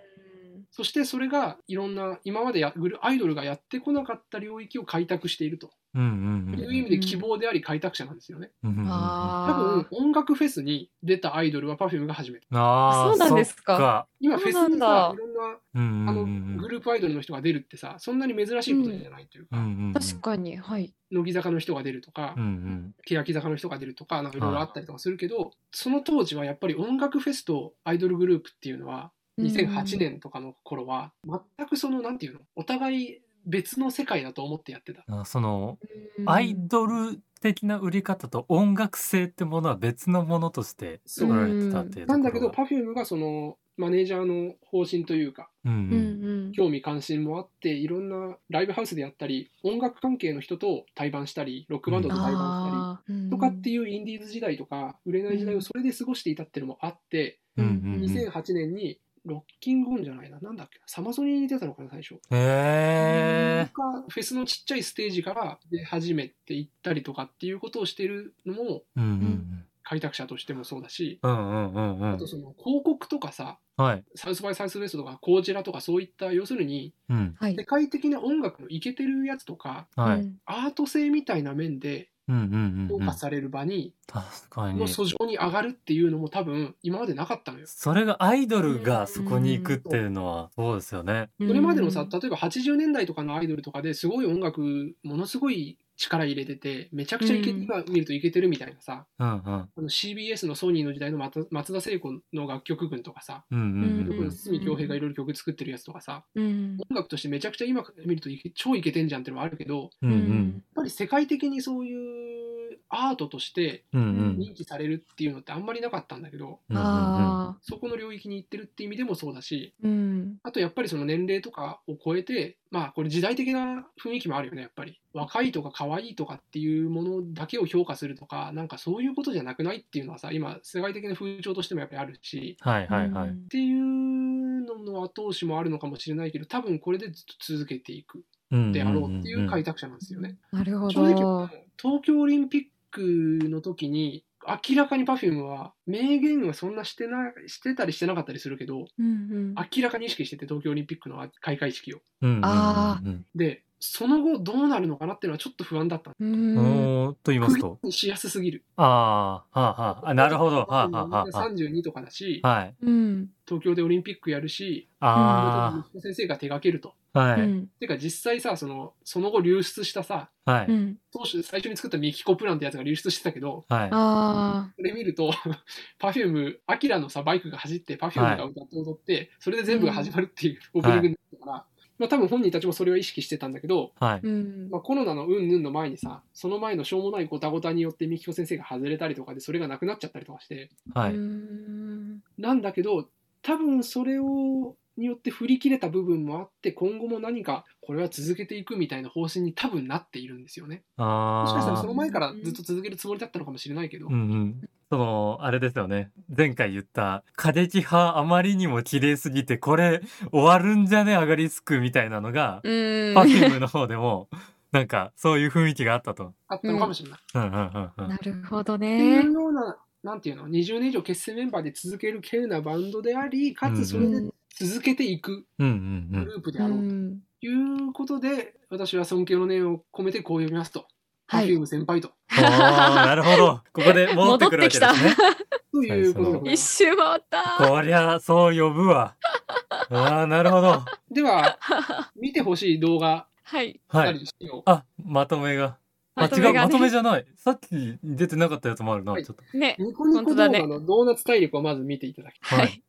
Speaker 3: そしてそれがいろんな今までやグルアイドルがやってこなかった領域を開拓していると
Speaker 2: うんうんうんうん
Speaker 3: いう意味で希望であり開拓者なんですよね。
Speaker 2: うんうんうんあ
Speaker 3: 多
Speaker 1: あ
Speaker 3: 分音楽フェスに出たアイドルは Perfume が初めて。
Speaker 2: ー
Speaker 1: そうなんです
Speaker 2: そ
Speaker 1: か
Speaker 2: っか
Speaker 3: 今フェスに
Speaker 1: そうな
Speaker 3: さ
Speaker 1: んだ
Speaker 3: いろんな
Speaker 2: うん
Speaker 3: あ
Speaker 2: うんう
Speaker 3: の
Speaker 2: ん
Speaker 3: グループアイドルの人が出るってさそんなに珍しいことじゃないというか、
Speaker 2: うんうんうん
Speaker 1: ー確かにはい
Speaker 3: 乃木坂の人が出るとか、
Speaker 2: うんうん
Speaker 3: 欅坂の人が出るとかなんかいろいろあったりとかするけど、その当時はやっぱり音楽フェスとアイドルグループっていうのは2008年とかの頃は全くそのなんていうのお互い別の世界だと思ってやってた。
Speaker 2: あその
Speaker 1: うん
Speaker 2: アイドル的な売り方と音楽性ってものは別のものとして
Speaker 3: そう
Speaker 2: 売られてたっていうところ
Speaker 3: なんだけど Perfume がそのマネージャーの方針というか
Speaker 2: うん
Speaker 1: うんうん
Speaker 3: 興味関心もあっていろんなライブハウスでやったり音楽関係の人と対バンしたりロックバンドと対バンしたり。
Speaker 1: あー
Speaker 3: とかっていうインディーズ時代とか売れない時代をそれで過ごしていたっていうのもあって、
Speaker 2: うんうんうんへ
Speaker 3: 2008年にロッキングオンじゃないな、なんだっけな、サマソニーに出たのかな、最初。
Speaker 2: え
Speaker 3: なんかフェスのちっちゃいステージから出始めていったりとかっていうことをしてるのも
Speaker 2: うんうん
Speaker 3: 開拓者としてもそうだし、
Speaker 2: うんうんうんうん
Speaker 3: あとその広告とかさ、
Speaker 2: はい
Speaker 3: サウスバイサウスウエストとかコージェラとかそういった要するに
Speaker 2: うん
Speaker 1: はい
Speaker 3: 世界的な音楽のイケてるやつとか
Speaker 2: は
Speaker 1: う
Speaker 2: い
Speaker 1: ん
Speaker 3: アート性みたいな面で
Speaker 2: うんうんう
Speaker 3: 評
Speaker 2: んうん
Speaker 3: 価される場に
Speaker 2: 確かに
Speaker 3: の訴状に上がるっていうのも多分今までなかったのよ。
Speaker 2: それがアイドルがそこに行くっていうのはそうですよね
Speaker 1: うん
Speaker 3: それまでのさ、例えば80年代とかのアイドルとかですごい音楽、ものすごい力入れてて、めちゃくちゃいけ、
Speaker 1: うん
Speaker 3: 今見るといけてるみたいなさ、
Speaker 2: うんうん
Speaker 3: あの CBS のソニーの時代の松松田聖子の楽曲群とかさ、
Speaker 2: うんうん
Speaker 3: 特
Speaker 2: う
Speaker 3: に
Speaker 2: ん
Speaker 3: 堤恭平がいろいろ曲作ってるやつとかさ、
Speaker 1: うん
Speaker 3: 音楽としてめちゃくちゃ今見るといけ超いけてんじゃんってのもあるけど、やっ
Speaker 2: うんうん
Speaker 3: ぱり世界的にそういうアートとして
Speaker 2: うんうんうん
Speaker 3: 認知されるっていうのってあんまりなかったんだけど、
Speaker 2: うん
Speaker 1: あ
Speaker 3: そこの領域に行ってるって意味でもそうだし、
Speaker 1: ーうん
Speaker 3: あとやっぱりその年齢とかを超えて、まあこれ時代的な雰囲気もあるよね、やっぱり。若いとか可愛いとかっていうものだけを評価するとか、なんかそういうことじゃなくないっていうのはさ、今、世界的な風潮としてもやっぱりあるし、
Speaker 2: はいはいは
Speaker 1: う
Speaker 2: い
Speaker 1: ん
Speaker 3: っていうのの後押しもあるのかもしれないけど、多分これでずっと続けていくであろうっていう開拓者なんですよね。
Speaker 1: なるほ
Speaker 3: 正直
Speaker 1: ど。、
Speaker 3: 東京オリンピックの時に、明らかに Perfume は名言はそんなしてなしてたりしてなかったりするけど、
Speaker 1: うんうん
Speaker 3: 明らかに意識してて、東京オリンピックの開会式を。
Speaker 1: あ
Speaker 3: で、その後どうなるのかなっていうのはちょっと不安だったの。
Speaker 1: うん
Speaker 2: おーと言いますと
Speaker 3: 区切りしやすすぎる。
Speaker 2: ああ、はあ、はあ、あなるほど。はあ、はあ、は
Speaker 3: 32とかだし
Speaker 2: あ、、はい。
Speaker 1: うん
Speaker 3: 東京でオリンピックやるし、
Speaker 2: あ
Speaker 3: 息子先生が手掛けると。
Speaker 2: あ、
Speaker 1: う
Speaker 2: はい、
Speaker 1: ん
Speaker 3: てか実際さ、そのその後流出したさ、
Speaker 2: は
Speaker 1: う
Speaker 2: い、
Speaker 1: ん
Speaker 3: 当初最初に作ったミキコプランってやつが流出してたけど、
Speaker 2: はい。
Speaker 1: あ
Speaker 3: それ見ると、Perfume、アキラのさ、バイクが走って、
Speaker 2: は
Speaker 3: Perfume
Speaker 2: い
Speaker 3: が歌って踊って、それで全部が始まるっていうオープニングになったから、まあ多分本人たちもそれは意識してたんだけど、
Speaker 2: はい
Speaker 1: ー。うん
Speaker 3: まあ、コロナのうんぬんの前にさ、その前のしょうもないごたごたによってミキコ先生が外れたりとかで、それがなくなっちゃったりとかして、
Speaker 2: は
Speaker 1: う
Speaker 2: い。
Speaker 1: ん
Speaker 3: なんだけど多分それをによって振り切れた部分もあって今後も何かこれは続けていくみたいな方針に多分なっているんですよね。もしかしたら
Speaker 2: あ
Speaker 3: その
Speaker 2: あ。
Speaker 3: 前からずっと続けるつもりだったのかもしれないけど、
Speaker 2: うん、うん。その、あれですよね。前回言った、過激派あまりにも綺麗すぎて、これ終わるんじゃねアガリスクみたいなのが、
Speaker 1: うん
Speaker 2: パフィムの方でも、なんか、そういう雰囲気があったと。
Speaker 3: あったのかもしれない。
Speaker 2: うんうんうんうん。
Speaker 1: なるほど
Speaker 3: って
Speaker 1: ね
Speaker 3: いう。ような、なんていうの、20年以上結成メンバーで続ける稀有なバンドであり、かつそれで続けていく
Speaker 2: うんうんう
Speaker 3: グ
Speaker 2: ん。
Speaker 3: ループで
Speaker 1: う
Speaker 3: あろうと
Speaker 1: ん、
Speaker 3: いうことで、私は尊敬の念を込めてこう読みますと。
Speaker 1: はい
Speaker 3: Perfume 先輩と。
Speaker 2: おーなるほど。ここで戻ってくるわけです
Speaker 1: 戻
Speaker 2: ね
Speaker 1: っ。
Speaker 3: ということでございま
Speaker 1: 一
Speaker 3: す。
Speaker 1: 周回った。
Speaker 2: こりゃ、そう呼ぶわ。ああ、なるほど。
Speaker 3: では、見てほしい動画
Speaker 1: はい。
Speaker 2: は
Speaker 3: あ
Speaker 2: い。
Speaker 3: りを、
Speaker 2: あ、まとめが。あ、
Speaker 1: まと
Speaker 2: 違
Speaker 1: め
Speaker 2: う、
Speaker 1: がね
Speaker 2: まとめじゃない。さっき出てなかったやつもあるな、
Speaker 3: はい
Speaker 2: ちょっと。
Speaker 1: ね。
Speaker 3: ニコニコ
Speaker 1: 本当
Speaker 3: 動
Speaker 1: だ
Speaker 3: 画
Speaker 1: ね
Speaker 3: のドーナツ大陸をまず見ていただき
Speaker 2: は
Speaker 1: はいい。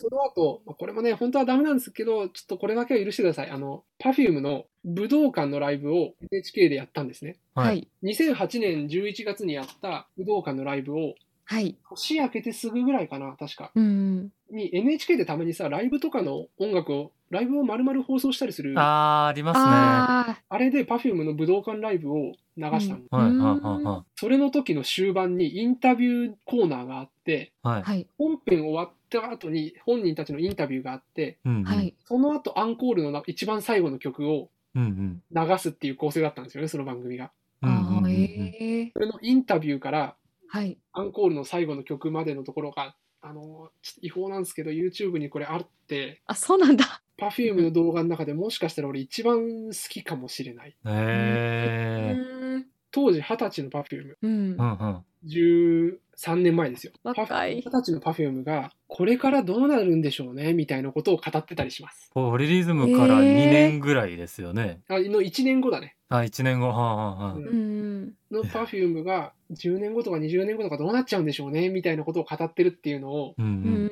Speaker 3: その後、まあこれもね、本当はダメなんですけど、ちょっとこれだけは許してください。あの、Perfume の武道館のライブを NHK でやったんですね。
Speaker 1: は
Speaker 2: はい。
Speaker 1: い。
Speaker 3: 2008年11月にやった武道館のライブを、
Speaker 1: はい。
Speaker 3: 年明けてすぐぐらいかな、確か。
Speaker 1: うん。
Speaker 3: に NHK でたまにさ、ライブとかの音楽を、ライブを丸々放送したりする、
Speaker 2: あ
Speaker 3: あ
Speaker 2: あ、ありますね。は
Speaker 1: ああ。
Speaker 3: れで Perfume の武道館ライブを流したの、
Speaker 1: うん
Speaker 2: い、はい、はいは
Speaker 3: それの時の終盤にインタビューコーナーがあって、
Speaker 2: い。はい。
Speaker 1: はい。
Speaker 3: 本編終わった後に本人たちのインタビューがあって、
Speaker 2: うんうん。
Speaker 1: はい。
Speaker 3: その後アンコールのな一番最後の曲を
Speaker 2: うんうん。
Speaker 3: 流すっていう構成だったんですよね、その番組が。
Speaker 2: うんうんうん
Speaker 1: あ
Speaker 2: うん
Speaker 1: あ、ええ。
Speaker 3: それのインタビューから
Speaker 1: はい。
Speaker 3: アンコールの最後の曲までのところが、あのちょっと違法なんですけど、YouTube にこれあって、
Speaker 1: あ、そうなんだ。
Speaker 3: Perfume の動画の中でもしかしたら俺一番好きかもしれない。
Speaker 1: う
Speaker 2: へえ。
Speaker 1: ん。
Speaker 3: 当時二十歳の Perfume、
Speaker 1: う
Speaker 2: う。
Speaker 1: ん
Speaker 2: んうん。
Speaker 3: 13年前ですよ。
Speaker 1: 若い
Speaker 3: 20歳の Perfume が、これからどうなるんでしょうね、みたいなことを語ってたりします。
Speaker 2: ポリリズムから2年ぐらいですよね。
Speaker 3: あの1年後だね。
Speaker 2: あ、1年後。はあ、はあ、はあ
Speaker 3: うん
Speaker 1: うん。
Speaker 3: の Perfume が10年後とか20年後とかどうなっちゃうんでしょうねみたいなことを語ってるっていうのを
Speaker 2: うんう。
Speaker 1: うんん。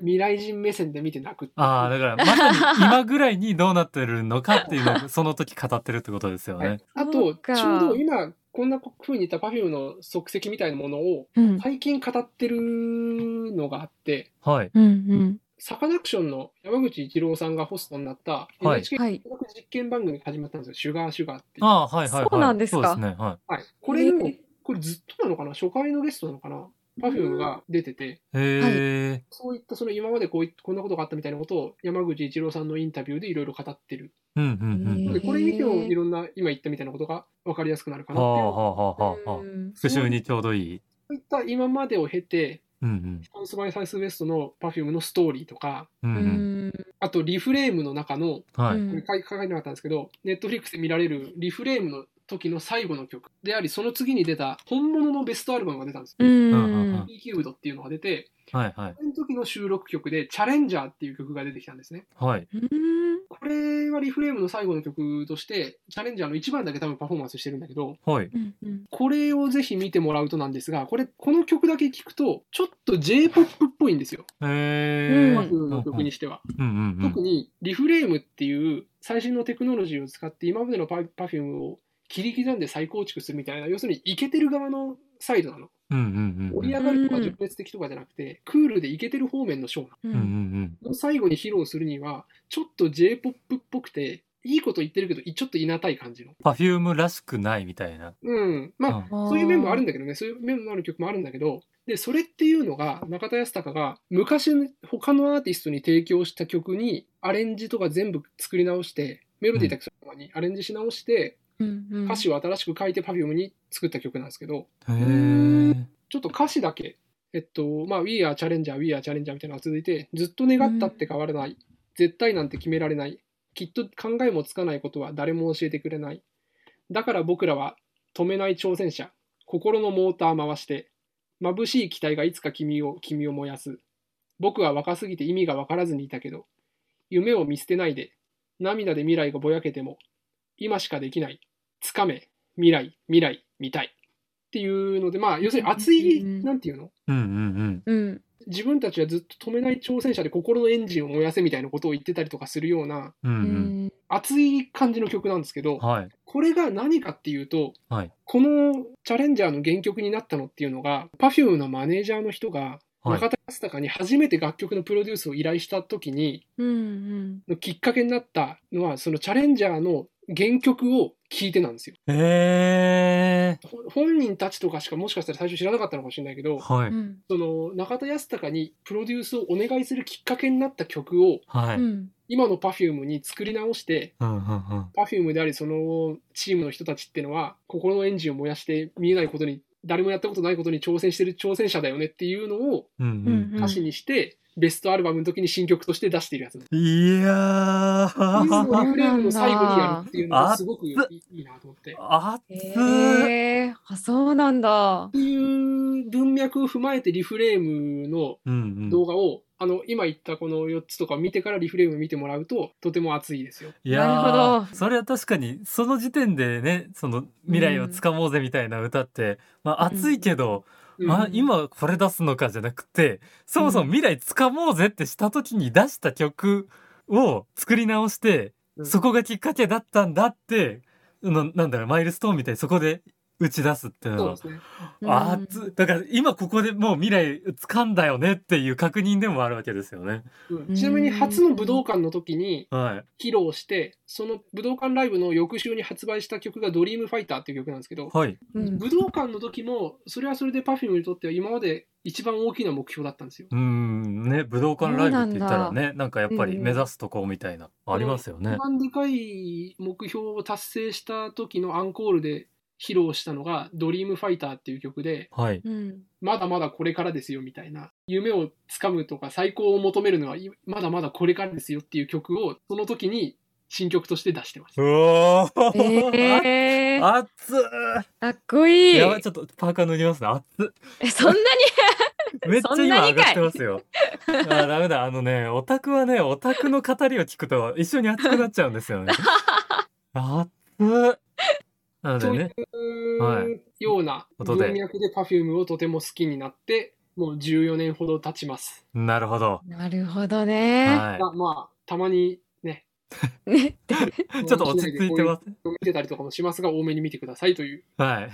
Speaker 3: 未来人目線で見て泣くっていう
Speaker 2: ああ、だから、まさに今ぐらいにどうなってるのかっていう
Speaker 1: <laughs>
Speaker 2: のを、その時語ってるってことですよ
Speaker 3: は
Speaker 2: ね
Speaker 3: い。あ
Speaker 1: そ
Speaker 3: と
Speaker 1: うか
Speaker 3: ちょうど今こんな風に言った Perfume の足跡みたいなものを
Speaker 1: うん。
Speaker 3: 最近語ってるのがあって
Speaker 2: はい。
Speaker 1: うん。うん。
Speaker 3: サカナクションの山口一郎さんがホストになった
Speaker 2: い
Speaker 3: NHK
Speaker 1: はい。
Speaker 3: 科学実験番組が始まったんですよ「シュガーシュガー」っていう、は
Speaker 2: ああ、はいはいはい。
Speaker 1: そうなんですか
Speaker 2: そうですね。はい。
Speaker 3: い、これの
Speaker 1: えー
Speaker 3: これずっとなのかな初回のゲストなのかな Perfume が出てて
Speaker 2: へえ。
Speaker 3: そういったその今までこういこんなことがあったみたいなことを山口一郎さんのインタビューでいろいろ語ってる。
Speaker 2: うんうんうん。
Speaker 1: へ
Speaker 3: で
Speaker 1: え
Speaker 3: これ見てもいろんな今言ったみたいなことが分かりやすくなるかな
Speaker 2: は
Speaker 3: って
Speaker 2: あ
Speaker 3: いう。
Speaker 2: はあはあはあはあ。復習にちょうどいい。
Speaker 3: そういった今までを経て、
Speaker 2: うん
Speaker 3: サウスバイサイスウエストの Perfume のストーリーとか、
Speaker 2: うん。うん
Speaker 1: う
Speaker 2: うん。
Speaker 1: ん。
Speaker 3: あとリフレームの中の、
Speaker 2: は
Speaker 1: う
Speaker 2: い。
Speaker 1: ん
Speaker 3: これ書い書いてなかったんですけど、ネットフリックスで見られるリフレームの時の最後の曲であり、その次に出た本物のベストアルバムが出たんです
Speaker 1: う
Speaker 3: よ。
Speaker 1: ん。
Speaker 3: E キューブドっていうのが出て、
Speaker 2: はいはい。
Speaker 3: その時の収録曲でチャレンジャーっていう曲が出てきたんですね。
Speaker 2: はい。
Speaker 1: うん。
Speaker 3: これはリフレームの最後の曲として、チャレンジャーの1番だけ多分パフォーマンスしてるんだけど、
Speaker 2: はい。
Speaker 1: うん。
Speaker 3: これをぜひ見てもらうとなんですが、これ、この曲だけ聞くと、ちょっと J-POP っぽいんですよ。
Speaker 2: へえ。
Speaker 1: う
Speaker 3: パ
Speaker 1: ん
Speaker 3: フュームの曲にしては。
Speaker 2: うんうんうん
Speaker 3: 特。に、リフレームっていう最新のテクノロジーを使って、今までのパパフュームを切り刻んで再構築するみたいな、要するに、イケてる側のサイドなの。
Speaker 2: うんうんうん。
Speaker 3: 盛り上がるとか、純烈的とかじゃなくて、クールでイケてる方面のショーなの
Speaker 1: う。
Speaker 2: うんうんん
Speaker 3: の最後に披露するには、ちょっと J-POP っぽくて、いいこと言ってるけど、ちょっといなたい感じの。
Speaker 2: パフュームらしくないみたいな。
Speaker 3: うん。まあ、そういう面もあるんだけどね、そういう面もある曲もあるんだけど、で、それっていうのが、中田康隆が昔、他のアーティストに提供した曲に、アレンジとか全部作り直して、メロディーだけとかにアレンジし直して、
Speaker 1: うん。
Speaker 3: 歌詞を新しく書いて Perfume に作った曲なんですけど、
Speaker 2: へえ。
Speaker 3: ちょっと歌詞だけ、えっと、まあ、We are Challenger, We are Challenger みたいなのが続いて、ずっと願ったって変わらない、絶対なんて決められない、きっと考えもつかないことは誰も教えてくれない。だから僕らは止めない挑戦者、心のモーター回して、眩しい期待がいつか君を、君を燃やす。僕は若すぎて意味が分からずにいたけど、夢を見捨てないで、涙で未来がぼやけても、今しかできない。つかめ、未来、未来、見たい。っていうので、まあ、要するに熱い、
Speaker 1: うん
Speaker 3: なんていうの
Speaker 2: うんうん
Speaker 1: うん。
Speaker 3: 自分たちはずっと止めない挑戦者で心のエンジンを燃やせみたいなことを言ってたりとかするような、
Speaker 2: うん。う
Speaker 1: うんん。
Speaker 3: 熱い感じの曲なんですけ
Speaker 2: うん。
Speaker 3: ど、
Speaker 2: はい。
Speaker 3: これが何かっていうと、
Speaker 2: はい
Speaker 3: このチャレンジャーの原曲になったのっていうのが、Perfume のマネージャーの人が、
Speaker 2: はい
Speaker 3: 中田康隆に初めて楽曲のプロデュースを依頼した時に、
Speaker 1: うん。
Speaker 3: のきっかけになったのは、そのチャレンジャーの原曲を聴いてなんですよ。
Speaker 2: え
Speaker 3: ほ本人たちとかしかもしかしたら最初知らなかったのかもしれないけど
Speaker 2: ー、、は
Speaker 1: う
Speaker 2: い、
Speaker 1: ん
Speaker 3: その中田康隆にプロデュースをお願いするきっかけになった曲を
Speaker 2: はい、
Speaker 1: う
Speaker 2: うん、
Speaker 1: ん
Speaker 3: 今の Perfume に作り直して
Speaker 2: うん、うん。
Speaker 3: Perfume でありそのチームの人たちってのは心のエンジンを燃やして見えないことに誰もやったことないことに挑戦してる挑戦者だよねっていうのを
Speaker 2: うん、
Speaker 1: うんうん
Speaker 3: 歌詞にして、ベストアルバムの時に新曲として出しているやつ。
Speaker 2: うん。いや
Speaker 3: リ
Speaker 1: そうな
Speaker 2: ー、
Speaker 1: んだ
Speaker 3: フレームの最後にやるっていうのがすごくい
Speaker 2: あ
Speaker 3: いいなと思って。っ
Speaker 2: あっ
Speaker 1: へ
Speaker 2: つ
Speaker 1: えあそうなんだ
Speaker 3: ていう文脈を踏まえてリフレームの
Speaker 2: うんう
Speaker 3: 動
Speaker 2: ん、
Speaker 3: 画を、あの今言ったこの4つとかを見てからリフレーム見てもらうととても熱いですよ。
Speaker 2: いや
Speaker 1: なる
Speaker 2: ー
Speaker 1: ほど
Speaker 2: それは確かにその時点でねその未来をつかもうぜみたいな歌って、まあ熱いけど、
Speaker 3: うん
Speaker 2: あ今これ出すのかじゃなくてそもそも未来つかもうぜってした時に出した曲を作り直して、
Speaker 3: うん
Speaker 2: そこがきっかけだったんだってななんだろうマイルストーンみたいにそこで打ち出すっていうの
Speaker 3: そうで
Speaker 2: は
Speaker 3: すね。
Speaker 2: あつだから今ここでもう未来掴んだよねっていう確認でもあるわけですよね。
Speaker 3: うんちなみに初の武道館の時に
Speaker 2: は
Speaker 3: 披露して、その武道館ライブの翌週に発売した曲が「ドリームファイターっていう曲なんですけど
Speaker 2: い、、はい、
Speaker 1: うん
Speaker 3: 武道館の時もそれはそれで Perfume にとっては今まで一番大きな目標だったんですよ。
Speaker 2: うーんね武道館ライブって言ったらねなんかやっぱり
Speaker 1: うん
Speaker 2: 目指すとこみたいな、ありますよね
Speaker 3: 一。番でかい目標を達成した時のアンコールで披露したのが「ドリームファイターっていう曲で
Speaker 2: はい、 <laughs>
Speaker 1: うん
Speaker 3: まだまだこれからですよみたいな夢をつかむとか最高を求めるのはいまだまだこれからですよっていう曲をその時に新曲として出してます
Speaker 2: う。おー、
Speaker 1: えー、
Speaker 2: あっつ
Speaker 1: かっこいい
Speaker 2: やばいちょっとパーカー脱ぎますねあっ
Speaker 1: <laughs>
Speaker 2: つ
Speaker 1: えそんなに
Speaker 2: めっちゃ
Speaker 1: そんな
Speaker 2: 今上
Speaker 1: にか
Speaker 2: が
Speaker 1: い
Speaker 2: ってますよ。あーダメだあのねオタクはねオタクの語りを聞くと一緒に熱くなっちゃうんです
Speaker 1: <laughs>
Speaker 2: よね。あっつなので
Speaker 3: とい
Speaker 2: ね
Speaker 3: う、
Speaker 2: はい
Speaker 3: ような
Speaker 2: ことで
Speaker 3: 文脈で Perfume をとても好きになってもう14年ほど経ちます。
Speaker 2: なるほど。
Speaker 1: なるほどね。
Speaker 2: はい
Speaker 3: まあまあたまにね
Speaker 1: ね
Speaker 2: <laughs> ちょっと落ち着いてます。
Speaker 3: 見てたりとかもしますが多めに見てくださいという
Speaker 2: はい。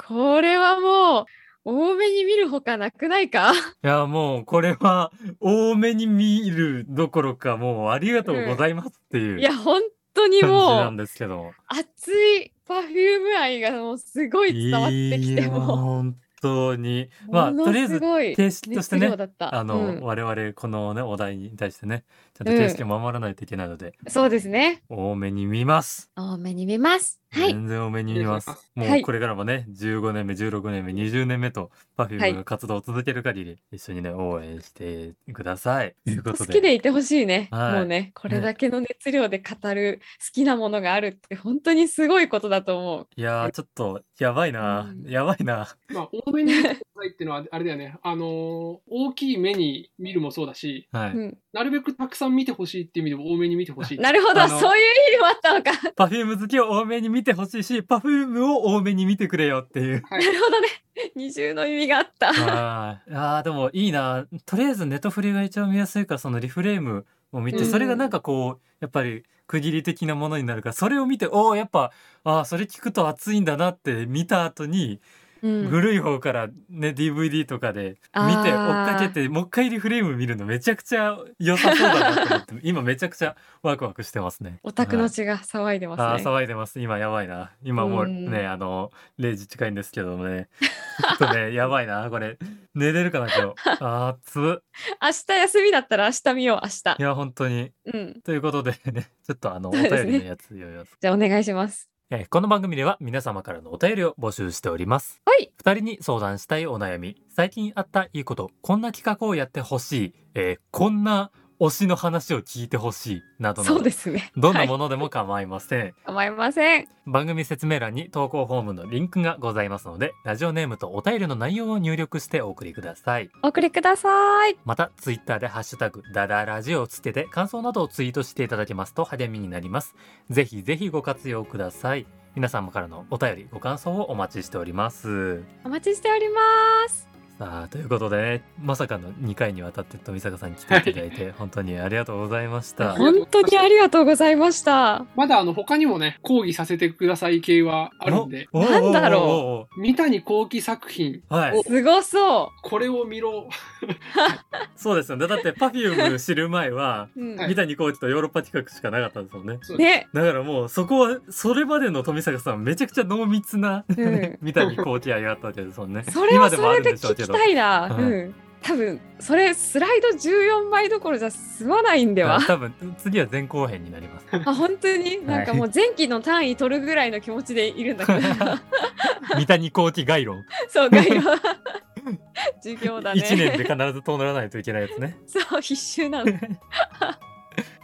Speaker 1: これはもう多めに見るほかなくないか。
Speaker 2: いや、もう、これは、多めに見るどころか、もう、ありがとうございますっていう
Speaker 1: い
Speaker 2: 感
Speaker 1: や本当に
Speaker 2: じな
Speaker 1: も
Speaker 2: ん
Speaker 1: う
Speaker 2: ですけど。
Speaker 1: 熱いパフューム愛がもうすごい伝わってきて
Speaker 2: や
Speaker 1: も
Speaker 2: 本当に。
Speaker 1: う。
Speaker 2: まあ、
Speaker 1: も
Speaker 2: と
Speaker 1: の
Speaker 2: りあえ
Speaker 1: す
Speaker 2: ず、
Speaker 1: ごい
Speaker 2: 形式としてね
Speaker 1: 熱量だった
Speaker 2: あの、
Speaker 1: うん
Speaker 2: 我々、このね、お題に対してね、ちゃんと形式を守らないといけないので、
Speaker 1: そうですね。
Speaker 2: 多めに見ます。
Speaker 1: 多めに見ます。はい。
Speaker 2: 全然多めに見ます
Speaker 3: お願いし。
Speaker 1: ま
Speaker 2: も
Speaker 1: す
Speaker 2: う、これからもね、15年目、16年目、20年目と、パフュームが活動を続ける限り、一緒にね、応援してください。というこ
Speaker 1: 好
Speaker 2: とで。
Speaker 1: きでいてほしいね、
Speaker 2: はい
Speaker 1: もうねこれだけの熱量で語る好きなものがあるって本当にすごいことだと思う。
Speaker 2: いやー、ちょっと、やばいな、
Speaker 1: うん
Speaker 2: やばいな。
Speaker 3: まあ、多めに見てくださいっていうのは、あれだ <laughs> よね。あのー大きい目に見るもそうだし、
Speaker 2: は
Speaker 1: う
Speaker 2: い。
Speaker 1: ん、
Speaker 3: なるべくたくさん見てほしいっていう意味でも多めに見てほしい。
Speaker 1: なるほ
Speaker 2: あ
Speaker 1: ど
Speaker 2: の
Speaker 1: そういう意味もあったのか。 <laughs> な
Speaker 2: パフューム好きを多めに見てほしいし、パフュームを多めに見てくれよっていう。
Speaker 3: はい。
Speaker 1: るほどね二重の意味があった。
Speaker 2: あーあー、でもいいな。とりあえずネトフリが一番見やすいから、そのリフレームを見て、
Speaker 1: うん
Speaker 2: それがなんかこう、やっぱり区切り的なものになるから、それを見て、おお、やっぱ、ああ、それ聞くと熱いんだなって見た後に、
Speaker 1: うん
Speaker 2: 古い方からね、DVD とかで見て、追っ
Speaker 1: あ
Speaker 2: か
Speaker 1: ー
Speaker 2: けて、もう一回リフレーム見るのめちゃくちゃ良さそうだなと思って、今めちゃくちゃワクワクしてますね。
Speaker 1: オタク
Speaker 2: は
Speaker 1: の
Speaker 2: い
Speaker 1: 血が騒いで
Speaker 2: あ
Speaker 1: ま
Speaker 2: ー
Speaker 1: すね。
Speaker 2: 騒いでます今やばいな今もう
Speaker 1: うん
Speaker 2: ねあの0時近いんですけどもねちょっとねやばいなこれ寝れるかな今日あーつ
Speaker 1: 明日休みだったら明日見よう、明
Speaker 2: いや本当に
Speaker 1: 日。うん。
Speaker 2: ということでねちょっとあのお
Speaker 1: そう
Speaker 2: 便
Speaker 1: ですね
Speaker 2: りのやつ読みます
Speaker 1: じゃあお願いします。
Speaker 2: えーこの番組では皆様からのお便りを募集しております
Speaker 1: はい。
Speaker 2: 二人に相談したいお悩み最近あったいいことこんな企画をやってほしい、えーこんな推しの話を聞いてほしいなどな
Speaker 1: そう
Speaker 2: ど
Speaker 1: ですね。
Speaker 2: どんな
Speaker 1: はい
Speaker 2: ものでも構いません、
Speaker 1: 構いません。
Speaker 2: 番組説明欄に投稿フォームのリンクがございますのでラジオネームとお便りの内容を入力してお送りください
Speaker 1: お送りください。
Speaker 2: またツイッターでハッシュタグダダラジオをつけて感想などをツイートしていただけますと励みになりますぜひぜひご活用ください皆様からのお便りご感想をお待ちしております
Speaker 1: お待ちしております。
Speaker 2: さあということでねまさかの2回にわたって富坂さん来ていただいて本当にありがとうございました
Speaker 3: ありがとう
Speaker 1: 本当にありがとうございました。
Speaker 3: まだあの他にもね、講義させてください系はあるんで、
Speaker 2: おおおおおお
Speaker 1: なんだろう
Speaker 3: 三谷幸喜作品、
Speaker 2: はい
Speaker 1: すごそ
Speaker 3: これを見ろ。
Speaker 2: そうですよねだって Perfume 知る前は
Speaker 1: う。うん
Speaker 3: は
Speaker 2: 三谷コーチとヨーロッパ企画しかなかったんですもんね
Speaker 3: そう
Speaker 1: ね、
Speaker 2: だからもうそこはそれまでの富坂さんめちゃくちゃ濃密
Speaker 1: <laughs>
Speaker 2: な
Speaker 1: うん
Speaker 2: 三谷幸喜愛があったわけですもんね
Speaker 1: それはそれで
Speaker 2: 今でもあるん
Speaker 1: 聞きたいな。
Speaker 2: でしょうけど
Speaker 1: う
Speaker 2: は
Speaker 1: ん。多分それスライド14枚どころじゃ済まないんでは
Speaker 2: あ。多分次は前後編になり
Speaker 1: <laughs>
Speaker 2: ます
Speaker 1: あ本当になんかもう前期の単位取るぐらいの気持ちでいるんだけ
Speaker 2: <laughs>
Speaker 1: ど
Speaker 2: 三谷幸喜概論
Speaker 1: そう概要
Speaker 2: <laughs>
Speaker 1: 授業だね
Speaker 2: 1年で必ず通らないといけないやつね
Speaker 1: <laughs> そう必修なの
Speaker 2: い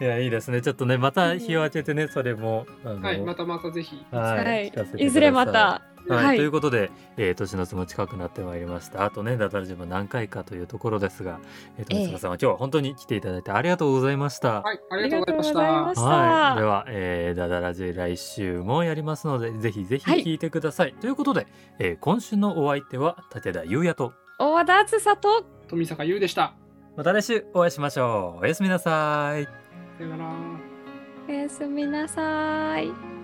Speaker 2: やいいですねちょっとねまた日を明けてねそれもあの
Speaker 3: はい、またまたぜひ。
Speaker 2: はい
Speaker 1: は
Speaker 2: 聞かせて
Speaker 1: い
Speaker 2: くださ
Speaker 1: いずれまた
Speaker 2: はい、
Speaker 1: はい
Speaker 2: ということで、えー、年の瀬も近くなってまいりましたあとねダダラジも何回かというところですが、えー、と
Speaker 1: ええ
Speaker 2: 三坂さんは今日は本当に来ていただいてありがとうございました、
Speaker 3: はい、あ
Speaker 1: あ
Speaker 3: りがとうございまし
Speaker 1: りがとうございま。
Speaker 3: た
Speaker 1: し
Speaker 2: はい、では、えー、ダダラジ来週もやりますのでぜひぜひ
Speaker 1: はい
Speaker 2: 聞いてください、ということで、えー、今週のお相手は武田優也と
Speaker 1: 大和田厚さと
Speaker 3: 富坂優でした。
Speaker 2: また来週お会いしましょうおやすみなさい
Speaker 3: さよなら。
Speaker 1: おやすみなさい